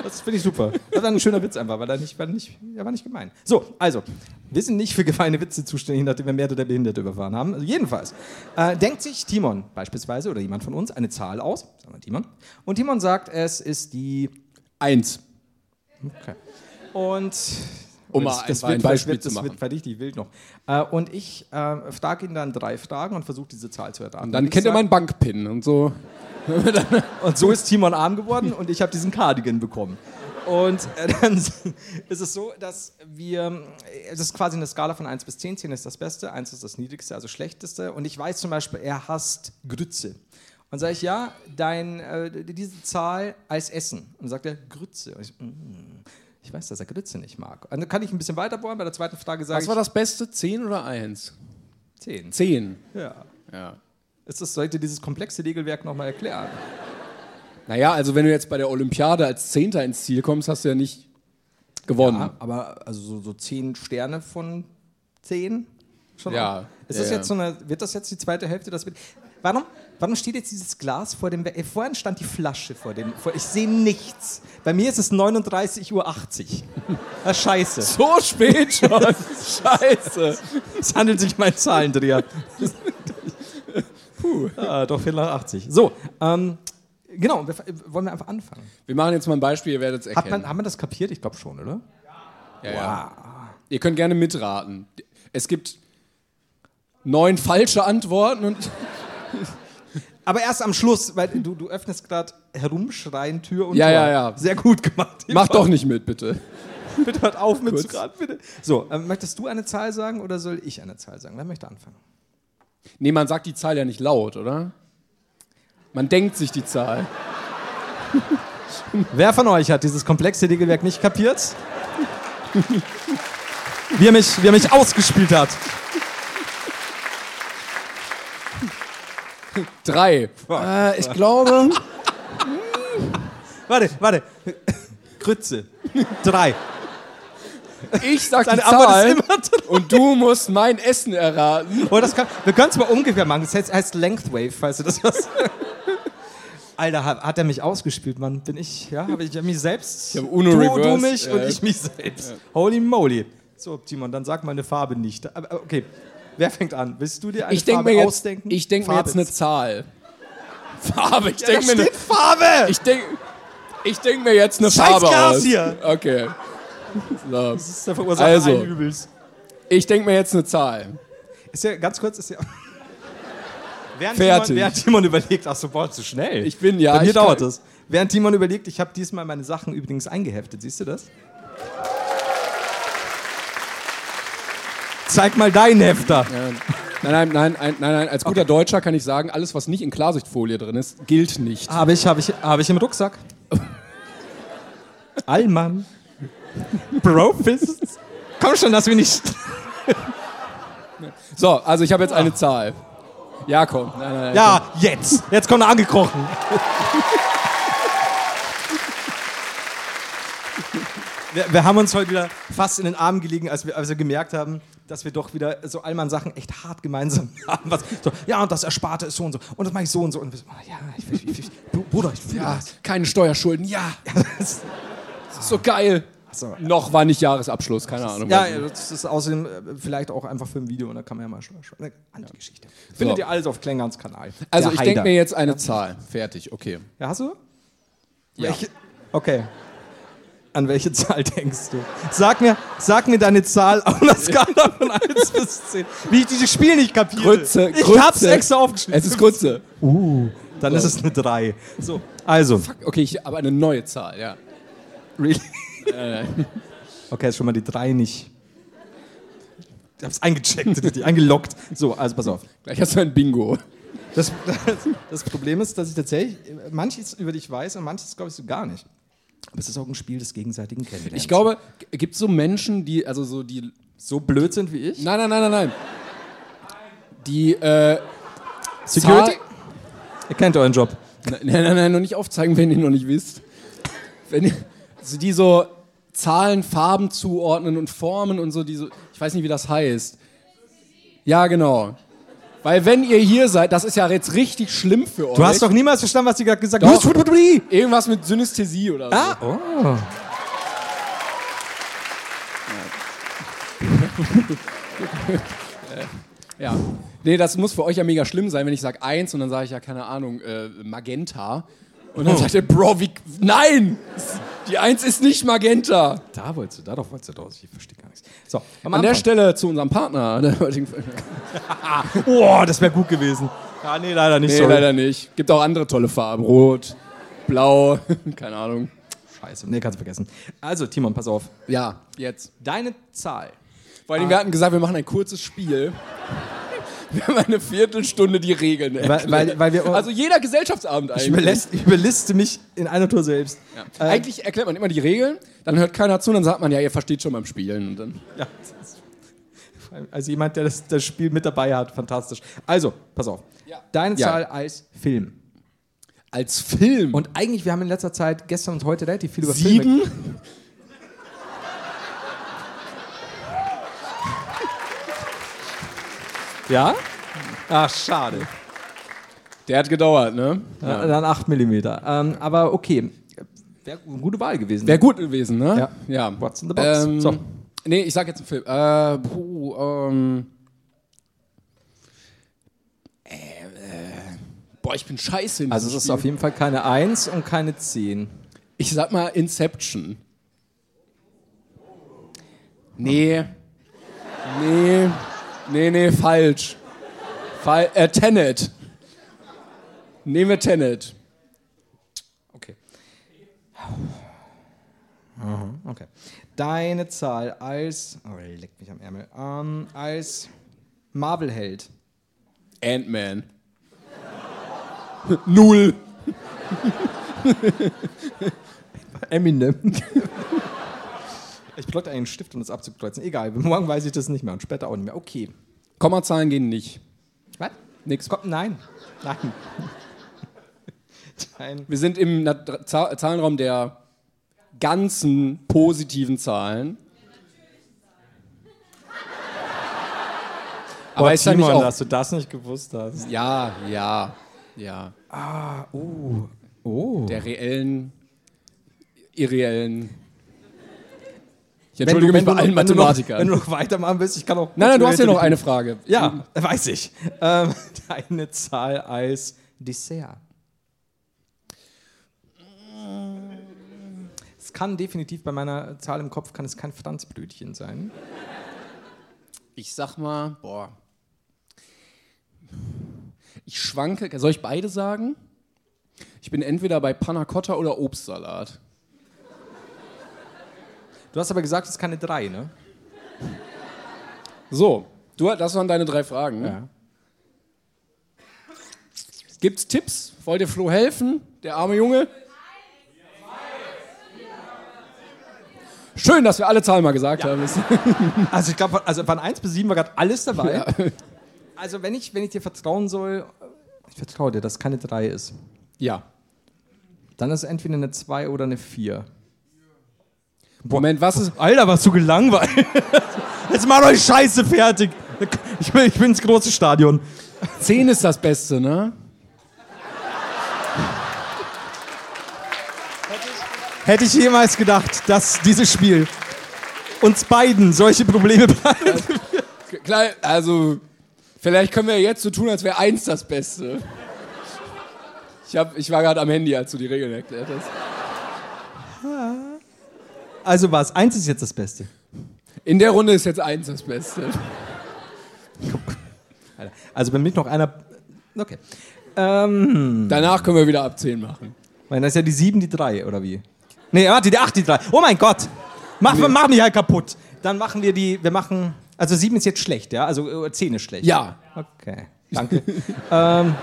Speaker 1: das finde ich super. Das war ein schöner Witz einfach, weil er nicht, war nicht, er war nicht gemein. So, also, wir sind nicht für gemeine Witze zuständig, nachdem wir mehr oder Behinderte überfahren haben. Also jedenfalls, äh, denkt sich Timon beispielsweise oder jemand von uns eine Zahl aus, sagen wir Timon, und Timon sagt, es ist die
Speaker 2: Eins.
Speaker 1: Okay. Und
Speaker 2: Um mal
Speaker 1: das,
Speaker 2: ein-
Speaker 1: das
Speaker 2: ein
Speaker 1: wird,
Speaker 2: Beispiel
Speaker 1: das
Speaker 2: zu machen.
Speaker 1: wird verdächtig wild noch. Äh, und ich äh, frage ihn dann drei Fragen und versuche diese Zahl zu erraten.
Speaker 2: Dann
Speaker 1: ich
Speaker 2: kennt ihr
Speaker 1: sag-
Speaker 2: meinen Bankpin und so.
Speaker 1: Und so ist Timon arm geworden und ich habe diesen Cardigan bekommen. Und äh, dann ist es so, dass wir, äh, es ist quasi eine Skala von 1 bis 10. 10 ist das Beste, 1 ist das Niedrigste, also Schlechteste. Und ich weiß zum Beispiel, er hasst Grütze. Und sage ich, ja, dein, äh, diese Zahl als Essen. Und sagt er, Grütze. Und ich, mm, ich weiß, dass er Grütze nicht mag. Und dann kann ich ein bisschen weiterbohren. Bei der zweiten Frage sage
Speaker 2: Was war
Speaker 1: ich
Speaker 2: das Beste? Zehn oder eins?
Speaker 1: 10.
Speaker 2: Zehn.
Speaker 1: Ja.
Speaker 2: Ja.
Speaker 1: Ist das, sollte dieses komplexe Regelwerk nochmal erklären?
Speaker 2: Naja, also wenn du jetzt bei der Olympiade als Zehnter ins Ziel kommst, hast du ja nicht gewonnen.
Speaker 1: Ja, aber also so, so zehn Sterne von zehn schon.
Speaker 2: Ja,
Speaker 1: auch. Ist
Speaker 2: ja,
Speaker 1: das
Speaker 2: ja.
Speaker 1: jetzt so eine, wird das jetzt die zweite Hälfte? Das wird, warum, warum steht jetzt dieses Glas vor dem, äh, vorhin stand die Flasche vor dem, vor, ich sehe nichts. Bei mir ist es 39.80 Uhr. Das ist scheiße.
Speaker 2: So spät schon. Scheiße.
Speaker 1: Es handelt sich um einen Zahlendreher. Puh. Ah, doch, Viertel nach 80. So, ähm, genau, wir, wollen wir einfach anfangen.
Speaker 2: Wir machen jetzt mal ein Beispiel, ihr werdet es erkennen.
Speaker 1: Hat man, haben wir das kapiert? Ich glaube schon, oder?
Speaker 2: Ja, ja. Ihr könnt gerne mitraten. Es gibt neun falsche Antworten und
Speaker 1: Aber erst am Schluss, weil du, du öffnest gerade herumschreien Tür und
Speaker 2: Ja,
Speaker 1: Tor.
Speaker 2: ja, ja.
Speaker 1: Sehr gut gemacht.
Speaker 2: macht doch nicht mit, bitte.
Speaker 1: bitte hört auf mit
Speaker 2: Kurz.
Speaker 1: zu raten, bitte. So, ähm, möchtest du eine Zahl sagen oder soll ich eine Zahl sagen? Wer möchte anfangen?
Speaker 2: Nee, man sagt die Zahl ja nicht laut, oder? Man denkt sich die Zahl.
Speaker 1: Wer von euch hat dieses komplexe Regelwerk nicht kapiert? wie, er mich, wie er mich ausgespielt hat.
Speaker 2: Drei. Äh, ich glaube.
Speaker 1: Warte, warte. Grütze. Drei.
Speaker 2: Ich sag die
Speaker 1: Deine Antwort
Speaker 2: Zahl
Speaker 1: ist immer drei.
Speaker 2: und du musst mein Essen erraten.
Speaker 1: Oh, das kann, wir können es mal ungefähr machen. Das heißt, heißt Lengthwave, falls du das was. Alter, hat, hat er mich ausgespielt, Mann. Bin ich, ja, habe ich hab mich selbst.
Speaker 2: Ich hab Uno
Speaker 1: du, du
Speaker 2: reversed, äh.
Speaker 1: mich
Speaker 2: ja.
Speaker 1: und ich mich selbst. Holy moly. So, Timon, dann sag mal eine Farbe nicht. Aber, aber okay, wer fängt an? Willst du dir eine
Speaker 2: Ich denke
Speaker 1: Farbe
Speaker 2: mir jetzt,
Speaker 1: ausdenken?
Speaker 2: ich denk mir
Speaker 1: Farbe
Speaker 2: jetzt eine
Speaker 1: ist-
Speaker 2: Zahl. Farbe, ich
Speaker 1: Da
Speaker 2: denke mir, ne,
Speaker 1: steht Farbe!
Speaker 2: ich denk, ich denk mir jetzt eine
Speaker 1: Scheiß
Speaker 2: Farbe
Speaker 1: Glas
Speaker 2: aus.
Speaker 1: hier.
Speaker 2: Okay. So.
Speaker 1: das ist der Verursacher
Speaker 2: Also.
Speaker 1: allen Übels.
Speaker 2: Ich denke mir jetzt eine Zahl.
Speaker 1: Ist ja, ganz kurz, ist ja... Während
Speaker 2: Fertig.
Speaker 1: Timon, während Timon überlegt, ach so, boah, zu schnell.
Speaker 2: Ich bin ja.
Speaker 1: Bei mir
Speaker 2: ich
Speaker 1: dauert
Speaker 2: kann-
Speaker 1: es. Während Timon überlegt, ich habe diesmal meine Sachen übrigens eingeheftet. Siehst du das? Zeig mal deinen Hefter.
Speaker 2: Ähm, Nein, nein, nein, nein, nein, nein. Als guter Deutscher kann ich sagen, alles, was nicht in Klarsichtfolie drin ist, gilt nicht.
Speaker 1: Habe ich, habe ich, habe ich im Rucksack. Allmann. Brofist. Komm schon, dass wir nicht.
Speaker 2: So, also ich habe jetzt eine Zahl. Ja, komm. Nein, nein, nein.
Speaker 1: Ja, jetzt. Jetzt kommt er angekrochen. Wir, wir haben uns heute wieder fast in den Armen gelegen, als wir, als wir gemerkt haben, dass wir doch wieder so allmann Sachen echt hart gemeinsam haben. Was, so, ja, und das Ersparte ist so und so. Und das mache ich so und so. Und wir so, oh, ja, ich, ich, ich, ich, Bruder, ich fühle
Speaker 2: Ja,
Speaker 1: das.
Speaker 2: keine Steuerschulden, ja.
Speaker 1: Das-
Speaker 2: Das ist so geil.
Speaker 1: So.
Speaker 2: Noch war nicht Jahresabschluss, keine Ahnung.
Speaker 1: Ja, ja, das ist außerdem äh, vielleicht auch einfach für ein Video und da kann man ja mal schon. schon- Andere Geschichte. Findet
Speaker 2: So.
Speaker 1: ihr alles auf Klängerns Kanal.
Speaker 2: also
Speaker 1: Der
Speaker 2: ich denke
Speaker 1: Haider.
Speaker 2: mir jetzt eine Zahl. Fertig, okay.
Speaker 1: Ja, hast du?
Speaker 2: Ja.
Speaker 1: Welche? Okay. An welche Zahl denkst du? Sag mir, sag mir deine Zahl auf einer Skala von 1 bis 10. Wie ich dieses Spiel nicht kapiere.
Speaker 2: Grütze,
Speaker 1: ich
Speaker 2: Grütze.
Speaker 1: hab's extra aufgeschrieben.
Speaker 2: Es ist Grütze.
Speaker 1: Dann ist es eine 3. So, also.
Speaker 2: Okay, ich, aber eine neue Zahl, ja.
Speaker 1: Really? okay, ist schon mal die 3 nicht. Ich hab's eingecheckt, richtig, eingeloggt. So, also pass auf.
Speaker 2: Gleich hast du ein Bingo.
Speaker 1: Das, das, das Problem ist, dass ich tatsächlich manches über dich weiß und manches, glaube ich, so gar nicht. Aber es ist auch ein Spiel des gegenseitigen Kennenlernens.
Speaker 2: Ich glaube, gibt es so Menschen, die, also so die.
Speaker 1: so blöd sind wie ich.
Speaker 2: Nein, nein, nein, nein, nein. Die, äh.
Speaker 1: Security?
Speaker 2: Zahl-
Speaker 1: Ihr kennt euren Job.
Speaker 2: Nein, nein, nein, noch nicht aufzeigen, wenn ihr noch nicht wisst. Wenn ihr, also die so Zahlen, Farben zuordnen und Formen und so, die so, ich weiß nicht, wie das heißt. Ja, genau. Weil wenn ihr hier seid, das ist ja jetzt richtig schlimm für euch.
Speaker 1: Du hast doch niemals verstanden, was sie gerade gesagt
Speaker 2: Doch.
Speaker 1: hat.
Speaker 2: irgendwas mit Synästhesie oder so.
Speaker 1: Ah, oh.
Speaker 2: Ja. Nee, das muss für euch ja mega schlimm sein, wenn ich sage eins und dann sage ich ja, keine Ahnung, äh, Magenta. Und
Speaker 1: Oh.
Speaker 2: dann sagt ihr, Bro, wie, nein! Die eins ist nicht Magenta.
Speaker 1: Da wolltest du, darauf wolltest du raus. Ich verstehe gar nichts. So, am
Speaker 2: An der
Speaker 1: Anfang.
Speaker 2: Stelle zu unserem Partner. Ne, der heutigen Folge.
Speaker 1: Boah, Oh, das wäre gut gewesen. Ja, nee, leider nicht.
Speaker 2: Nee,
Speaker 1: sorry.
Speaker 2: leider nicht. Gibt auch andere tolle Farben. Rot, blau, keine Ahnung.
Speaker 1: Scheiße, nee, kannst du vergessen. Also, Timon, pass auf.
Speaker 2: Ja, jetzt.
Speaker 1: Deine Zahl.
Speaker 2: Vor allem, wir hatten gesagt, wir machen ein kurzes Spiel. Wir haben eine Viertelstunde die Regeln. erklärt.
Speaker 1: weil- weil wir-
Speaker 2: also jeder Gesellschaftsabend
Speaker 1: Ich
Speaker 2: eigentlich.
Speaker 1: überlässt, ich überliste mich in einer Tour selbst. Ähm,
Speaker 2: Ja. eigentlich erklärt man immer die Regeln, dann hört keiner zu, dann sagt man, ja, ihr versteht schon beim Spielen. Und dann,
Speaker 1: Ja. Also jemand, der das, das Spiel mit dabei hat, fantastisch. Also, pass auf.
Speaker 2: Ja.
Speaker 1: Deine
Speaker 2: Ja.
Speaker 1: Zahl als Film.
Speaker 2: als Film.
Speaker 1: Und eigentlich, wir haben in letzter Zeit, gestern und heute relativ viel über Filme...
Speaker 2: sieben?
Speaker 1: Ja? Ach, schade.
Speaker 2: Der hat gedauert, ne?
Speaker 1: Ja. Dann 8 mm. Ähm, aber okay. Wäre eine gute Wahl gewesen.
Speaker 2: Wäre gut gewesen, ne?
Speaker 1: Ja.
Speaker 2: ja.
Speaker 1: What's in the box?
Speaker 2: Ähm,
Speaker 1: So.
Speaker 2: Nee, ich sag jetzt einen Film. Äh, puh, ähm. Äh, äh, äh, boah, ich bin scheiße in
Speaker 1: also es
Speaker 2: diesem
Speaker 1: ist
Speaker 2: Spiel.
Speaker 1: auf jeden Fall keine 1 und keine 10.
Speaker 2: Ich sag mal Inception. Nee. Nee. Nee, nee, falsch. Fal äh, Tenet. Nehmen wir Tenet.
Speaker 1: Okay. Aha, okay. Deine Zahl als... Oh, leck mich am Ärmel. Ähm, als Marvel-Held.
Speaker 2: Ant-Man. Null.
Speaker 1: Eminem. ich plotte einen Stift, um das abzukreuzen. Egal, morgen weiß ich das nicht mehr und später auch nicht mehr. Okay.
Speaker 2: Kommazahlen gehen nicht.
Speaker 1: Was?
Speaker 2: Nix.
Speaker 1: Komm, nein. Nein. Nein.
Speaker 2: Wir sind im Nat- Za- Zahlenraum der ganzen positiven Zahlen. Aber ist da nicht auch.
Speaker 1: du das nicht gewusst hast.
Speaker 2: Ja, ja, ja. Ah,
Speaker 1: uh,
Speaker 2: oh. Der reellen, irreellen. Ich entschuldige mich bei allen Mathematikern.
Speaker 1: Wenn du noch weitermachen willst, ich kann auch.
Speaker 2: nein, nein, du hast ja noch eine Frage.
Speaker 1: Ja, weiß ich. Ähm, deine Zahl als Dessert. Es kann definitiv bei meiner Zahl im Kopf kann es kein Franzbrötchen sein.
Speaker 2: Ich sag mal, boah. Ich schwanke, soll ich beide sagen? Ich bin entweder bei Panna Cotta oder Obstsalat.
Speaker 1: Du hast aber gesagt, es ist keine drei, ne?
Speaker 2: So, du, das waren deine drei Fragen.
Speaker 1: Ja.
Speaker 2: ne? Gibt's Tipps? Wollt ihr Flo helfen? Der arme Junge? Schön, dass wir alle Zahlen mal gesagt haben.
Speaker 1: Also ich glaube, also von 1 bis 7 war gerade alles dabei. Also wenn ich, wenn ich dir vertrauen soll, ich vertraue dir, dass es keine 3 ist.
Speaker 2: Ja.
Speaker 1: Dann ist es entweder eine 2 oder eine 4.
Speaker 2: Moment, was ist.
Speaker 1: Alter, warst du gelangweilt. Jetzt macht euch Scheiße fertig. Ich bin, ich bin ins große Stadion.
Speaker 2: 10 ist das Beste, ne?
Speaker 1: Hätte ich jemals gedacht, dass dieses Spiel uns beiden solche Probleme bereitet.
Speaker 2: Klar, also vielleicht können wir jetzt so tun, als wäre eins das Beste. Ich, hab, ich war gerade am Handy, als du die Regeln erklärt hast.
Speaker 1: Also was? Eins ist jetzt das Beste.
Speaker 2: In der Runde ist jetzt eins das Beste.
Speaker 1: Also wenn mich noch einer... Okay. Ähm,
Speaker 2: Danach können wir wieder ab 10 machen.
Speaker 1: weil das ist ja die sieben, die drei, oder wie? Nee, warte, die acht, die drei. Oh mein Gott. Mach, mach mich halt kaputt. Dann machen wir die... Wir machen... Also sieben ist jetzt schlecht, ja? Also äh, zehn ist schlecht.
Speaker 2: Ja.
Speaker 1: Okay, danke. ähm,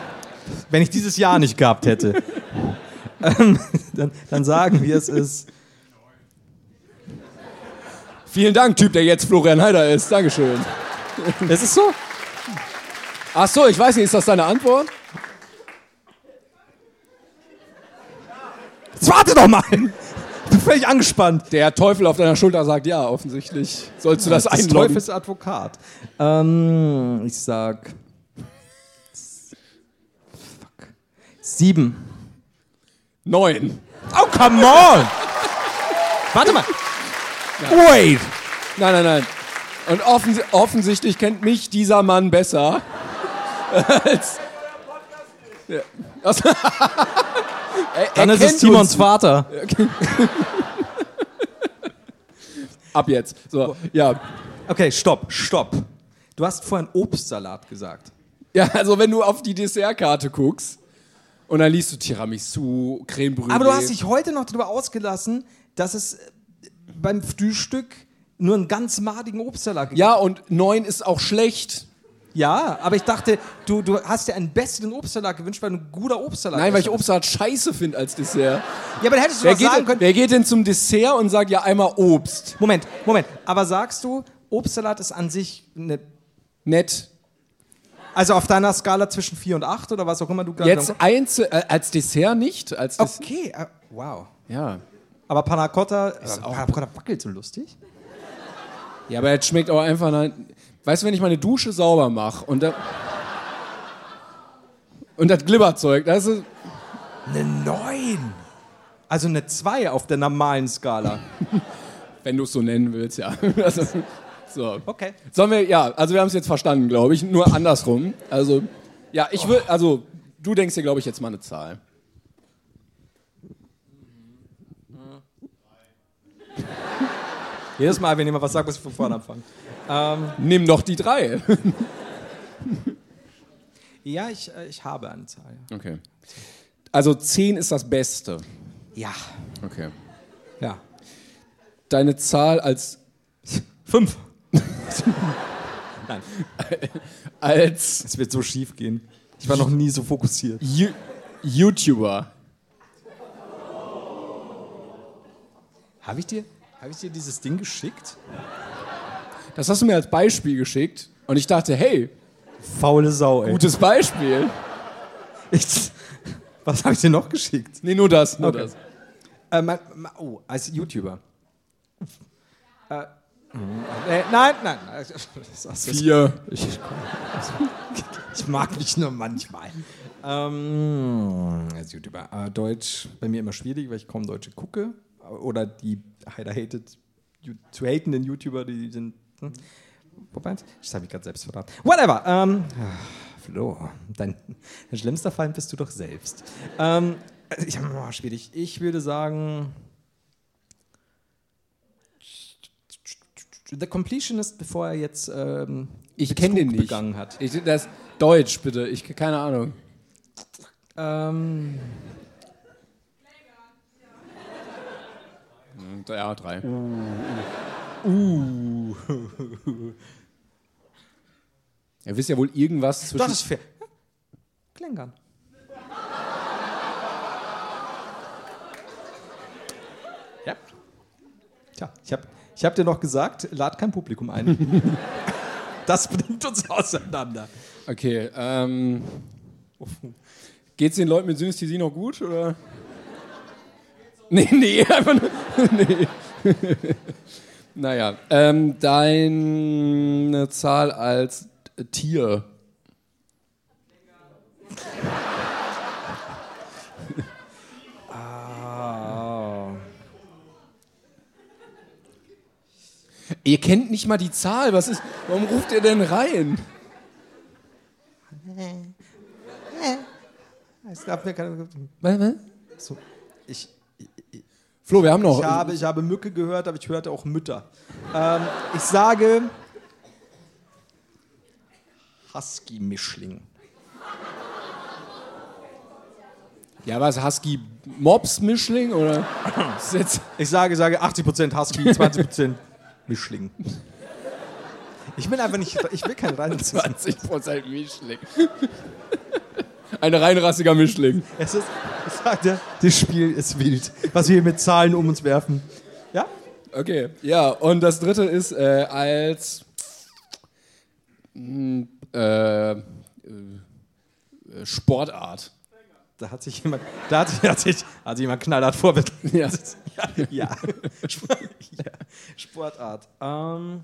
Speaker 1: wenn ich dieses Jahr nicht gehabt hätte, ähm, dann, dann sagen wir, es ist.
Speaker 2: Vielen Dank, Typ, der jetzt Florian Heider ist. Dankeschön.
Speaker 1: Es ist so.
Speaker 2: Ach so, ich weiß nicht, ist das deine Antwort?
Speaker 1: Jetzt warte doch mal! Ich bin völlig angespannt.
Speaker 2: Der Teufel auf deiner Schulter sagt ja, offensichtlich. Sollst du das
Speaker 1: Des
Speaker 2: einloggen?
Speaker 1: Teufels Advokat. Ähm, ich sag. Fuck. Sieben.
Speaker 2: Neun.
Speaker 1: Oh, come on! Warte mal. Wait!
Speaker 2: Nein, nein, nein. Und offens offensichtlich kennt mich dieser Mann besser als. Ja. Achso. er,
Speaker 1: Dann
Speaker 2: er
Speaker 1: ist es
Speaker 2: kennt
Speaker 1: Timons Vater.
Speaker 2: Uns. Ab jetzt. So, ja.
Speaker 1: Okay, stopp, stopp. Du hast vorhin Obstsalat gesagt.
Speaker 2: Ja, also wenn du auf die Dessertkarte guckst und dann liest du Tiramisu, Creme Brûlée.
Speaker 1: Aber du hast dich heute noch darüber ausgelassen, dass es äh, beim Frühstück nur einen ganz madigen Obstsalat gibt.
Speaker 2: Ja, und neun ist auch schlecht.
Speaker 1: ja, aber ich dachte, du, du hast dir einen besseren Obstsalat gewünscht, weil du ein guter Obstsalat
Speaker 2: Nein, weil ich
Speaker 1: ist.
Speaker 2: Obstsalat scheiße finde als Dessert.
Speaker 1: Ja, aber dann hättest du
Speaker 2: Wer
Speaker 1: doch
Speaker 2: geht,
Speaker 1: sagen
Speaker 2: denn,
Speaker 1: können.
Speaker 2: wer geht denn zum Dessert und sagt ja einmal Obst?
Speaker 1: Moment, Moment. Aber sagst du, Obstsalat ist an sich eine.
Speaker 2: Nett.
Speaker 1: Also auf deiner Skala zwischen 4 und 8 oder was auch immer du gerade.
Speaker 2: Jetzt einzel äh, als Dessert nicht, als Des
Speaker 1: Okay, äh, wow.
Speaker 2: ja.
Speaker 1: Aber Panna Cotta. Ist
Speaker 2: auch-
Speaker 1: Panna Cotta wackelt so lustig.
Speaker 2: Ja, aber jetzt schmeckt auch einfach nach, weißt du, wenn ich meine Dusche sauber mache und da, und das Glibberzeug, das ist
Speaker 1: Eine 9. Also eine 2 auf der normalen Skala.
Speaker 2: wenn du es so nennen willst, ja. Das ist- so.
Speaker 1: Okay.
Speaker 2: Sollen wir ja, also wir haben es jetzt verstanden, glaube ich, nur andersrum. Also ja, ich will also du denkst dir glaube ich jetzt mal eine Zahl.
Speaker 1: Jedes Mal, wenn jemand was sagt, muss ich von vorne anfangen.
Speaker 2: Nimm doch die drei.
Speaker 1: Ja, ich, äh, ich habe eine Zahl.
Speaker 2: Okay. Also 10 ist das Beste.
Speaker 1: Ja.
Speaker 2: Okay.
Speaker 1: Ja.
Speaker 2: Deine Zahl als
Speaker 1: Fünf.
Speaker 2: als
Speaker 1: Es wird so schief gehen. Ich war noch nie so fokussiert.
Speaker 2: Ju- YouTuber.
Speaker 1: Habe ich dir, habe ich dir dieses Ding geschickt?
Speaker 2: Das hast du mir als Beispiel geschickt und ich dachte, hey,
Speaker 1: Faule Sau, ey.
Speaker 2: gutes Beispiel.
Speaker 1: Ich, was habe ich dir noch geschickt?
Speaker 2: Nee, nur das, nur
Speaker 1: Okay.
Speaker 2: das.
Speaker 1: Äh, mein, mein, oh, als YouTuber. Äh, äh, nein, nein. nein. Das ist-
Speaker 2: Vier.
Speaker 1: Ich, ich mag mich nur manchmal. Ähm, als YouTuber. Äh, Deutsch bei mir immer schwierig, weil ich kaum Deutsche gucke. Oder die Heider hated, you- zu hatenden YouTuber, die sind. Hm. Wobei, das habe ich gerade selbst verraten. Whatever. Ähm, ah, Flo, dein, dein schlimmster Feind bist du doch selbst. Ähm, also ich, oh, schwierig. Ich würde sagen. The Completionist, bevor er jetzt ähm,
Speaker 2: Ich kenne den
Speaker 1: Betrug
Speaker 2: nicht.
Speaker 1: begangen hat.
Speaker 2: Ich, das Deutsch bitte, ich keine Ahnung.
Speaker 1: Ähm,
Speaker 2: Ja, drei.
Speaker 1: uh.
Speaker 2: Ihr wisst ja wohl irgendwas
Speaker 1: Doch,
Speaker 2: zwischen.
Speaker 1: das ist fair. Klängern. Ja. Tja, ich habe ich hab dir noch gesagt, lad kein Publikum ein. das bringt uns auseinander.
Speaker 2: Okay, ähm. Geht's den Leuten mit Synästhesie noch gut? Oder? Nee, nee, einfach nur. Nee. naja, ähm, deine Zahl als Tier. Ah. Ihr kennt nicht mal die Zahl. Was ist? Warum ruft ihr denn rein?
Speaker 1: Es gab mir keine. So. Ich,
Speaker 2: Flo, wir haben noch.
Speaker 1: ich, habe, ich habe Mücke gehört, aber ich hörte auch Mütter. Ähm, ich sage. Husky-Mischling.
Speaker 2: Ja, was Husky Mobs Mischling oder? Ist jetzt,
Speaker 1: Ich sage, sage 80% Husky, 20% Mischling. Ich bin einfach nicht. Ich will kein rein.
Speaker 2: 20% Mischling. Ein reinrassiger Mischling.
Speaker 1: Es ist. Ich sagte, das Spiel ist wild. Was wir hier mit Zahlen um uns werfen. Ja?
Speaker 2: Okay. Ja, und das dritte ist äh, als mh, äh, äh, Sportart.
Speaker 1: Da hat sich jemand. Da hat, sich- hat, sich, hat sich jemand knallhart vorbereitet.
Speaker 2: Ja.
Speaker 1: Ja. Sport, ja. Sportart. Ähm.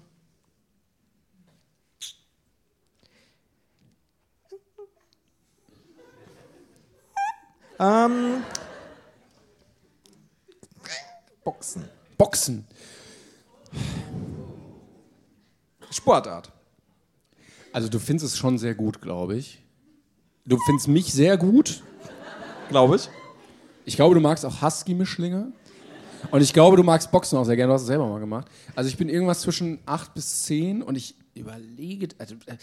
Speaker 1: Ähm. Boxen.
Speaker 2: Boxen.
Speaker 1: Sportart.
Speaker 2: Also du findest es schon sehr gut, glaube ich. Du findest mich sehr gut.
Speaker 1: Glaube ich.
Speaker 2: Ich glaube, du magst auch Husky-Mischlinge. Und ich glaube, du magst Boxen auch sehr gerne. Du hast es selber mal gemacht. Also ich bin irgendwas zwischen 8 bis 10 und ich überlege... Also, äh,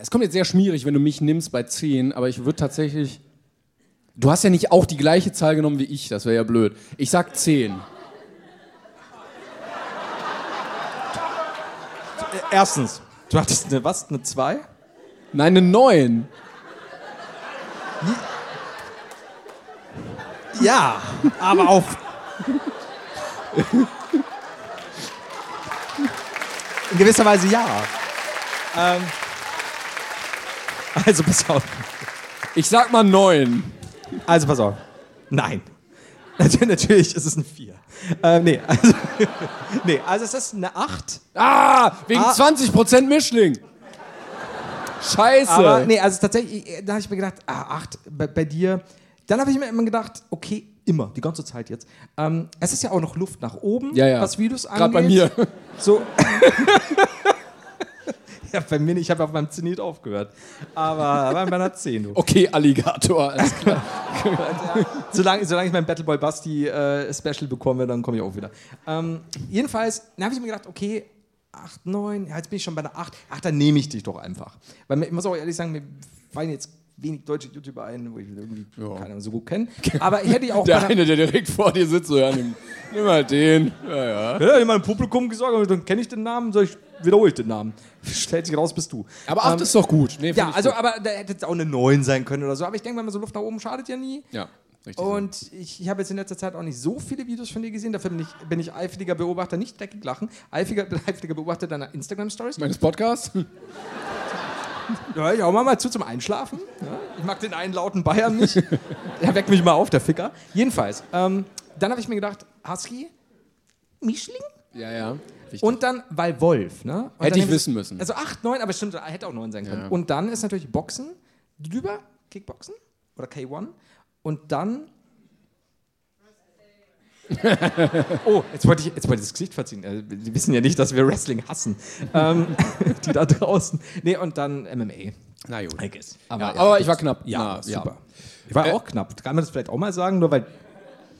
Speaker 2: es kommt jetzt sehr schwierig, wenn du mich nimmst bei 10, aber ich würde tatsächlich... Du hast ja nicht auch die gleiche Zahl genommen wie ich, das wäre ja blöd. Ich sag 10.
Speaker 1: Erstens, du hattest eine was? Eine 2?
Speaker 2: Nein, eine 9.
Speaker 1: Ja, aber auf. In gewisser Weise ja. Ähm, also pass auf.
Speaker 2: Ich sag mal 9.
Speaker 1: Also pass auf. Nein. Natürlich, natürlich ist es ein 4. Ähm, nee, also, nee, also es ist eine 8.
Speaker 2: Ah, wegen
Speaker 1: Ah.
Speaker 2: 20% Mischling. Scheiße.
Speaker 1: Aber nee, also tatsächlich, äh, da habe ich mir gedacht, ah, acht bei, bei dir. Dann habe ich mir immer gedacht, okay, immer, die ganze Zeit jetzt. Ähm, es ist ja auch noch Luft nach oben,
Speaker 2: Ja, ja.
Speaker 1: was Videos angeht.
Speaker 2: Gerade bei mir.
Speaker 1: So. ja, bei mir nicht, ich habe auf meinem Zenit aufgehört. Aber bei meiner 10. du.
Speaker 2: Okay, Alligator, alles klar.
Speaker 1: Solange, solange ich mein Battleboy Basti äh, Special bekomme, dann komme ich auch wieder. Ähm, jedenfalls, dann habe ich mir gedacht, okay, 8, 9, ja, jetzt bin ich schon bei der 8. Ach, dann nehme ich dich doch einfach. Weil mir, ich muss auch ehrlich sagen, mir fallen jetzt wenig deutsche YouTuber ein, wo ich irgendwie keiner so gut kenne. Aber ich hätte ja auch
Speaker 2: Der
Speaker 1: bei
Speaker 2: eine, der direkt vor dir sitzt, so, ja, nimm, nimm mal den. Ja, ja.
Speaker 1: Ja, in meinem Publikum gesagt, aber dann kenne ich den Namen, soll ich, wiederhole ich den Namen. Stellt sich raus, bist du.
Speaker 2: Aber 8 ist doch gut. Nee,
Speaker 1: Ja, also, aber da hätte es auch eine 9 sein können oder so. Aber ich denke, wenn man so Luft nach oben schadet ja nie.
Speaker 2: Ja, richtig.
Speaker 1: Und ich, ich habe jetzt in letzter Zeit auch nicht so viele Videos von dir gesehen. Dafür bin ich, bin ich eifriger Beobachter, nicht dreckig lachen, eifriger, eifriger Beobachter deiner Instagram-Stories.
Speaker 2: Meines Podcasts?
Speaker 1: Da höre ich auch mal, mal zu zum Einschlafen. Ja? Ich mag den einen lauten Bayern nicht. Der weckt mich mal auf, der Ficker. Jedenfalls, ähm, dann habe ich mir gedacht, Husky, Mischling?
Speaker 2: Ja, ja. Richtig.
Speaker 1: Und dann, weil Wolf, ne? Und
Speaker 2: Hätte
Speaker 1: dann
Speaker 2: ich
Speaker 1: nehme
Speaker 2: wissen müssen.
Speaker 1: Also 8, 9, aber stimmt, hätte auch 9 sein können.
Speaker 2: Ja.
Speaker 1: Und dann ist natürlich Boxen drüber, Kickboxen oder K1. Und dann. oh, jetzt wollte, ich, jetzt wollte ich das Gesicht verziehen. Äh, Die wissen ja nicht, dass wir Wrestling hassen. ähm, die da draußen. Nee, und dann MMA.
Speaker 2: na gut.
Speaker 1: I guess.
Speaker 2: Aber, ja, aber ich war knapp.
Speaker 1: Ja,
Speaker 2: na,
Speaker 1: super. Ich war
Speaker 2: Äh,
Speaker 1: auch knapp. Kann man das vielleicht auch mal sagen? Nur weil.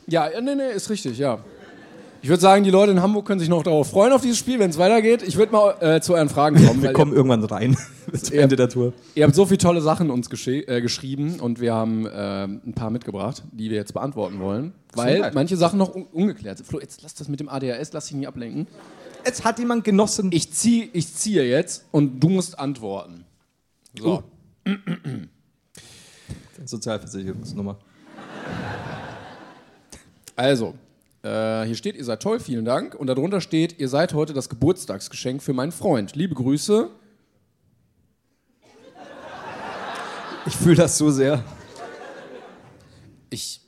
Speaker 2: Ja, ja, nee, nee, ist richtig, ja. Ich würde sagen, die Leute in Hamburg können sich noch darauf freuen, auf dieses Spiel, wenn es weitergeht. Ich würde mal äh, zu euren Fragen kommen. weil
Speaker 1: irgendwann rein. Zum Ende der Tour.
Speaker 2: Ihr habt so viele tolle Sachen uns gesche- äh, geschrieben und wir haben äh, ein paar mitgebracht, die wir jetzt beantworten wollen, weil
Speaker 1: Gesundheit.
Speaker 2: manche Sachen noch un ungeklärt sind. Flo, jetzt lass das mit dem ADHS, lass dich nicht ablenken.
Speaker 1: Jetzt hat jemand genossen.
Speaker 2: Ich ziehe ich ziehe jetzt und du musst antworten.
Speaker 1: Oh.
Speaker 2: So.
Speaker 1: Sozialversicherungsnummer.
Speaker 2: Also, äh, hier steht, ihr seid toll, vielen Dank. Und darunter steht, ihr seid heute das Geburtstagsgeschenk für meinen Freund. Liebe Grüße.
Speaker 1: Ich fühle das so sehr.
Speaker 2: Ich.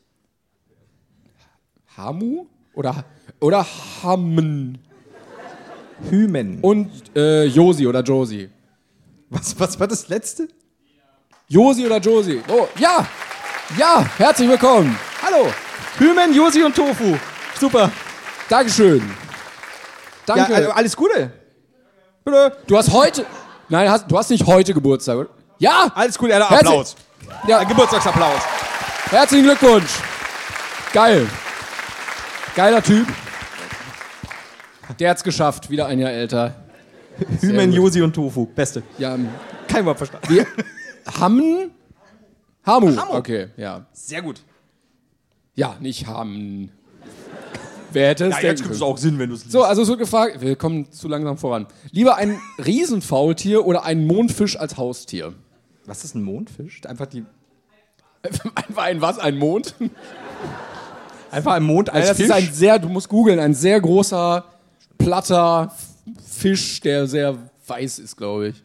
Speaker 2: Hamu? Oder, oder Hammen.
Speaker 1: Hymen.
Speaker 2: Und äh, Josi oder Josi.
Speaker 1: Was, was war das letzte?
Speaker 2: Josi oder Josi? Oh, ja! Ja, herzlich willkommen.
Speaker 1: Oh. Hallo! Hymen, Josi und Tofu. Super.
Speaker 2: Dankeschön. danke.
Speaker 1: Ja, also alles Gute. Bitte.
Speaker 2: du hast heute. Nein, hast, du hast nicht heute Geburtstag, oder? Ja!
Speaker 1: Alles Gute, Alter.
Speaker 2: Herzlich-
Speaker 1: Applaus.
Speaker 2: Ja,
Speaker 1: Ein Geburtstagsapplaus.
Speaker 2: herzlichen Glückwunsch! Geil. Geiler Typ. Der hat's geschafft, wieder ein Jahr älter.
Speaker 1: Hümen,
Speaker 2: gut.
Speaker 1: Josi und Tofu. Beste.
Speaker 2: Ja, ähm,
Speaker 1: Kein Wort verstanden.
Speaker 2: wir, Hammen? Hamu. Okay, ja.
Speaker 1: Sehr gut.
Speaker 2: Ja, nicht Hammen. Wer hätte es
Speaker 1: Ja,
Speaker 2: denken
Speaker 1: jetzt gibt es
Speaker 2: können?
Speaker 1: auch Sinn, wenn du es liest.
Speaker 2: So, also es wird gefragt, wir kommen zu langsam voran. Lieber ein Riesenfaultier oder einen Mondfisch als Haustier?
Speaker 1: Was ist ein Mondfisch? Einfach, die,
Speaker 2: Einfach ein was? Ein Mond?
Speaker 1: einfach ein Mond als
Speaker 2: das
Speaker 1: Fisch?
Speaker 2: ist ein sehr, du musst googeln, ein sehr großer, platter Fisch, der sehr weiß ist, glaube ich.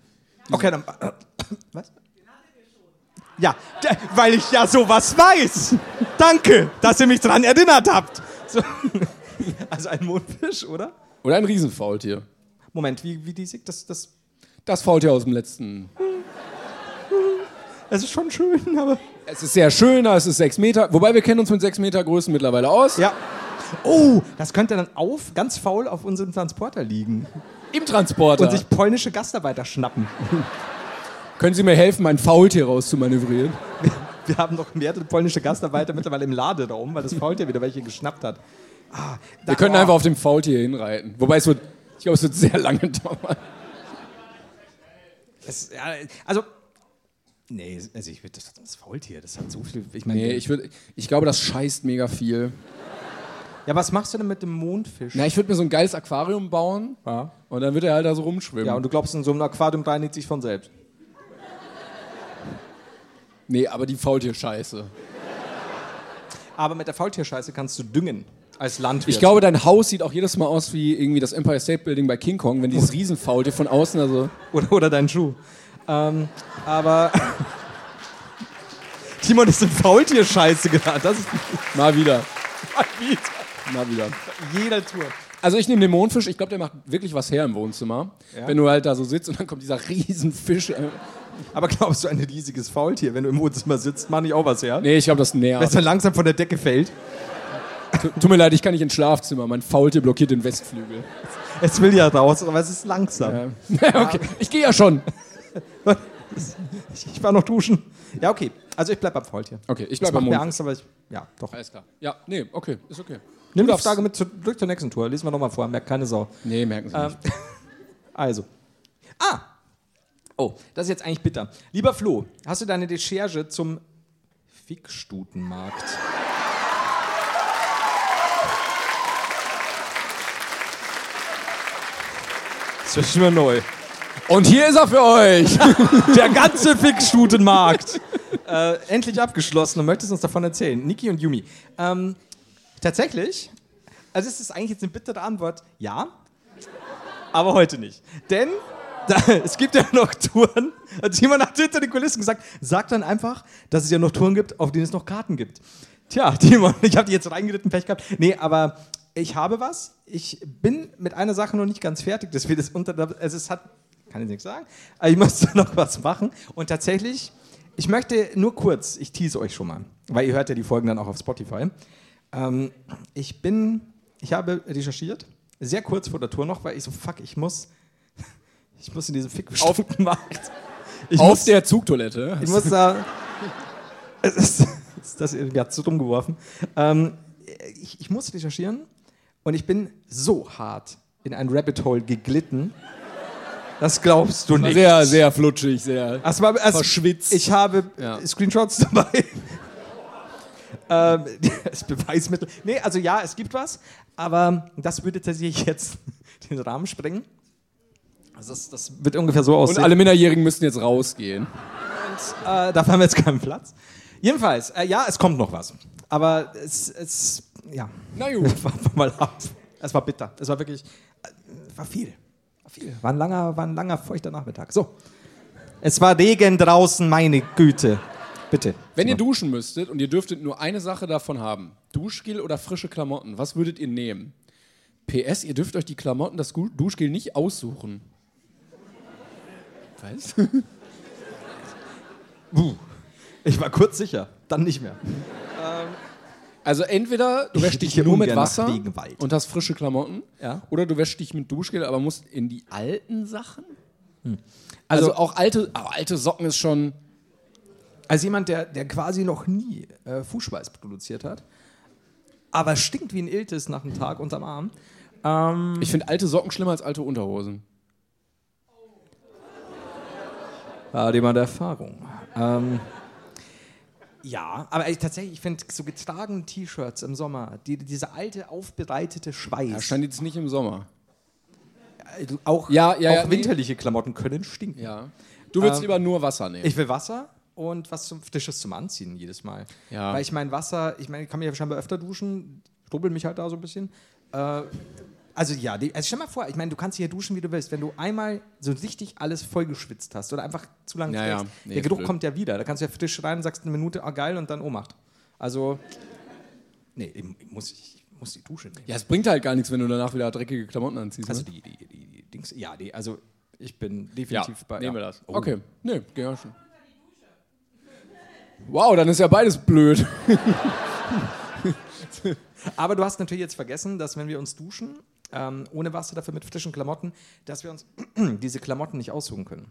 Speaker 1: okay, dann... was? Ja, d- weil ich ja sowas weiß. Danke, dass ihr mich dran erinnert habt. So. Also ein Mondfisch, oder?
Speaker 2: Oder ein Riesenfaultier.
Speaker 1: Moment, wie, wie die sieht das, das...
Speaker 2: Das Faultier aus dem letzten.
Speaker 1: Es ist schon schön, aber...
Speaker 2: Es ist sehr schöner, es ist sechs Meter. Wobei wir kennen uns mit sechs Meter Größen mittlerweile aus.
Speaker 1: Ja. Oh, das könnte dann auf, ganz faul auf unserem Transporter liegen
Speaker 2: Im Transporter.
Speaker 1: und sich polnische Gastarbeiter schnappen.
Speaker 2: Können Sie mir helfen, mein Faultier rauszumanövrieren?
Speaker 1: Wir haben noch mehrere polnische Gastarbeiter mittlerweile im Laderaum, weil das Faultier wieder welche geschnappt hat. Ah, da-
Speaker 2: Wir können
Speaker 1: oh.
Speaker 2: einfach auf dem Faultier hinreiten. Wobei es wird, ich glaube, es wird sehr lange dauern.
Speaker 1: Es, ja, also. Nee, also ich würde das, das Faultier, das hat so viel. Ich meine,
Speaker 2: Nee, ich, würd, ich glaube, das scheißt mega viel.
Speaker 1: ja, was machst du denn mit dem Mondfisch?
Speaker 2: Na, ich würde mir so ein geiles Aquarium bauen
Speaker 1: Ja.
Speaker 2: und dann wird er halt da so rumschwimmen.
Speaker 1: ja, und du glaubst, in so einem Aquarium reinigt sich von selbst.
Speaker 2: nee, aber die Faultier-Scheiße.
Speaker 1: Aber mit der Faultierscheiße kannst du düngen als Landwirt.
Speaker 2: Ich glaube, dein Haus sieht auch jedes Mal aus wie irgendwie das Empire State Building bei King Kong, wenn dieses
Speaker 1: Oh.
Speaker 2: Riesenfaultier von außen, also
Speaker 1: Oder, oder dein Schuh. Ähm, aber. Timon ist in Faultier-Scheiße gerade. Das ist
Speaker 2: mal wieder,
Speaker 1: wieder.
Speaker 2: mal wieder.
Speaker 1: Jeder Tour.
Speaker 2: Also ich nehme den Mondfisch, ich glaube, der macht wirklich was her im Wohnzimmer. Wenn du halt da so sitzt und dann kommt dieser Riesenfisch. äh,
Speaker 1: Aber glaubst du, ein riesiges Faultier, wenn du im Wohnzimmer sitzt, mach ich auch was her?
Speaker 2: Nee, ich glaube, das
Speaker 1: Dass
Speaker 2: nervt.
Speaker 1: er langsam von der Decke fällt.
Speaker 2: Tut tut mir leid, ich kann nicht ins Schlafzimmer. Mein Faultier blockiert den Westflügel.
Speaker 1: Es will ja raus, aber es ist langsam.
Speaker 2: okay, ich gehe ja schon.
Speaker 1: Ich war noch duschen. Ja, okay. Also ich bleib beim Faultier.
Speaker 2: Okay,
Speaker 1: Das
Speaker 2: ich bleib
Speaker 1: macht
Speaker 2: beim
Speaker 1: mir
Speaker 2: Mond.
Speaker 1: Angst, aber ich. Ja, doch.
Speaker 2: Alles klar. Ja, nee, okay, ist okay.
Speaker 1: Nimm
Speaker 2: Du
Speaker 1: die
Speaker 2: darfst-
Speaker 1: Frage mit zurück zur nächsten Tour. Lesen wir nochmal vor, merkt keine Sau.
Speaker 2: Nee, merken Sie nicht.
Speaker 1: Also. Ah! Oh, das ist jetzt eigentlich bitter. Lieber Flo, hast du deine Recherche zum Fickstutenmarkt? Das ist immer neu.
Speaker 2: Und hier ist er für euch.
Speaker 1: Der ganze Fickstutenmarkt. äh, endlich abgeschlossen und möchtest uns davon erzählen. Niki und Yumi. Ähm, tatsächlich, also es ist eigentlich jetzt eine bittere Antwort, ja, aber heute nicht. Denn da, es gibt ja noch Touren, hat jemand hat hinter den Kulissen gesagt, sag dann einfach, dass es ja noch Touren gibt, auf denen es noch Karten gibt. Tja, Timon, ich habe die jetzt reingeritten, Pech gehabt. Nee, aber ich habe was. Ich bin mit einer Sache noch nicht ganz fertig, dass wir das unter... Also es hat... Kann ich nichts sagen. Aber ich musste noch was machen. Und tatsächlich, ich möchte nur kurz, ich tease euch schon mal, weil ihr hört ja die Folgen dann auch auf Spotify. Ähm, ich bin... Ich habe recherchiert, sehr kurz vor der Tour noch, weil ich so, fuck, ich muss... Ich muss in diesen Fick... Auf, ich
Speaker 2: Auf
Speaker 1: muss-
Speaker 2: der Zugtoilette.
Speaker 1: ich muss da. Es ist, es ist das irgendwie hat es rumgeworfen. Ähm, ich, ich muss recherchieren und ich bin so hart in ein Rabbit Hole geglitten. Das glaubst du nicht.
Speaker 2: Sehr, sehr flutschig, sehr.
Speaker 1: Das war, also,
Speaker 2: Verschwitzt.
Speaker 1: Ich habe
Speaker 2: Ja.
Speaker 1: Screenshots dabei. ähm, das Beweismittel. Nee, also ja, es gibt was, aber das würde tatsächlich jetzt den Rahmen sprengen. Also das, das wird ungefähr so
Speaker 2: Und
Speaker 1: aussehen.
Speaker 2: alle Minderjährigen müssen jetzt rausgehen.
Speaker 1: äh, dafür haben wir jetzt keinen Platz. Jedenfalls, äh, ja, es kommt noch was. Aber es, es ja,
Speaker 2: Na gut.
Speaker 1: warten wir mal ab. Es war bitter. Es war wirklich, äh, war viel. War viel. War ein langer, war ein langer, feuchter Nachmittag. So. Es war Regen draußen, meine Güte. Bitte.
Speaker 2: Wenn ihr duschen müsstet und ihr dürftet nur eine Sache davon haben, Duschgel oder frische Klamotten, was würdet ihr nehmen? PS, ihr dürft euch die Klamotten, das Gu- Duschgel nicht aussuchen. Was?
Speaker 1: Ich war kurz sicher, dann nicht mehr.
Speaker 2: Also entweder du wäschst dich
Speaker 1: rieche
Speaker 2: nur mit
Speaker 1: ungern nach
Speaker 2: Wasser
Speaker 1: Regenwald.
Speaker 2: und hast frische Klamotten.
Speaker 1: Ja.
Speaker 2: Oder du wäschst dich mit Duschgel, aber musst in die alten Sachen.
Speaker 1: Hm.
Speaker 2: Also, auch alte, aber alte Socken ist schon.
Speaker 1: Als jemand, der, der quasi noch nie äh, Fußschweiß produziert hat, aber stinkt wie ein Iltis nach einem Tag unterm Arm. Hm.
Speaker 2: Ich finde alte Socken schlimmer als alte Unterhosen.
Speaker 1: Hat jemand Erfahrung. Ähm, ja, aber ich, tatsächlich, ich finde so getragene T-Shirts im Sommer, die, diese alte, aufbereitete
Speaker 2: Ja,
Speaker 1: Schweiß,
Speaker 2: stand jetzt nicht im Sommer.
Speaker 1: auch,
Speaker 2: Ja, ja,
Speaker 1: auch
Speaker 2: ja, nee.
Speaker 1: winterliche Klamotten können stinken.
Speaker 2: Ja. Du würdest lieber nur Wasser nehmen.
Speaker 1: Ähm, Ich will Wasser und was zum Frisches zum Anziehen jedes Mal.
Speaker 2: Ja.
Speaker 1: Weil ich mein Wasser, ich meine, ich kann mich ja scheinbar öfter duschen, rubbel mich halt da so ein bisschen. Äh, also ja, die, also stell mal vor, ich meine, du kannst hier duschen, wie du willst. Wenn du einmal so richtig alles vollgeschwitzt hast oder einfach zu lange
Speaker 2: Ja, ja.
Speaker 1: trägst,
Speaker 2: Nee,
Speaker 1: der
Speaker 2: ist
Speaker 1: Geruch
Speaker 2: blöd.
Speaker 1: kommt ja wieder. Da kannst du ja frisch rein, sagst eine Minute, ah geil, und dann Ohnmacht. Also, nee, ich ich muss, ich muss die Dusche nehmen.
Speaker 2: ja, es bringt halt gar nichts, wenn du danach wieder dreckige Klamotten anziehst.
Speaker 1: Also
Speaker 2: ne?
Speaker 1: die, die, die, die Dings, ja, die, also ich bin definitiv bei...
Speaker 2: nehmen wir
Speaker 1: ja.
Speaker 2: das. Okay, nee, geht ja schon. Wow, dann ist ja beides blöd.
Speaker 1: Aber du hast natürlich jetzt vergessen, dass wenn wir uns duschen, ähm, ohne Wasser, dafür mit frischen Klamotten, dass wir uns diese Klamotten nicht aussuchen können.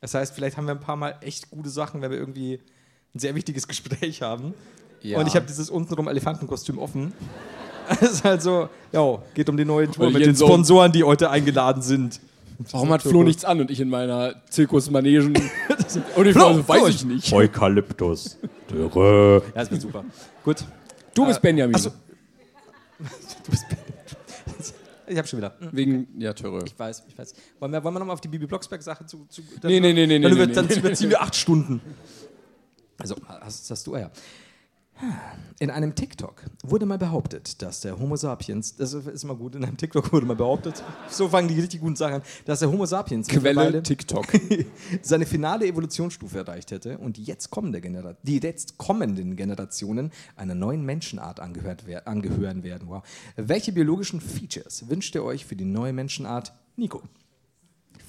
Speaker 1: Das heißt, vielleicht haben wir ein paar Mal echt gute Sachen, wenn wir irgendwie ein sehr wichtiges Gespräch haben.
Speaker 2: Ja.
Speaker 1: Und ich habe dieses untenrum Elefantenkostüm offen. Es ist halt so, jo, geht um die neue Tour
Speaker 2: Weil
Speaker 1: mit
Speaker 2: Jens
Speaker 1: den
Speaker 2: so-
Speaker 1: Sponsoren, die heute eingeladen sind.
Speaker 2: Warum hat Flo nichts an und ich in meiner Zirkusmanegen? und ich
Speaker 1: Flo,
Speaker 2: weiß
Speaker 1: Flo,
Speaker 2: ich nicht.
Speaker 6: Eukalyptus. Dürre.
Speaker 1: Ja, das wird super. Gut.
Speaker 2: Du bist Benjamin.
Speaker 1: Achso. Du bist Ich hab schon wieder.
Speaker 2: Wegen, ja, Töre.
Speaker 1: Ich weiß, ich weiß. Wollen wir, wollen wir nochmal auf die Bibi Blocksberg-Sache zu, zu.
Speaker 2: Nee, nee, nee, nee,
Speaker 1: Dann,
Speaker 2: nee,
Speaker 1: über,
Speaker 2: nee,
Speaker 1: dann
Speaker 2: nee.
Speaker 1: überziehen wir acht Stunden. Also, hast, hast du Eier. In einem TikTok wurde mal behauptet, dass der Homo sapiens, das ist immer gut, in einem TikTok wurde mal behauptet, so fangen die richtig guten Sachen an, dass der Homo sapiens
Speaker 2: Quelle
Speaker 1: mittlerweile
Speaker 2: TikTok.
Speaker 1: seine finale Evolutionsstufe erreicht hätte und die jetzt kommende Genera die jetzt kommenden Generationen einer neuen Menschenart angehört wer angehören werden. Wow. Welche biologischen Features wünscht ihr euch für die neue Menschenart, Nico?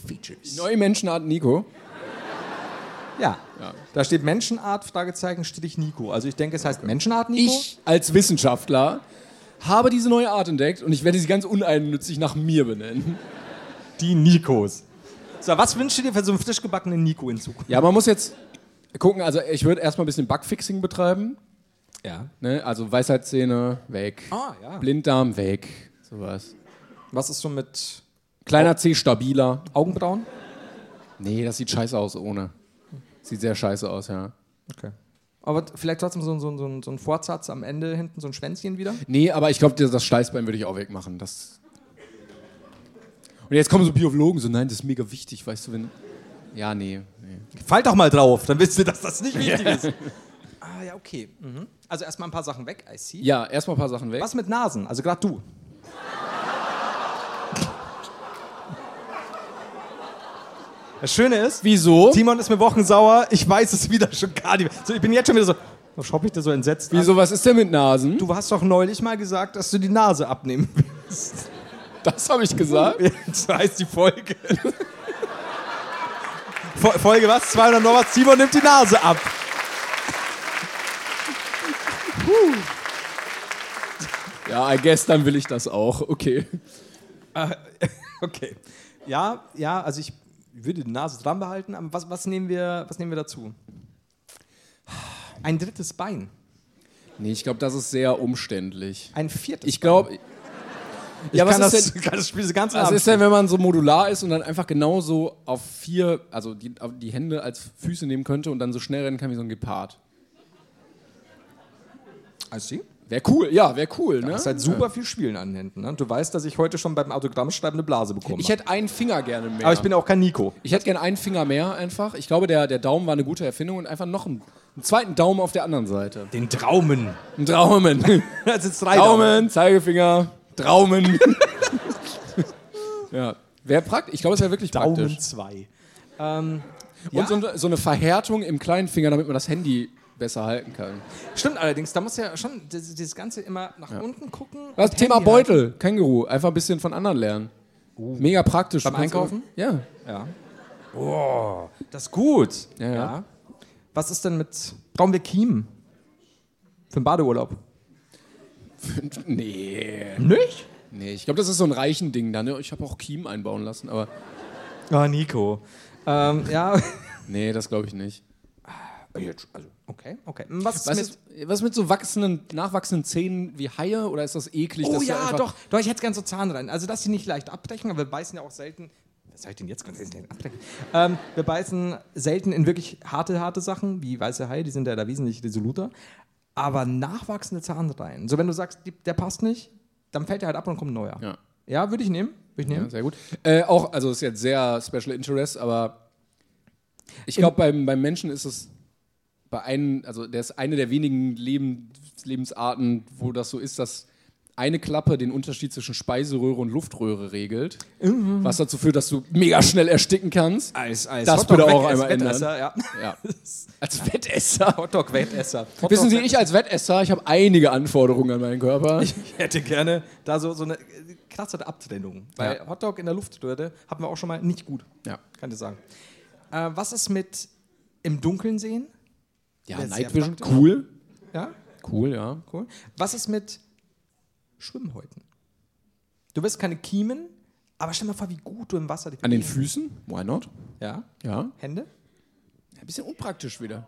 Speaker 1: Features.
Speaker 2: Neue Menschenart Nico.
Speaker 1: ja. Da steht Menschenart Fragezeichen Strich Nico. Also ich denke, es heißt Menschenart Nico.
Speaker 2: Ich als Wissenschaftler habe diese neue Art entdeckt und ich werde sie ganz uneinnützig nach mir benennen.
Speaker 1: die Nikos. So, was wünschst du dir für so einen frisch gebackenen Nico in Zukunft?
Speaker 2: Ja, man muss jetzt gucken, also ich würde erstmal ein bisschen Bugfixing betreiben.
Speaker 1: Ja.
Speaker 2: Ne? Also Weisheitszähne weg.
Speaker 1: Ah, ja.
Speaker 2: Blinddarm weg. Sowas.
Speaker 1: Was ist so mit
Speaker 2: Kleiner C stabiler.
Speaker 1: Augenbrauen?
Speaker 2: Nee, das sieht scheiße aus ohne. Sieht sehr scheiße aus, ja.
Speaker 1: Okay. Aber vielleicht trotzdem so, ein- so, ein- so, ein- so ein Fortsatz am Ende hinten, so ein Schwänzchen wieder?
Speaker 2: Nee, aber ich glaube, das Steißbein würde ich auch wegmachen. Das und jetzt kommen so Biologen so, nein, das ist mega wichtig, weißt du, wenn... Ja, nee. nee.
Speaker 1: Fall doch mal drauf, dann wisst ihr, dass das nicht wichtig ist. ah, ja, okay. Mhm. Also erstmal ein paar Sachen weg, I see.
Speaker 2: Ja, erstmal ein paar Sachen weg.
Speaker 1: Was mit Nasen? Also gerade du. Das Schöne ist,
Speaker 2: Wieso?
Speaker 1: Timon ist mir wochensauer, ich weiß es wieder schon gar nicht mehr. So, ich bin jetzt schon wieder so, oh, schau ich da so entsetzt an.
Speaker 2: Wieso, was ist denn mit Nasen?
Speaker 1: Du hast doch neulich mal gesagt, dass du die Nase abnehmen willst.
Speaker 2: das habe ich gesagt.
Speaker 1: so heißt die Folge. Fol- Folge was? 200 noch was? Timon nimmt die Nase ab.
Speaker 2: Ja, I guess, dann will ich das auch. Okay.
Speaker 1: Okay. Ja, ja, also ich würde die Nase dran behalten, aber was, was, nehmen, wir, was nehmen wir dazu? Ein drittes Bein.
Speaker 2: Nee, ich glaube, das ist sehr umständlich.
Speaker 1: Ein viertes
Speaker 2: Ich glaube... Ja,
Speaker 1: Bein.
Speaker 2: was
Speaker 1: Kann
Speaker 2: ist
Speaker 1: das,
Speaker 2: denn...
Speaker 1: kann das Spiel den ganzen
Speaker 2: Was
Speaker 1: Abend
Speaker 2: ist denn, wenn man so modular ist und dann einfach genauso auf vier, also die, auf die Hände als Füße nehmen könnte und dann so schnell rennen kann wie so ein Gepard?
Speaker 1: Also, sie?
Speaker 2: Wäre cool, ja, wäre cool,
Speaker 1: Du
Speaker 2: ne?
Speaker 1: hast halt super viel Spielen an den Händen. Ne? Du weißt, dass ich heute schon beim Autogrammschreiben eine Blase bekommen
Speaker 2: Ich
Speaker 1: habe.
Speaker 2: hätte einen Finger gerne mehr.
Speaker 1: Aber ich bin auch kein Nico.
Speaker 2: ich hätte gerne einen Finger mehr einfach. Ich glaube, der, der Daumen war eine gute Erfindung und einfach noch einen, einen zweiten Daumen auf der anderen Seite.
Speaker 1: Den Traumen.
Speaker 2: Ein Daumen.
Speaker 1: Das sind drei Daumen.
Speaker 2: Daumen, Zeigefinger, Daumen. ja. Wäre praktisch. Ich glaube, es wäre wirklich
Speaker 1: Daumen
Speaker 2: praktisch.
Speaker 1: 2.
Speaker 2: Und so, eine- so eine Verhärtung im kleinen Finger, damit man das Handy besser halten kann.
Speaker 1: Stimmt allerdings, da muss ja schon das- dieses Ganze immer nach unten gucken.
Speaker 2: Das
Speaker 1: und
Speaker 2: Thema
Speaker 1: Handy
Speaker 2: Beutel, Känguru. Einfach ein bisschen von anderen lernen. Mega praktisch.
Speaker 1: Beim
Speaker 2: Du kannst-
Speaker 1: Einkaufen?
Speaker 2: Ja.
Speaker 1: halten. Das ist gut.
Speaker 2: Ja, ja.
Speaker 1: Was ist denn mit. Brauchen wir Kiemen? Für den Badeurlaub.
Speaker 2: nee.
Speaker 1: Nicht?
Speaker 2: Nee, ich glaube, das ist so ein reichen Ding dann. ne? Ich habe auch Kiem einbauen lassen, aber
Speaker 1: Ah, Nico. Ähm, ja.
Speaker 2: nee, das glaube ich nicht.
Speaker 1: Okay, okay. Hm, Was ist
Speaker 2: Was
Speaker 1: mit...
Speaker 2: ist, was mit so wachsenden, nachwachsenden Zähnen wie Haie oder ist das eklig?
Speaker 1: Oh
Speaker 2: dass du
Speaker 1: ja,
Speaker 2: einfach-
Speaker 1: doch. Doch, ich hätte gern so Zahnreihen. Also, dass sie nicht leicht abbrechen, aber wir beißen ja auch selten. Was soll ich denn jetzt ganz selten abbrechen? Ähm, wir beißen selten in wirklich harte, harte Sachen, wie weiße Haie, die sind ja da wesentlich resoluter. Aber nachwachsende Zahnreihen. So, wenn du sagst, die, der passt nicht, dann fällt der halt ab und kommt ein neuer.
Speaker 2: Ja.
Speaker 1: Ja, würde ich nehmen. Würde ich nehmen.
Speaker 2: Ja, sehr gut. Äh, auch, also ist jetzt sehr Special Interest, aber ich glaube, beim, beim Menschen ist es bei einem, also der ist eine der wenigen Leben, Lebensarten, wo das so ist, dass eine Klappe den Unterschied zwischen Speiseröhre und Luftröhre regelt,
Speaker 1: Mhm.
Speaker 2: was dazu führt, dass du mega schnell ersticken kannst.
Speaker 1: Als, als
Speaker 2: Das
Speaker 1: Hotdog
Speaker 2: bitte auch
Speaker 1: weg-
Speaker 2: einmal ändern.
Speaker 1: Wettesser, ja.
Speaker 2: Ja. Als Wettesser.
Speaker 1: Hotdog-Wettesser.
Speaker 2: Wissen Sie, ich als Wettesser, ich habe einige Anforderungen an meinen Körper.
Speaker 1: Ich hätte gerne da so, so eine krasse Abtrennung. Weil Hotdog in der Luft würde, hatten wir auch schon mal nicht gut.
Speaker 2: Ja.
Speaker 1: Kann ich sagen. Äh, was ist mit im Dunkeln sehen?
Speaker 2: ja,
Speaker 1: Sehr
Speaker 2: Night Vision,
Speaker 1: praktisch.
Speaker 2: cool.
Speaker 1: Ja,
Speaker 2: Cool, ja.
Speaker 1: cool. Was ist mit Schwimmhäuten? Du wirst keine Kiemen, aber stell dir mal vor, wie gut du im Wasser die
Speaker 2: An den Füßen, why not?
Speaker 1: Ja.
Speaker 2: Ja.
Speaker 1: Hände?
Speaker 2: Ein bisschen unpraktisch wieder.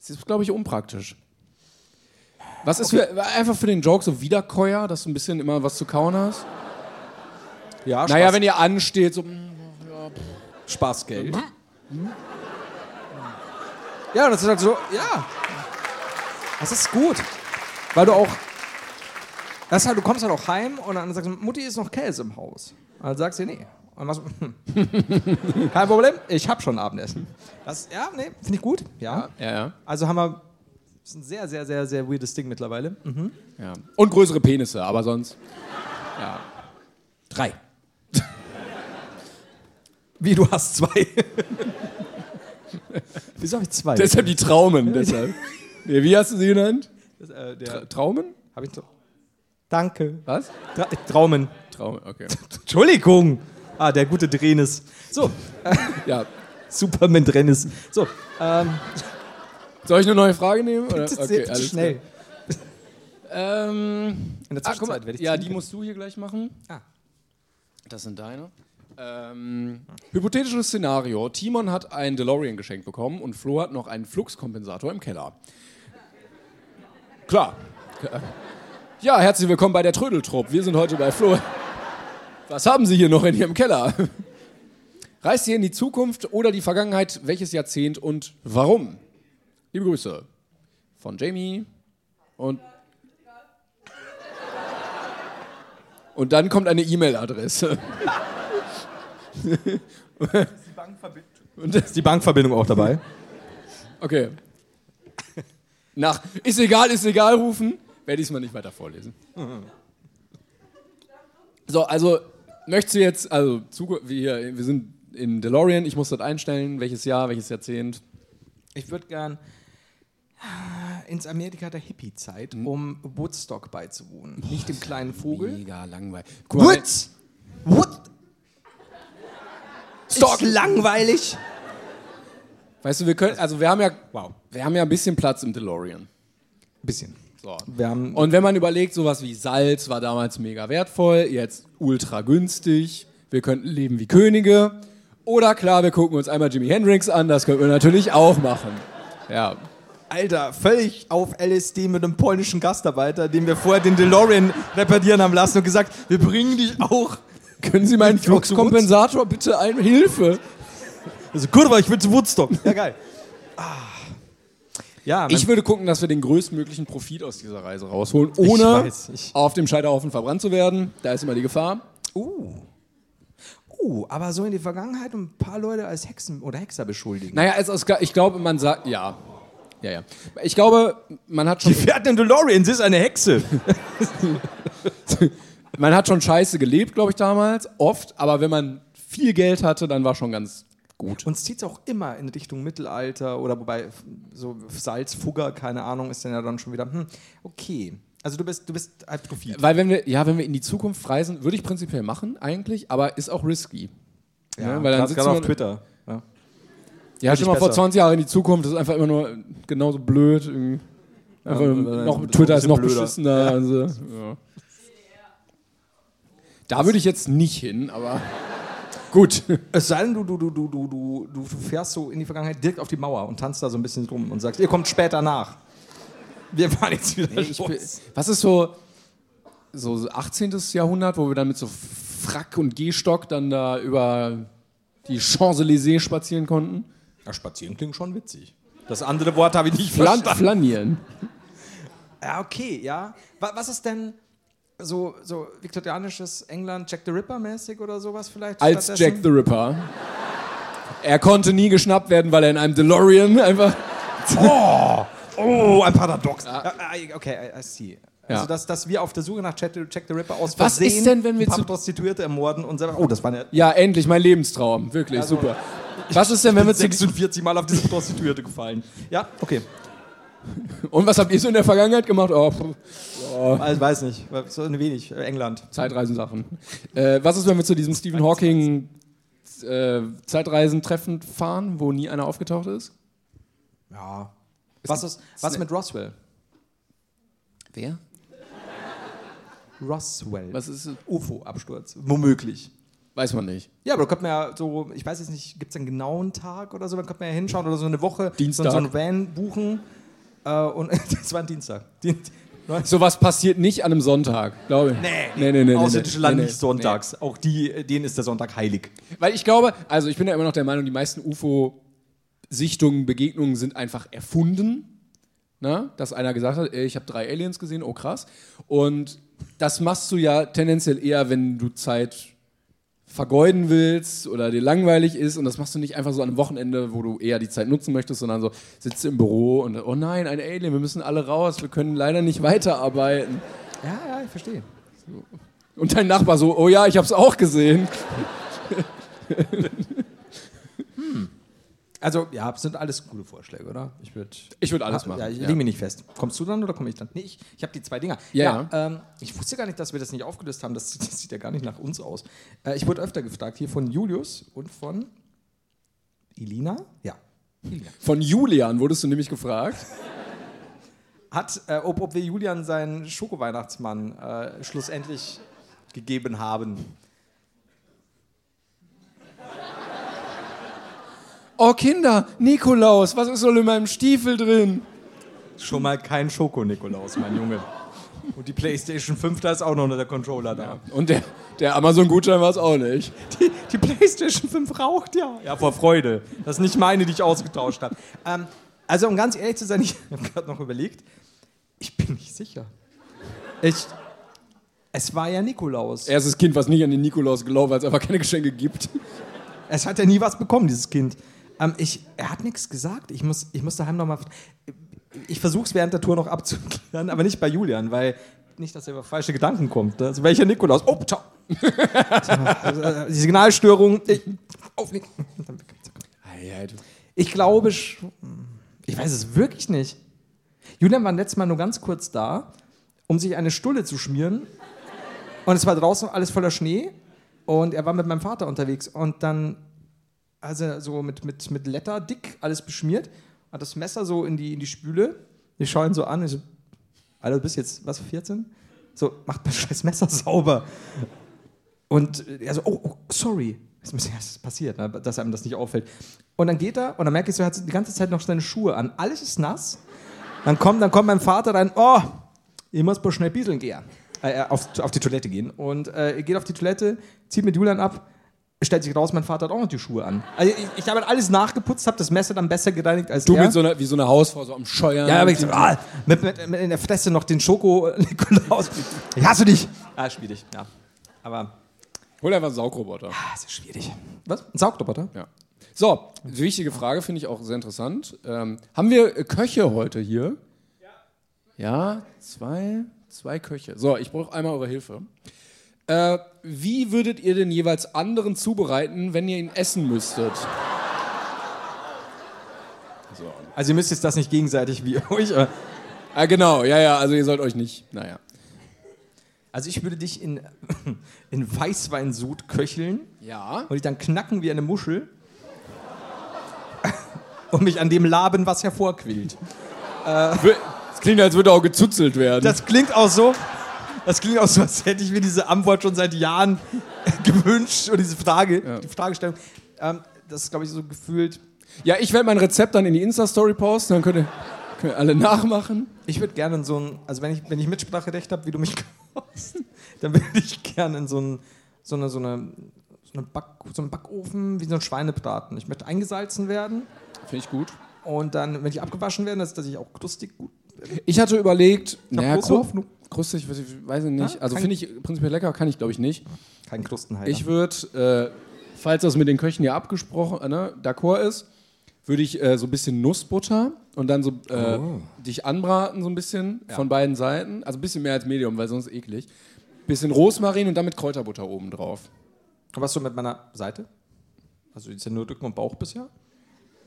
Speaker 2: Es ist, glaube ich, unpraktisch. Was ist für, einfach für den Joke so Wiederkäuer, dass du ein bisschen immer was zu kauen hast?
Speaker 1: Ja,
Speaker 2: Naja, wenn ihr ansteht, so. mm, Mhm.
Speaker 1: Spaßgeld. Ja, das ist halt so, ja. Das ist gut. Weil du auch. Das ist halt, du kommst halt auch heim und dann sagst du, Mutti ist noch Käse im Haus. Und dann sagst du, nee. Und dann machst du, hm. kein Problem, ich hab schon Abendessen. Das, ja, nee, finde ich gut. Ja.
Speaker 2: Ja, ja,
Speaker 1: Also haben wir. Das ist ein sehr, sehr, sehr, sehr weirdes Ding mittlerweile. Mhm.
Speaker 2: ja. Und größere Penisse, aber sonst.
Speaker 1: Drei. Wie du hast zwei. Wieso habe ich zwei?
Speaker 2: Deshalb die Traumen, deshalb. Nee, wie hast du sie genannt?
Speaker 1: äh, der,
Speaker 2: Traumen?
Speaker 1: Hab ich doch. Danke.
Speaker 2: Was?
Speaker 1: Tra Traumen.
Speaker 2: Traumen, okay.
Speaker 1: Entschuldigung. Ah, der gute Drenis. So,
Speaker 2: Ja.
Speaker 1: Superman Drenis. So, ähm,
Speaker 2: Soll ich eine neue Frage nehmen? Oder?
Speaker 1: das ist
Speaker 2: Okay,
Speaker 1: jetzt
Speaker 2: alles
Speaker 1: schnell.
Speaker 2: klar. Ähm,
Speaker 1: In der
Speaker 2: ah, guck mal,
Speaker 1: Zwischenzeit werde ich
Speaker 2: ja, die
Speaker 1: trinken.
Speaker 2: musst du hier gleich machen.
Speaker 1: Ah.
Speaker 2: Das sind deine. Ähm, hypothetisches Szenario. Timon hat einen DeLorean geschenkt bekommen und Flo hat noch einen Fluxkompensator im Keller. Klar. Ja, herzlich willkommen bei der Trödeltrupp. Wir sind heute bei Flo. Was haben Sie hier noch in Ihrem Keller? Reist ihr in die Zukunft oder die Vergangenheit? Welches Jahrzehnt und warum? Liebe Grüße von Jamie und Und dann kommt eine E-Mail-Adresse. Und das-
Speaker 1: die Bankverbindung auch dabei?
Speaker 2: okay. Nach ist egal, ist egal rufen, werde ich es mal nicht weiter vorlesen. So, also möchtest du jetzt, also Zuku- wir, wir sind in DeLorean, ich muss das einstellen, welches Jahr, welches Jahrzehnt.
Speaker 1: Ich würde gern äh, ins Amerika der Hippie-Zeit, um Woodstock beizuwohnen. Nicht dem kleinen Vogel.
Speaker 2: Mega langweilig.
Speaker 1: Wood! Wood! Stock!
Speaker 2: Stock!
Speaker 1: Ist langweilig!
Speaker 2: Weißt du, wir können, also wir haben ja, wow, wir haben ja ein bisschen Platz im DeLorean.
Speaker 1: Bisschen.
Speaker 2: So.
Speaker 1: Wir haben
Speaker 2: Und wenn man überlegt, sowas wie Salz war damals mega wertvoll, jetzt ultra günstig, wir könnten leben wie Könige. Oder klar, wir gucken uns einmal Jimi Hendrix an, das könnten wir natürlich auch machen. Ja.
Speaker 1: Alter, völlig auf LSD mit einem polnischen Gastarbeiter, dem wir vorher den DeLorean reparieren haben lassen und gesagt, wir bringen dich auch.
Speaker 2: Können Sie meinen
Speaker 1: Ich auch zu
Speaker 2: Fluxkompensator bitte ein Hilfe?
Speaker 1: Also Kurwa, ich will zu Woodstock. Ja, geil. Ah. Ja,
Speaker 2: Ich
Speaker 1: mein-
Speaker 2: würde gucken, dass wir den größtmöglichen Profit aus dieser Reise rausholen, ohne
Speaker 1: weiß, ich-
Speaker 2: auf dem Scheiterhaufen verbrannt zu werden. Da ist immer die Gefahr.
Speaker 1: uh, aber so in die Vergangenheit und ein paar Leute als Hexen oder Hexer beschuldigen.
Speaker 2: Naja, es ist, ich glaube, man sagt, ja. Ja, ja. Ich glaube, man hat schon.
Speaker 1: fährt den DeLorean, sie ist eine Hexe.
Speaker 2: Man hat schon scheiße gelebt, glaube ich, damals, oft, aber wenn man viel Geld hatte, dann war schon ganz gut.
Speaker 1: Uns zieht es auch immer in Richtung Mittelalter oder wobei so Salzfugger, keine Ahnung, ist dann ja dann schon wieder, hm, okay. Also du bist, du bist halt Profit.
Speaker 2: Weil wenn wir, ja, wenn wir in die Zukunft reisen, würde ich prinzipiell machen eigentlich, aber ist auch risky. Ja, weil dann
Speaker 1: Gerade-
Speaker 2: sitzt
Speaker 1: gerade
Speaker 2: man,
Speaker 1: Twitter. Ja.
Speaker 2: Ja, schon mal vor
Speaker 1: besser.
Speaker 2: 20 Jahren in die Zukunft, das ist einfach immer nur genauso blöd. irgendwie. Einfach
Speaker 7: das
Speaker 2: noch,
Speaker 7: ist
Speaker 2: Twitter
Speaker 7: ein
Speaker 2: ist noch
Speaker 7: bisschen blöder.
Speaker 2: beschissener. Also, ja. Da würde ich jetzt nicht hin, aber gut.
Speaker 1: Es sei denn, du, du, du, du, du, du, du fährst so in die Vergangenheit direkt auf die Mauer und tanzt da so ein bisschen rum und sagst, ihr kommt später nach. Wir fahren jetzt wieder
Speaker 2: Ich bin, was ist so, so 18. Jahrhundert, wo wir dann mit so Frack und Gehstock dann da über die Champs-Élysées spazieren konnten?
Speaker 1: Ja, spazieren klingt schon witzig. Das andere Wort habe ich nicht
Speaker 2: Flan
Speaker 1: verstanden.
Speaker 2: flanieren.
Speaker 1: Ja, Ah, okay, ja. Wa- Was ist denn so, so viktorianisches England, Jack the Ripper mäßig oder sowas vielleicht?
Speaker 2: Als
Speaker 1: stattdessen?
Speaker 2: Jack the Ripper. Er konnte nie geschnappt werden, weil er in einem DeLorean einfach.
Speaker 1: Oh, oh, ein Paradox. ah, Ja, I- Okay, I, I see.
Speaker 2: Ja.
Speaker 1: Also, dass, dass wir auf der Suche nach Jack the, Jack the Ripper aus
Speaker 2: Was ist
Speaker 1: Versehen
Speaker 2: denn, wenn wir
Speaker 1: ein paar
Speaker 2: zu-
Speaker 1: Prostituierte ermorden und selber... Oh, das war eine...
Speaker 2: Ja, endlich, mein Lebenstraum. Wirklich, super. Was ist denn, wenn wir zu.
Speaker 1: 46 Mal auf diese Prostituierte gefallen. Ja, okay.
Speaker 2: Und was habt ihr so in der Vergangenheit gemacht? Oh, pff.
Speaker 1: Also, weiß nicht. So ein wenig. Äh, England.
Speaker 2: Zeitreisensachen. Äh, was ist, wenn wir zu diesem Stephen Hawking äh, Zeitreisentreffen fahren, wo nie einer aufgetaucht ist?
Speaker 1: Ja. Was ist, was mit Roswell?
Speaker 2: Wer?
Speaker 1: Roswell.
Speaker 2: Was ist?
Speaker 1: UFO-Absturz. Womöglich.
Speaker 2: Weiß man nicht.
Speaker 1: Ja, aber da könnte man ja so, ich weiß jetzt nicht, gibt es einen genauen Tag oder so, dann könnte man ja hinschauen oder so eine Woche
Speaker 2: Dienstag.
Speaker 1: So, so einen Van buchen. Äh, und das war ein Dienstag. Dien
Speaker 2: Sowas passiert nicht an einem Sonntag, glaube ich. nee, nee, nee.
Speaker 1: Außerirdische
Speaker 2: nee,
Speaker 1: landen
Speaker 2: nee,
Speaker 1: nicht
Speaker 2: nee.
Speaker 1: sonntags. Auch die, äh, denen ist der Sonntag heilig.
Speaker 2: Weil ich glaube, also ich bin ja immer noch der Meinung, die meisten UFO-Sichtungen, Begegnungen sind einfach erfunden. Na? Dass einer gesagt hat, ey, ich habe drei Aliens gesehen, oh krass. Und das machst du ja tendenziell eher, wenn du Zeit vergeuden willst oder dir langweilig ist. Und das machst du nicht einfach so an einem Wochenende, wo du eher die Zeit nutzen möchtest, sondern so sitzt im Büro und oh nein, ein Alien, wir müssen alle raus, wir können leider nicht weiterarbeiten.
Speaker 1: Ja, ja, ich verstehe.
Speaker 2: Und dein Nachbar so, oh ja, ich hab's auch gesehen.
Speaker 1: Also, ja, es sind alles gute Vorschläge, oder? Ich würde.
Speaker 2: Ich würde alles machen.
Speaker 1: Ah, Ja, ich lege mich nicht fest. Kommst du dann oder komme ich dann? Nee, ich, ich habe die zwei Dinger.
Speaker 2: Ja,
Speaker 1: ähm, ich wusste gar nicht, dass wir das nicht aufgelöst haben. Das, das sieht ja gar nicht nach uns aus. Äh, ich wurde öfter gefragt, hier von Julius und von Elina. Ja.
Speaker 2: Von Julian wurdest du nämlich gefragt.
Speaker 1: Hat, äh, ob, ob wir Julian seinen Schokoweihnachtsmann äh, schlussendlich gegeben haben.
Speaker 2: Oh Kinder, Nikolaus, was ist wohl in meinem Stiefel drin?
Speaker 1: Schon mal kein Schoko, Nikolaus, mein Junge. Und die PlayStation 5, da ist auch noch der Controller da.
Speaker 2: Und der, der Amazon-Gutschein war es auch nicht.
Speaker 1: Die, die PlayStation 5 raucht ja. Ja, vor Freude. Das ist nicht meine, die ich ausgetauscht habe. Ähm, also, um ganz ehrlich zu sein, ich habe gerade noch überlegt, ich bin nicht sicher. Ich, es war ja Nikolaus.
Speaker 2: Erstes Kind, was nicht an den Nikolaus glaubt, weil es einfach keine Geschenke gibt.
Speaker 1: Es hat ja nie was bekommen, dieses Kind. Ähm, ich, er hat nichts gesagt. Ich muss, ich muss daheim nochmal. Ich versuche es während der Tour noch abzuklären, aber nicht bei Julian, weil nicht, dass er über falsche Gedanken kommt. Also welcher Nikolaus? Oh, ciao. Also, äh, Die Signalstörung. Ich, auf, Nik- ich glaube, sch- ich weiß es wirklich nicht. Julian war letztes Mal nur ganz kurz da, um sich eine Stulle zu schmieren. Und es war draußen alles voller Schnee. Und er war mit meinem Vater unterwegs. Und dann, also so mit, mit, mit Letter dick alles beschmiert, hat das Messer so in die, in die Spüle. Ich schaue ihn so an. Ich so, Alter, du bist jetzt, was, 14? So, macht mein scheiß Messer sauber. Und äh, er so, oh, oh sorry. Das ist mir erst passiert, ne, dass einem das nicht auffällt. Und dann geht er und dann merke ich so, er hat die ganze Zeit noch seine Schuhe an. Alles ist nass. Dann kommt, dann kommt mein Vater rein, oh, ich muss bloß schnell bieseln gehen. Äh, äh, auf, auf die Toilette gehen. Und äh, er geht auf die Toilette, zieht mit Julian ab, stellt sich raus, mein Vater hat auch noch die Schuhe an. Also ich, ich habe alles nachgeputzt, habe das Messer dann besser gereinigt als
Speaker 2: Du
Speaker 1: er.
Speaker 2: mit so einer, wie so eine Hausfrau, so am Scheuern.
Speaker 1: Ja, aber ich so, ah, mit, mit, mit in der Fresse noch den Schoko äh, Nikolaus. Ich hasse dich. Ah, schwierig, ja. Aber
Speaker 2: Hol einfach einen Saugroboter.
Speaker 1: ah, ist schwierig. Was? Ein Saugroboter?
Speaker 2: Ja. So, wichtige Frage, finde ich auch sehr interessant. Ähm, haben wir äh, Köche heute hier? Ja. Ja, zwei, zwei Köche. So, ich brauche einmal eure Hilfe. Äh, wie würdet ihr den jeweils anderen zubereiten, wenn ihr ihn essen müsstet?
Speaker 1: Also ihr müsst jetzt das nicht gegenseitig wie euch. aber-
Speaker 2: Ah, genau, ja, ja, also ihr sollt euch nicht, naja.
Speaker 1: Also ich würde dich in, in Weißweinsud köcheln
Speaker 2: Ja.
Speaker 1: und dich dann knacken wie eine Muschel und mich an dem Laben was hervorquillt.
Speaker 2: Es klingt, als würde auch gezuzelt werden.
Speaker 1: Das klingt auch so. Das klingt auch so, als hätte ich mir diese Antwort schon seit Jahren gewünscht und diese Frage, die Fragestellung. Ähm, das ist, glaube ich, so gefühlt.
Speaker 2: ja, ich werde mein Rezept dann in die Insta-Story posten, dann könnt ihr, könnt ihr alle nachmachen.
Speaker 1: Ich würde gerne in so ein, also wenn ich, wenn ich Mitspracherecht habe, wie du mich kaufst, dann würde ich gerne in so ein, so eine, so eine, so eine Back, so einen Backofen wie so ein Schweinebraten. Ich möchte eingesalzen werden
Speaker 2: Finde ich gut.
Speaker 1: und dann, wenn ich abgewaschen werde, dass, dass ich auch krustig gut.
Speaker 2: Ich hatte überlegt, naja,
Speaker 1: große Hoffnung.
Speaker 2: krustig, weiß ich- weiß ich nicht.
Speaker 1: Ja,
Speaker 2: Also
Speaker 1: kann-
Speaker 2: finde ich prinzipiell lecker, kann ich glaube ich nicht.
Speaker 1: Kein Krustenhalter.
Speaker 2: Ich würde, äh, falls das mit den Köchen hier abgesprochen, äh, ne, d'accord ist, würde ich äh, so ein bisschen Nussbutter und dann so äh, dich anbraten so ein bisschen von beiden Seiten. Also ein bisschen mehr als Medium, weil sonst eklig. Bisschen Rosmarin und dann mit Kräuterbutter oben drauf.
Speaker 1: Was so mit meiner Seite? Also jetzt ja nur Rücken und Bauch bisher.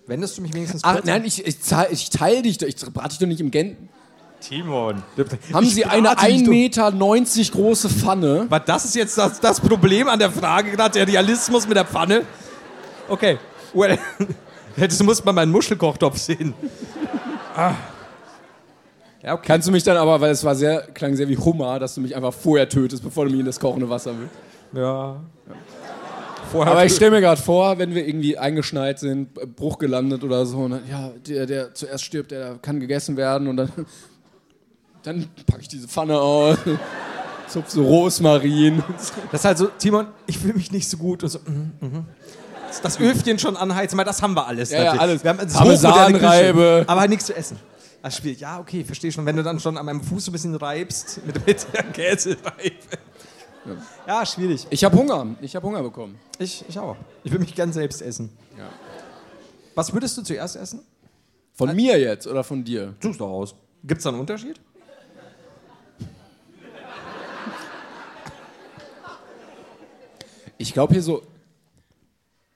Speaker 1: Wendest du mich wenigstens
Speaker 2: Ach ne.
Speaker 1: kurz
Speaker 2: nein, ich, ich, zahl- ich teile dich, doch- ich brate dich doch nicht im Gänten.
Speaker 1: Timon.
Speaker 2: Haben Sie eine 1,90 Meter große Pfanne?
Speaker 1: Was, das ist jetzt das, das Problem an der Frage gerade, der Realismus mit der Pfanne? Okay. Well, hättest du musst mal meinen Muschelkochtopf sehen. Ah. Ja, okay.
Speaker 2: Kannst du mich dann aber, weil es war sehr, klang sehr wie Hummer, dass du mich einfach vorher tötest, bevor du mich in das kochende Wasser willst.
Speaker 1: ja. Vorher
Speaker 2: Aber ich stelle mir gerade vor, wenn wir irgendwie eingeschneit sind, äh, Bruch gelandet oder so, und dann, ja, der, der zuerst stirbt, der kann gegessen werden und dann, dann packe ich diese Pfanne aus, zupf so Rosmarin. und so.
Speaker 1: das ist halt so, Timon, ich fühle mich nicht so gut und so. Mhm, mhm. Das- Das Öfchen schon anheizen, weil das haben wir alles.
Speaker 2: Ja, ja,
Speaker 1: natürlich.
Speaker 2: alles.
Speaker 1: Wir haben das
Speaker 2: Parmesan
Speaker 1: hochmoderne Küche,
Speaker 2: reibe.
Speaker 1: Aber halt nichts zu essen. Das Spiel, ja, okay, verstehe schon. Wenn du dann schon an meinem Fuß so ein bisschen reibst, mit, mit der Käsereibe. Ja, schwierig.
Speaker 2: Ich habe Hunger, ich habe Hunger bekommen.
Speaker 1: Ich, ich auch. Ich will mich gern selbst essen.
Speaker 2: Ja.
Speaker 1: Was würdest du zuerst essen?
Speaker 2: Von mir jetzt oder von dir?
Speaker 1: Du doch aus. Gibt es da einen Unterschied?
Speaker 2: Ich glaube hier so,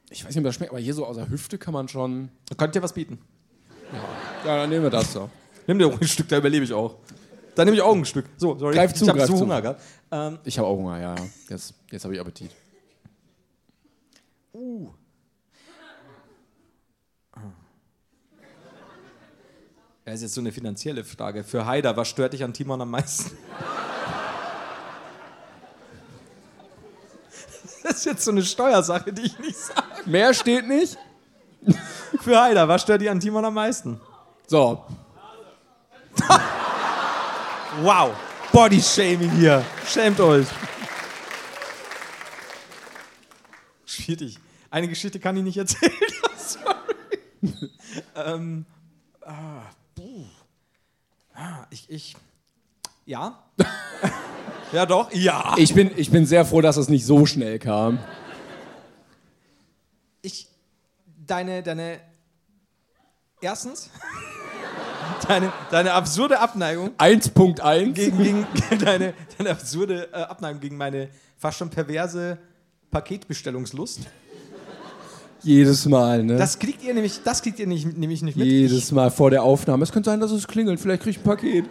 Speaker 2: ich weiß nicht, ob das schmeckt, aber hier so aus der Hüfte kann man schon,
Speaker 1: Ich könnte dir was bieten.
Speaker 2: ja, dann nehmen wir das doch.
Speaker 1: Nimm dir ruhig ein Stück, da überlebe ich auch. Dann nehme ich auch ein Stück. So, sorry.
Speaker 2: Greif zu,
Speaker 1: ich habe
Speaker 2: greif
Speaker 1: so
Speaker 2: zu.
Speaker 1: Hunger gehabt. Ähm,
Speaker 2: Ich habe auch Hunger, ja, ja. jetzt, jetzt habe ich Appetit.
Speaker 1: das ist jetzt so eine finanzielle Frage. Für Haider, was stört dich an Timon am meisten? Das ist jetzt so eine Steuersache, die ich nicht sage.
Speaker 2: Mehr steht nicht?
Speaker 1: Für Haider, was stört dich an Timon am meisten?
Speaker 2: So,
Speaker 1: Wow. Bodyshaming hier. Schämt euch. Schwierig. Eine Geschichte kann ich nicht erzählen. Oh, Sorry. ähm, ah, puh. Ah, ich, ich. Ja? ja, doch. Ja.
Speaker 2: ich bin, ich bin sehr froh, dass es nicht so schnell kam.
Speaker 1: Ich. Deine, deine. Erstens. deine, deine absurde Abneigung.
Speaker 2: 1.1.
Speaker 1: gegen, gegen deine, deine absurde äh, Abneigung gegen meine fast schon perverse Paketbestellungslust.
Speaker 2: Jedes Mal, ne?
Speaker 1: Das kriegt ihr nämlich, das kriegt ihr nicht, nämlich nicht mit.
Speaker 2: Jedes Mal vor der Aufnahme. Es könnte sein, dass es klingelt. Vielleicht krieg ich ein Paket.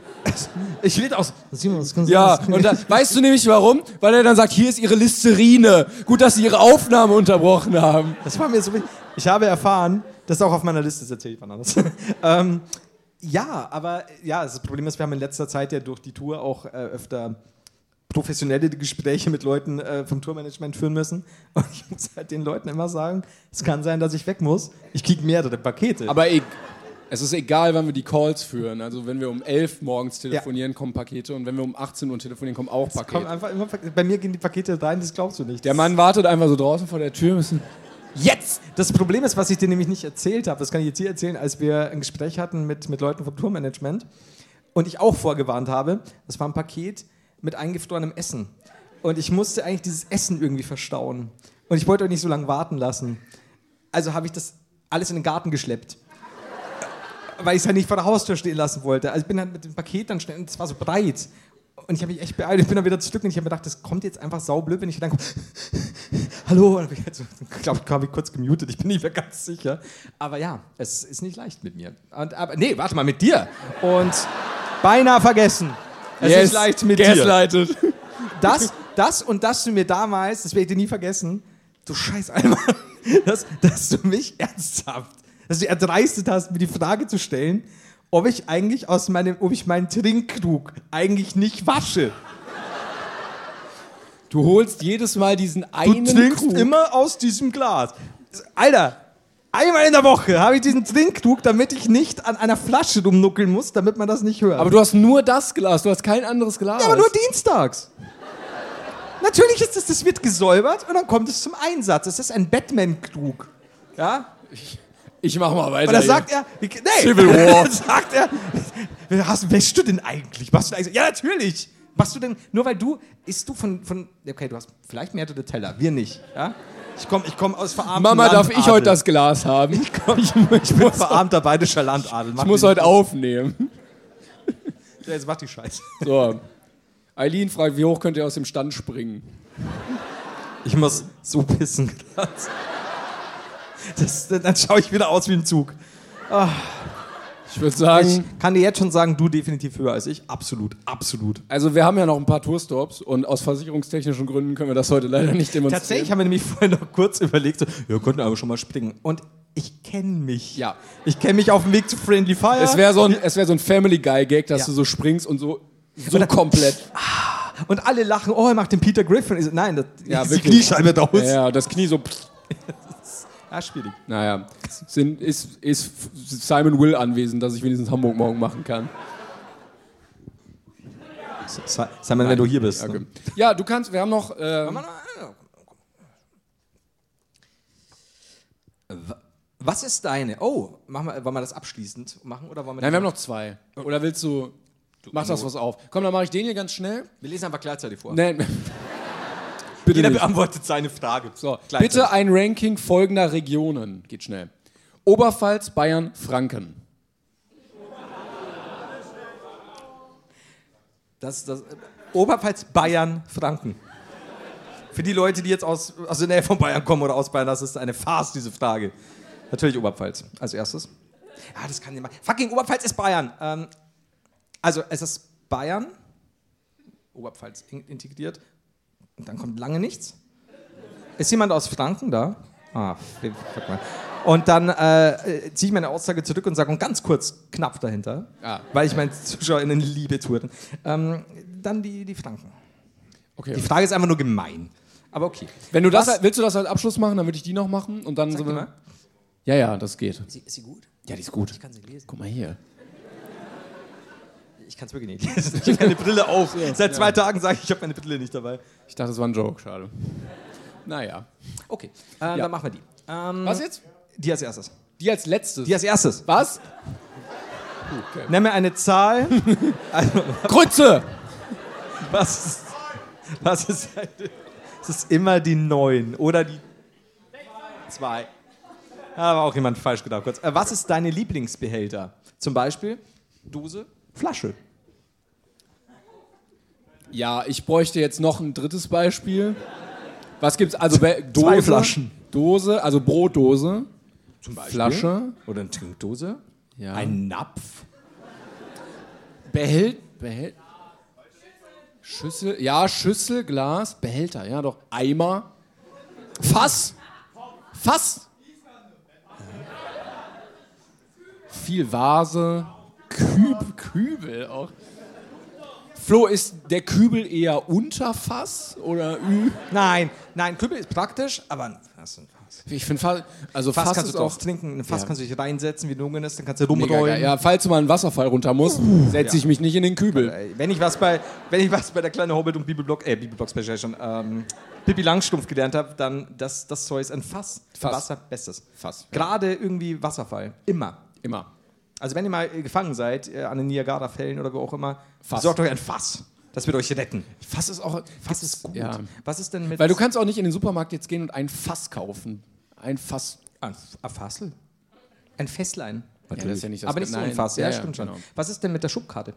Speaker 1: Ich rede aus. Simon, das kannst
Speaker 2: Ja, und dann, weißt du nämlich warum? Weil er dann sagt, hier ist ihre Listerine. Gut, dass sie ihre Aufnahme unterbrochen haben.
Speaker 1: Das war mir so wichtig. Ich habe erfahren, das ist auch auf meiner Liste, das erzähle ich wann anders. ähm, ja, aber ja, das Problem ist, wir haben in letzter Zeit ja durch die Tour auch äh, öfter professionelle Gespräche mit Leuten äh, vom Tourmanagement führen müssen. Und ich muss halt den Leuten immer sagen, es kann sein, dass ich weg muss. Ich kriege mehrere Pakete.
Speaker 2: Aber e es ist egal, wann wir die Calls führen. Also wenn wir um 11 morgens telefonieren, kommen Pakete. Und wenn wir um 18 Uhr telefonieren, kommen auch
Speaker 1: Es kommen
Speaker 2: Pakete.
Speaker 1: einfach immer, Pak- bei mir gehen die Pakete rein, das glaubst du nicht.
Speaker 2: Der Mann wartet einfach so draußen vor der Tür. Müssen
Speaker 1: Jetzt! Das Problem ist, was ich dir nämlich nicht erzählt habe, das kann ich jetzt hier erzählen, als wir ein Gespräch hatten mit, mit Leuten vom Tourmanagement und ich auch vorgewarnt habe, das war ein Paket mit eingefrorenem Essen. Und ich musste eigentlich dieses Essen irgendwie verstauen. Und ich wollte euch nicht so lange warten lassen. Also habe ich das alles in den Garten geschleppt. Weil ich es halt nicht vor der Haustür stehen lassen wollte. Also ich bin halt mit dem Paket dann schnell, und es war so breit. Und ich habe mich echt beeilt. Ich bin dann wieder zurück und ich habe mir gedacht, das kommt jetzt einfach saublöd, wenn ich dann Hallo, und hab ich also, glaube, ich habe mich kurz gemutet, ich bin nicht mehr ganz sicher. Aber ja, es ist nicht leicht mit mir. Und, aber, nee, warte mal, mit dir. Und beinahe vergessen. Es ist leicht mit dir.
Speaker 2: gaslighted.
Speaker 1: Das, das und das du mir damals, das werde ich dir nie vergessen, du scheiß Alman, dass, dass du mich ernsthaft, dass du dich erdreistet hast, mir die Frage zu stellen ob ich eigentlich aus meinem, ob ich meinen Trinkkrug eigentlich nicht wasche.
Speaker 2: Du holst jedes Mal diesen
Speaker 1: Du
Speaker 2: einen
Speaker 1: trinkst
Speaker 2: Krug.
Speaker 1: immer aus diesem Glas. Alter, einmal in der Woche habe ich diesen Trinkkrug, damit ich nicht an einer Flasche rumnuckeln muss, damit man das nicht hört.
Speaker 2: Aber du hast nur das Glas, du hast kein anderes Glas.
Speaker 1: Ja, aber nur dienstags. Natürlich ist es, das wird gesäubert und dann kommt es zum Einsatz. Es ist ein Batman-Krug. Ja?
Speaker 2: ich mach mal weiter.
Speaker 1: Und da
Speaker 2: hier.
Speaker 1: sagt er, nee,
Speaker 2: Civil War.
Speaker 1: Da sagt er, hast, wäschst du denn eigentlich? Machst du denn eigentlich? Ja, natürlich. Machst du denn, nur weil du, isst du von, von okay, du hast vielleicht mehrere Teller, wir nicht. Ja? Ich komme ich komm aus verarmtem
Speaker 2: Mama, darf ich
Speaker 1: Landadel.
Speaker 2: heute das Glas haben? Ich, ich, ich
Speaker 1: Ich bin
Speaker 2: muss,
Speaker 1: verarmter bayerischer Landadel. Mach
Speaker 2: ich muss
Speaker 1: den-
Speaker 2: heute aufnehmen.
Speaker 1: Ja, jetzt mach die Scheiße.
Speaker 2: So. Eileen fragt, wie hoch könnt ihr aus dem Stand springen?
Speaker 1: Ich muss so pissen. Das, das, dann schaue ich wieder aus wie ein Zug.
Speaker 2: Ich würde sagen,
Speaker 1: Ich kann dir jetzt schon sagen, du definitiv höher als ich. Absolut, absolut.
Speaker 2: also wir haben ja noch ein paar Tourstops und aus versicherungstechnischen Gründen können wir das heute leider nicht demonstrieren.
Speaker 1: Tatsächlich haben wir nämlich vorhin noch kurz überlegt, so, wir könnten aber schon mal springen. Und ich kenne mich.
Speaker 2: Ja.
Speaker 1: Ich kenne mich auf dem Weg zu Friendly Fire.
Speaker 2: Es wäre so, ein- es wär so ein Family Guy Gag, dass
Speaker 1: Ja.
Speaker 2: du so springst und so, so
Speaker 1: dann-
Speaker 2: komplett.
Speaker 1: und alle lachen, oh, er macht den Peter Griffin. Ich so, Nein, das
Speaker 2: Ja,
Speaker 1: ist die
Speaker 2: wirklich.
Speaker 1: Kniescheibe raus.
Speaker 2: Ja, ja, das Knie so. pst.
Speaker 1: ja schwierig.
Speaker 2: Naja, sind, ist, ist Simon Will anwesend, dass ich wenigstens Hamburg morgen machen kann.
Speaker 1: Sag mal, wenn du hier bist.
Speaker 2: Okay.
Speaker 1: Ne?
Speaker 2: Ja, du kannst, wir haben noch. ähm,
Speaker 1: Was ist deine? Oh, machen wir, wollen wir das abschließend machen? Oder wollen wir
Speaker 2: nein, wir haben noch zwei. Oder willst du. Mach das was auf. Komm, dann mache ich den hier ganz schnell.
Speaker 1: wir lesen einfach gleichzeitig vor.
Speaker 2: Nein. Bitte,
Speaker 1: Jeder
Speaker 2: nicht.
Speaker 1: beantwortet seine Frage.
Speaker 2: So,
Speaker 1: Gleichzeitig.
Speaker 2: bitte ein Ranking folgender Regionen. Geht schnell. Oberpfalz, Bayern, Franken.
Speaker 1: Das, das, äh, Oberpfalz, Bayern, Franken. Für die Leute, die jetzt aus, aus der Nähe von Bayern kommen oder aus Bayern, das ist eine Farce, diese Frage. Natürlich Oberpfalz als erstes. Ja, das kann jemand. Fucking Oberpfalz ist Bayern. Ähm, also, es ist Bayern, Oberpfalz in, integriert. Und dann kommt lange nichts. Ist jemand aus Franken da? Ah, fuck mal. Und dann äh, äh, ziehe ich meine Aussage zurück und sage und ganz kurz knapp dahinter,
Speaker 2: Ah.
Speaker 1: weil ich meinen ZuschauerInnen liebe tue. Ähm, dann die, die Franken.
Speaker 2: Okay.
Speaker 1: Die Frage ist einfach nur gemein. Aber okay.
Speaker 2: Wenn du das,
Speaker 1: Was-
Speaker 2: willst du das als Abschluss machen, dann würde ich die noch machen und dann.
Speaker 1: Sag
Speaker 2: sind
Speaker 1: die
Speaker 2: wir-
Speaker 1: mal.
Speaker 2: Ja, ja, das geht.
Speaker 1: Ist sie gut?
Speaker 2: Ja, die ist gut.
Speaker 1: kann sie lesen.
Speaker 2: Guck mal hier.
Speaker 1: Ich kann es wirklich nicht. Ich habe keine Brille auf. Seit zwei Tagen sage ich, ich habe meine Brille nicht dabei.
Speaker 2: Ich dachte, das war ein Joke, schade. Naja.
Speaker 1: Okay, äh, dann machen wir die. Ähm,
Speaker 2: Was jetzt?
Speaker 1: Die als erstes.
Speaker 2: Die als letztes.
Speaker 1: Die als erstes.
Speaker 2: Was?
Speaker 1: Nenn mir eine Zahl.
Speaker 2: Grütze!
Speaker 1: Was ist, was ist Es ist immer die 9 oder die 2. Da war auch jemand falsch gedacht. Kurz. Äh, Was ist deine Lieblingsbehälter? Zum Beispiel Dose, Flasche.
Speaker 2: Ja, ich bräuchte jetzt noch ein drittes Beispiel. Was gibt's? Also wer- Dose,
Speaker 1: Flaschen.
Speaker 2: Dose, also Brotdose,
Speaker 1: Zum Beispiel.
Speaker 2: Flasche,
Speaker 1: Oder eine Trinkdose.
Speaker 2: ja.
Speaker 1: Ein Napf.
Speaker 2: Behält, Behält, Schüssel, ja, Schüssel, Glas, Behälter, ja doch, Eimer, Fass, Fass, viel Vase, Küb, Kübel auch. Flo, ist der Kübel eher unter Fass oder ü?
Speaker 1: Nein, nein, Kübel ist praktisch, aber ein Fass, ein Fass.
Speaker 2: Ich finde Fass, also
Speaker 1: Fass,
Speaker 2: Fass,
Speaker 1: kannst
Speaker 2: ist
Speaker 1: du
Speaker 2: auch
Speaker 1: drauf trinken, ein Fass
Speaker 2: Ja.
Speaker 1: kannst du dich reinsetzen, wie du hungern ist, dann kannst du
Speaker 2: mega
Speaker 1: rumrollen.
Speaker 2: geil. Ja, falls mal ein Wasserfall runter muss, setze ich mich nicht in den Kübel.
Speaker 1: Ey, Wenn ich was bei, wenn ich was bei der kleinen Hobbit und Bibelblock, äh, Bibelblock Special schon, ähm, Pippi Langstumpf gelernt habe, dann das, das Zeug ist ein Fass.
Speaker 2: Fass.
Speaker 1: Wasser, bestes.
Speaker 2: Fass, ja.
Speaker 1: Gerade irgendwie Wasserfall. Immer.
Speaker 2: Immer.
Speaker 1: Also wenn ihr mal äh, gefangen seid, äh, an den Niagara-Fällen oder wo auch immer,
Speaker 2: Fass.
Speaker 1: besorgt euch ein Fass. Das wird euch retten.
Speaker 2: Fass ist auch
Speaker 1: Fass ist gut.
Speaker 2: Ja.
Speaker 1: Was ist denn mit...
Speaker 2: Weil du kannst auch nicht in den Supermarkt jetzt gehen und ein Fass kaufen. Ein Fass.
Speaker 1: Ein F- Ah, ein Fassel? Ein Fässlein.
Speaker 2: das ist ja nicht das-
Speaker 1: Aber nicht so ein
Speaker 2: nein.
Speaker 1: Fass. Ja,
Speaker 2: Ja, ja,
Speaker 1: stimmt schon.
Speaker 2: genau.
Speaker 1: Was ist denn mit der Schubkarte?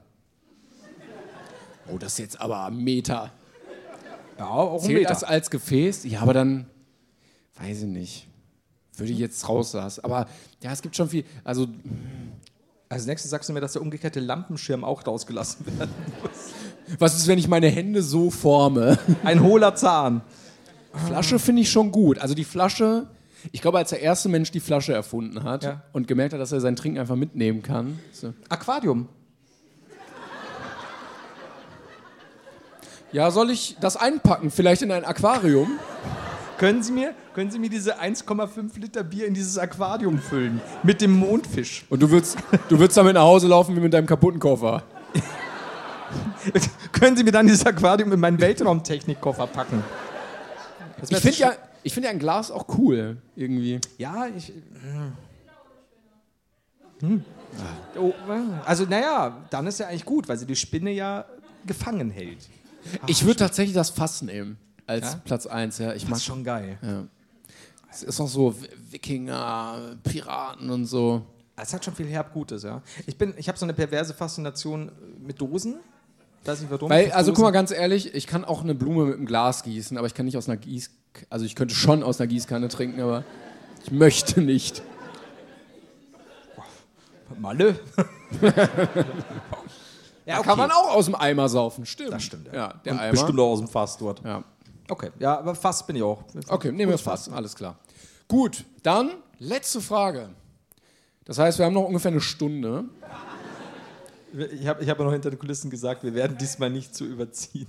Speaker 2: Oh, das ist jetzt aber ein Meter.
Speaker 1: Ja, auch ein
Speaker 2: Zählt das als Gefäß? Ja, aber dann, weiß ich nicht. Würde ich jetzt rauslassen. Aber ja, es gibt schon viel. Also,
Speaker 1: Als nächstes sagst du mir, dass der umgekehrte Lampenschirm auch rausgelassen wird.
Speaker 2: was ist, wenn ich meine Hände so forme?
Speaker 1: Ein hohler Zahn.
Speaker 2: Flasche finde ich schon gut. Also die Flasche, Ich glaube, als der erste Mensch die Flasche erfunden hat
Speaker 1: Ja.
Speaker 2: und gemerkt hat, dass er sein Trinken einfach mitnehmen kann. So.
Speaker 1: Aquarium.
Speaker 2: Ja, soll ich das einpacken? Vielleicht in ein Aquarium?
Speaker 1: Können Sie mir, können Sie mir diese 1,5 Liter Bier in dieses Aquarium füllen? Mit dem Mondfisch.
Speaker 2: Und du würdest, du würdest damit nach Hause laufen wie mit deinem kaputten Koffer.
Speaker 1: können Sie mir dann dieses Aquarium in meinen Weltraumtechnikkoffer packen? Das
Speaker 2: Ich
Speaker 1: wär
Speaker 2: finde
Speaker 1: schon-
Speaker 2: ja, ich find ja ein Glas auch cool, irgendwie.
Speaker 1: Ja, ich. hm. Oh, also, naja, dann ist ja eigentlich gut, weil sie die Spinne ja gefangen hält.
Speaker 2: ich würde tatsächlich das Fass nehmen als
Speaker 1: Ja?
Speaker 2: Platz 1. Ja. Ich mag
Speaker 1: schon geil.
Speaker 2: Es ist noch so W- Wikinger, Piraten und so.
Speaker 1: Es hat schon viel herb Gutes, ja. Ich, bin- ich habe so eine perverse Faszination mit Dosen. Weiß nicht warum.
Speaker 2: Weil,
Speaker 1: mit
Speaker 2: also guck mal
Speaker 1: Dosen.
Speaker 2: ganz ehrlich, ich kann auch eine Blume mit einem Glas gießen, aber ich kann nicht aus einer Gieß... Also ich könnte schon aus einer Gießkanne trinken, aber ich möchte nicht.
Speaker 1: Malle. ja, okay.
Speaker 2: Kann man auch aus dem Eimer saufen, stimmt.
Speaker 1: Das stimmt,
Speaker 2: ja.
Speaker 1: ja.
Speaker 2: der
Speaker 1: Und
Speaker 2: Eimer.
Speaker 1: bestimmt auch aus dem Fass dort.
Speaker 2: Ja.
Speaker 1: Okay, ja, aber Fass bin ich auch.
Speaker 2: Okay, nehmen wir fast. Alles klar. Gut, dann letzte Frage. Das heißt, wir haben noch ungefähr eine Stunde.
Speaker 1: Ich habe ich hab ja noch hinter den Kulissen gesagt, wir werden diesmal nicht zu überziehen.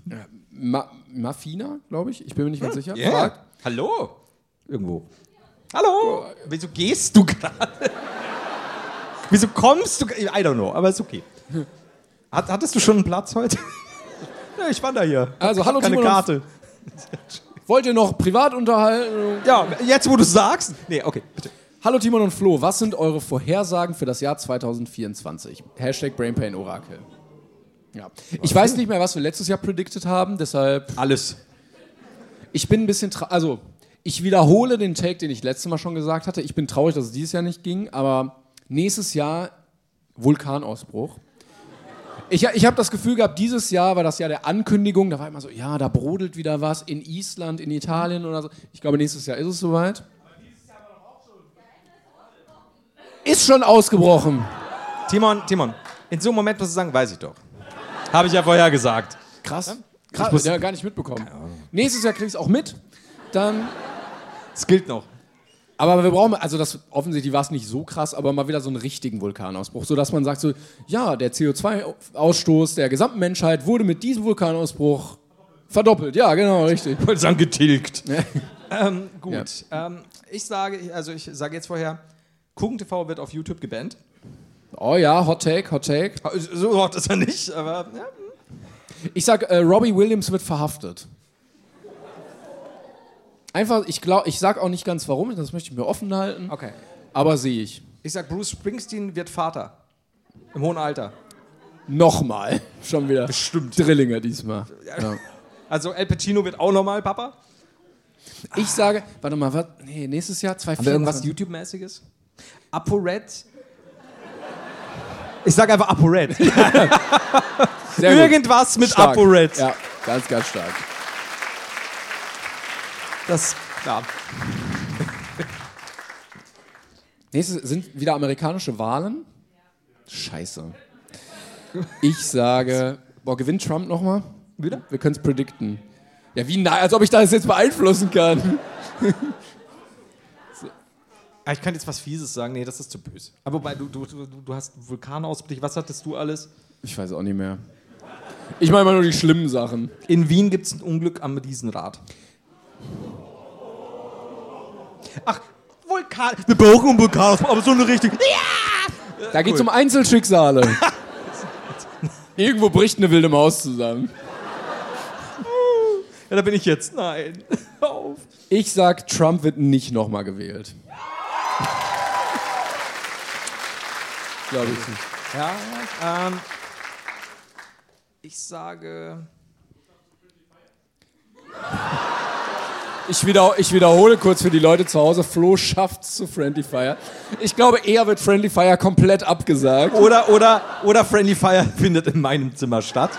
Speaker 2: Ma Mafina, glaube ich. Ich bin mir nicht ganz sicher.
Speaker 1: Ja.
Speaker 2: Fragt,
Speaker 1: Hallo. Irgendwo. Hallo. Wieso gehst du gerade? Wieso kommst du? I don't know, aber ist okay. Hat, hattest du schon einen Platz heute? ja, ich wander hier.
Speaker 2: Also,
Speaker 1: Hab
Speaker 2: hallo,
Speaker 1: keine
Speaker 2: Timon und-
Speaker 1: Karte.
Speaker 2: Wollt ihr noch Privatunterhaltung?
Speaker 1: Ja, jetzt wo du sagst. Nee, okay, bitte.
Speaker 2: Hallo Timon und Flo, was sind eure Vorhersagen für das Jahr 2024? Hashtag Brainpain Orakel. Ja. Ich weiß nicht mehr, was wir letztes Jahr predicted haben, deshalb
Speaker 1: Alles.
Speaker 2: Ich bin ein bisschen traurig. Also, ich wiederhole den Take, den ich letztes Mal schon gesagt hatte. Ich bin traurig, dass es dieses Jahr nicht ging, aber nächstes Jahr Vulkanausbruch. Ich, ich habe das Gefühl gehabt, dieses Jahr war das Jahr der Ankündigung. Da war immer so, ja, da brodelt wieder was in Island, in Italien oder so. Ich glaube, nächstes Jahr ist es soweit. Ist schon ausgebrochen.
Speaker 1: Timon, Timon, in so einem Moment musst du sagen, weiß ich doch. Habe ich ja vorher gesagt.
Speaker 2: Krass. Krass,
Speaker 1: Ich muss-
Speaker 2: ja, gar nicht mitbekommen. Nächstes Jahr krieg ich es auch mit. Dann
Speaker 1: Es gilt noch.
Speaker 2: Aber wir brauchen, also das offensichtlich war es nicht so krass, aber mal wieder so einen richtigen Vulkanausbruch, sodass man sagt so, ja, der CO2-Ausstoß der gesamten Menschheit wurde mit diesem Vulkanausbruch verdoppelt. Ja, genau, richtig.
Speaker 1: Ich wollte sagen, getilgt. ähm, gut.
Speaker 2: Ja.
Speaker 1: Ähm, ich sage, ich- also ich sage jetzt vorher, Kuchen TV wird auf YouTube gebannt.
Speaker 2: Oh ja, Hot Take, Hot Take.
Speaker 1: So hart ist er nicht, aber ja.
Speaker 2: Ich sag, äh, Robbie Williams wird verhaftet. Einfach, ich glaube, ich sag auch nicht ganz warum, das möchte ich mir offen halten,
Speaker 1: Okay.
Speaker 2: aber sehe ich.
Speaker 1: Ich sag, Bruce Springsteen wird Vater. Im hohen Alter.
Speaker 2: Nochmal. Schon wieder.
Speaker 1: Bestimmt.
Speaker 2: Drillinge diesmal. Ja.
Speaker 1: Also El Pacino wird auch nochmal Papa.
Speaker 2: Ich sage, warte mal, was? Nee, nächstes Jahr, 2024.
Speaker 1: Haben wir irgendwas YouTube-mäßiges? ApoRed? Ich sag einfach ApoRed.
Speaker 2: Sehr gut.
Speaker 1: Irgendwas mit
Speaker 2: Stark.
Speaker 1: ApoRed.
Speaker 2: Ja, ganz, ganz stark.
Speaker 1: Das, ja.
Speaker 2: Nächstes sind wieder amerikanische Wahlen. Scheiße. Ich sage, boah, gewinnt Trump nochmal?
Speaker 1: Wieder?
Speaker 2: Wir können es predikten. Ja, wie nah, als ob ich das jetzt beeinflussen kann.
Speaker 1: Ah, Ich könnte jetzt was Fieses sagen. Nee, das ist zu böse. Aber wobei, du, du, du, du hast Vulkanausbrüche. Was hattest du alles?
Speaker 2: Ich weiß auch nicht mehr. Ich meine mal nur die schlimmen Sachen.
Speaker 1: In Wien gibt es ein Unglück am Riesenrad. Ach, Vulkan. Wir brauchen einen Vulkan, aber so eine richtige.
Speaker 2: Da geht es um Einzelschicksale. Irgendwo bricht eine wilde Maus zusammen.
Speaker 1: Ja, da bin ich jetzt. Nein. Hör auf.
Speaker 2: Ich sag, Trump wird nicht nochmal gewählt. Glaube ich nicht.
Speaker 1: Ja, ähm, ich sage.
Speaker 2: Ich, wieder, ich wiederhole kurz für die Leute zu Hause, Flo schafft's zu Friendly Fire. Ich glaube, eher wird Friendly Fire komplett abgesagt.
Speaker 1: Oder, oder, oder Friendly Fire findet in meinem Zimmer statt.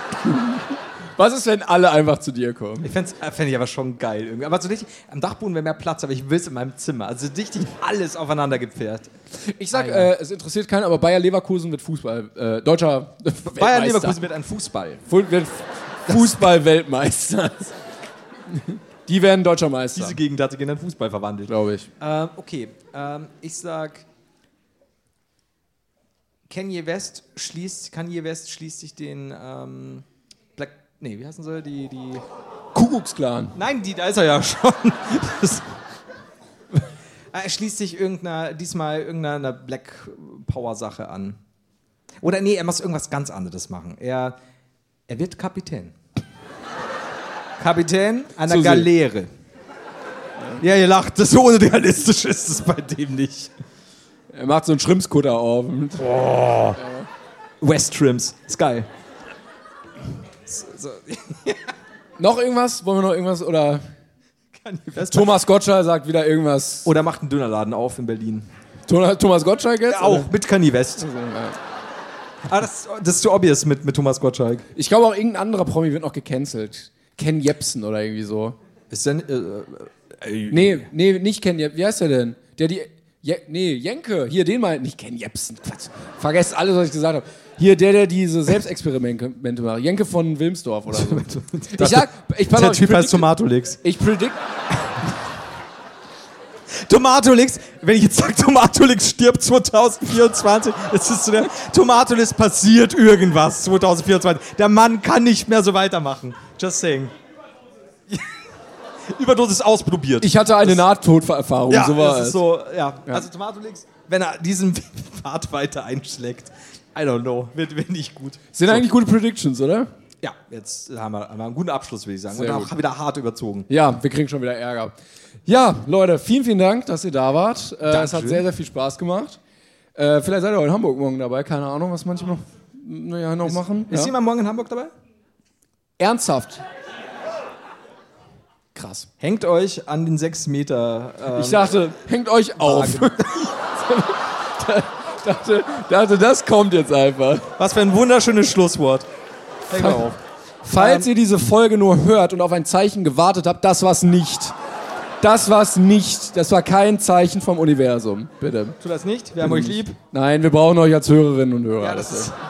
Speaker 2: Was ist, wenn alle einfach zu dir kommen?
Speaker 1: Ich fände fänd ich aber schon geil. Irgendwie. Aber so richtig, am Dachboden wäre mehr Platz, aber ich will es in meinem Zimmer. Also richtig alles aufeinander gepfercht.
Speaker 2: Ich sag, äh, es interessiert keinen, aber Bayer Leverkusen wird Fußball, äh, deutscher
Speaker 1: Bayern Leverkusen mit einem Fußball.
Speaker 2: Fu- wird Fußball-Weltmeister. Die werden deutscher Meister,
Speaker 1: Diese Gegend hat sich in den Fußball verwandelt.
Speaker 2: glaube ich.
Speaker 1: Ähm, okay, ähm, ich sag. Kanye West schließt, Kanye West schließt sich den ähm, Black. Nee, wie heißen sie? Die, die.
Speaker 2: Kuckucksklan.
Speaker 1: Nein, die, da ist er ja schon. Das, Ah, er schließt sich irgendeiner, diesmal irgendeiner Black Power Sache an. Oder nee, er muss irgendwas ganz anderes machen. Er, er wird Kapitän. Kapitän einer
Speaker 2: Susi.
Speaker 1: Galeere. Ja, ihr lacht, das so unrealistisch ist es bei dem nicht.
Speaker 2: Er macht so einen Schrimpskutter auf.
Speaker 1: West Trims, ist geil.
Speaker 2: Noch irgendwas? Wollen wir noch irgendwas? Oder Thomas Gottschall sagt wieder irgendwas.
Speaker 1: Oder macht einen Dönerladen auf in Berlin.
Speaker 2: Thomas Thomas Gottschall jetzt? Äh,
Speaker 1: Auch mit Kanye West.
Speaker 2: Oder?
Speaker 1: Ah, das, das ist zu obvious mit, mit Thomas Gottschalk.
Speaker 2: Ich glaube auch irgendein anderer Promi wird noch gecancelt. Ken Jepsen oder irgendwie so.
Speaker 1: Ist denn, äh,
Speaker 2: Nee, nee, nicht Ken Jepsen. Wie heißt der denn? Der die. Je nee, Jenke. Hier, den mal. Nicht Ken Jepsen. Quatsch. Vergesst alles, was ich gesagt habe. Hier, der, der diese Selbstexperimente macht. Jenke von Wilmsdorf oder so. Ich sag, ich, pass
Speaker 1: der
Speaker 2: auf,
Speaker 1: Typ heißt
Speaker 2: ich predict-
Speaker 1: Tomatolix.
Speaker 2: ich predict,
Speaker 1: Tomatolix, wenn ich jetzt sage, Tomatolix stirbt 2024, es ist so der, Tomatolix passiert irgendwas 2024. Der Mann kann nicht mehr so weitermachen. Just saying. Überdosis ausprobiert.
Speaker 2: ich hatte eine Nahtoderfahrung.
Speaker 1: ja,
Speaker 2: so war
Speaker 1: das
Speaker 2: es.
Speaker 1: ist so, ja. Also Tomatolix, wenn er diesen Pfad weiter einschlägt, I don't know, wird, wird nicht gut.
Speaker 2: Sind eigentlich gute Predictions, oder?
Speaker 1: Ja, jetzt haben wir, haben wir einen guten Abschluss, würde ich sagen.
Speaker 2: Sehr
Speaker 1: Und auch
Speaker 2: gut.
Speaker 1: wieder hart überzogen.
Speaker 2: Ja, wir kriegen schon wieder Ärger. Ja, Leute, vielen, vielen Dank, dass ihr da wart. Äh, es hat
Speaker 1: Dankeschön.
Speaker 2: sehr, sehr viel Spaß gemacht. Äh, vielleicht seid ihr auch in Hamburg morgen dabei. Keine Ahnung, was manche noch, naja, noch machen.
Speaker 1: Ist
Speaker 2: ja.
Speaker 1: jemand morgen in Hamburg dabei?
Speaker 2: Ernsthaft. Krass.
Speaker 1: Hängt euch an den 6 Meter. äh,
Speaker 2: Ich dachte, hängt
Speaker 1: Ah,
Speaker 2: euch auf.
Speaker 1: genau.
Speaker 2: dachte, dachte, das kommt jetzt einfach.
Speaker 1: Was für ein wunderschönes Schlusswort. Hängt mal auf.
Speaker 2: Falls ihr diese Folge nur hört und auf ein Zeichen gewartet habt, das war's nicht. Das war's nicht. Das war kein Zeichen vom Universum. Bitte.
Speaker 1: Tut das nicht. Wir haben euch lieb.
Speaker 2: Nein, wir brauchen euch als Hörerinnen und Hörer. Also.
Speaker 1: Ja, das ist.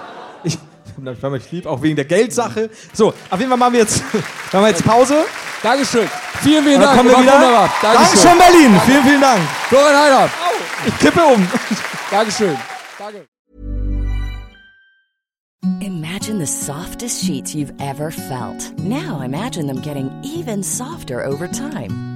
Speaker 1: Ich, wir haben euch lieb, auch wegen der Geldsache. So, auf jeden Fall machen wir jetzt, machen wir jetzt Pause.
Speaker 2: Dankeschön. Vielen, vielen
Speaker 1: Und dann
Speaker 2: Dank.
Speaker 1: kommen Genau, wir
Speaker 2: War
Speaker 1: wieder.
Speaker 2: Wunderbar. Dankeschön.
Speaker 1: Dankeschön, Berlin. Vielen, vielen Dank.
Speaker 2: Florian Heider.
Speaker 1: Ich kippe um.
Speaker 2: Dankeschön. Danke.
Speaker 7: Imagine the softest sheets you've ever felt. Now imagine them getting even softer over time.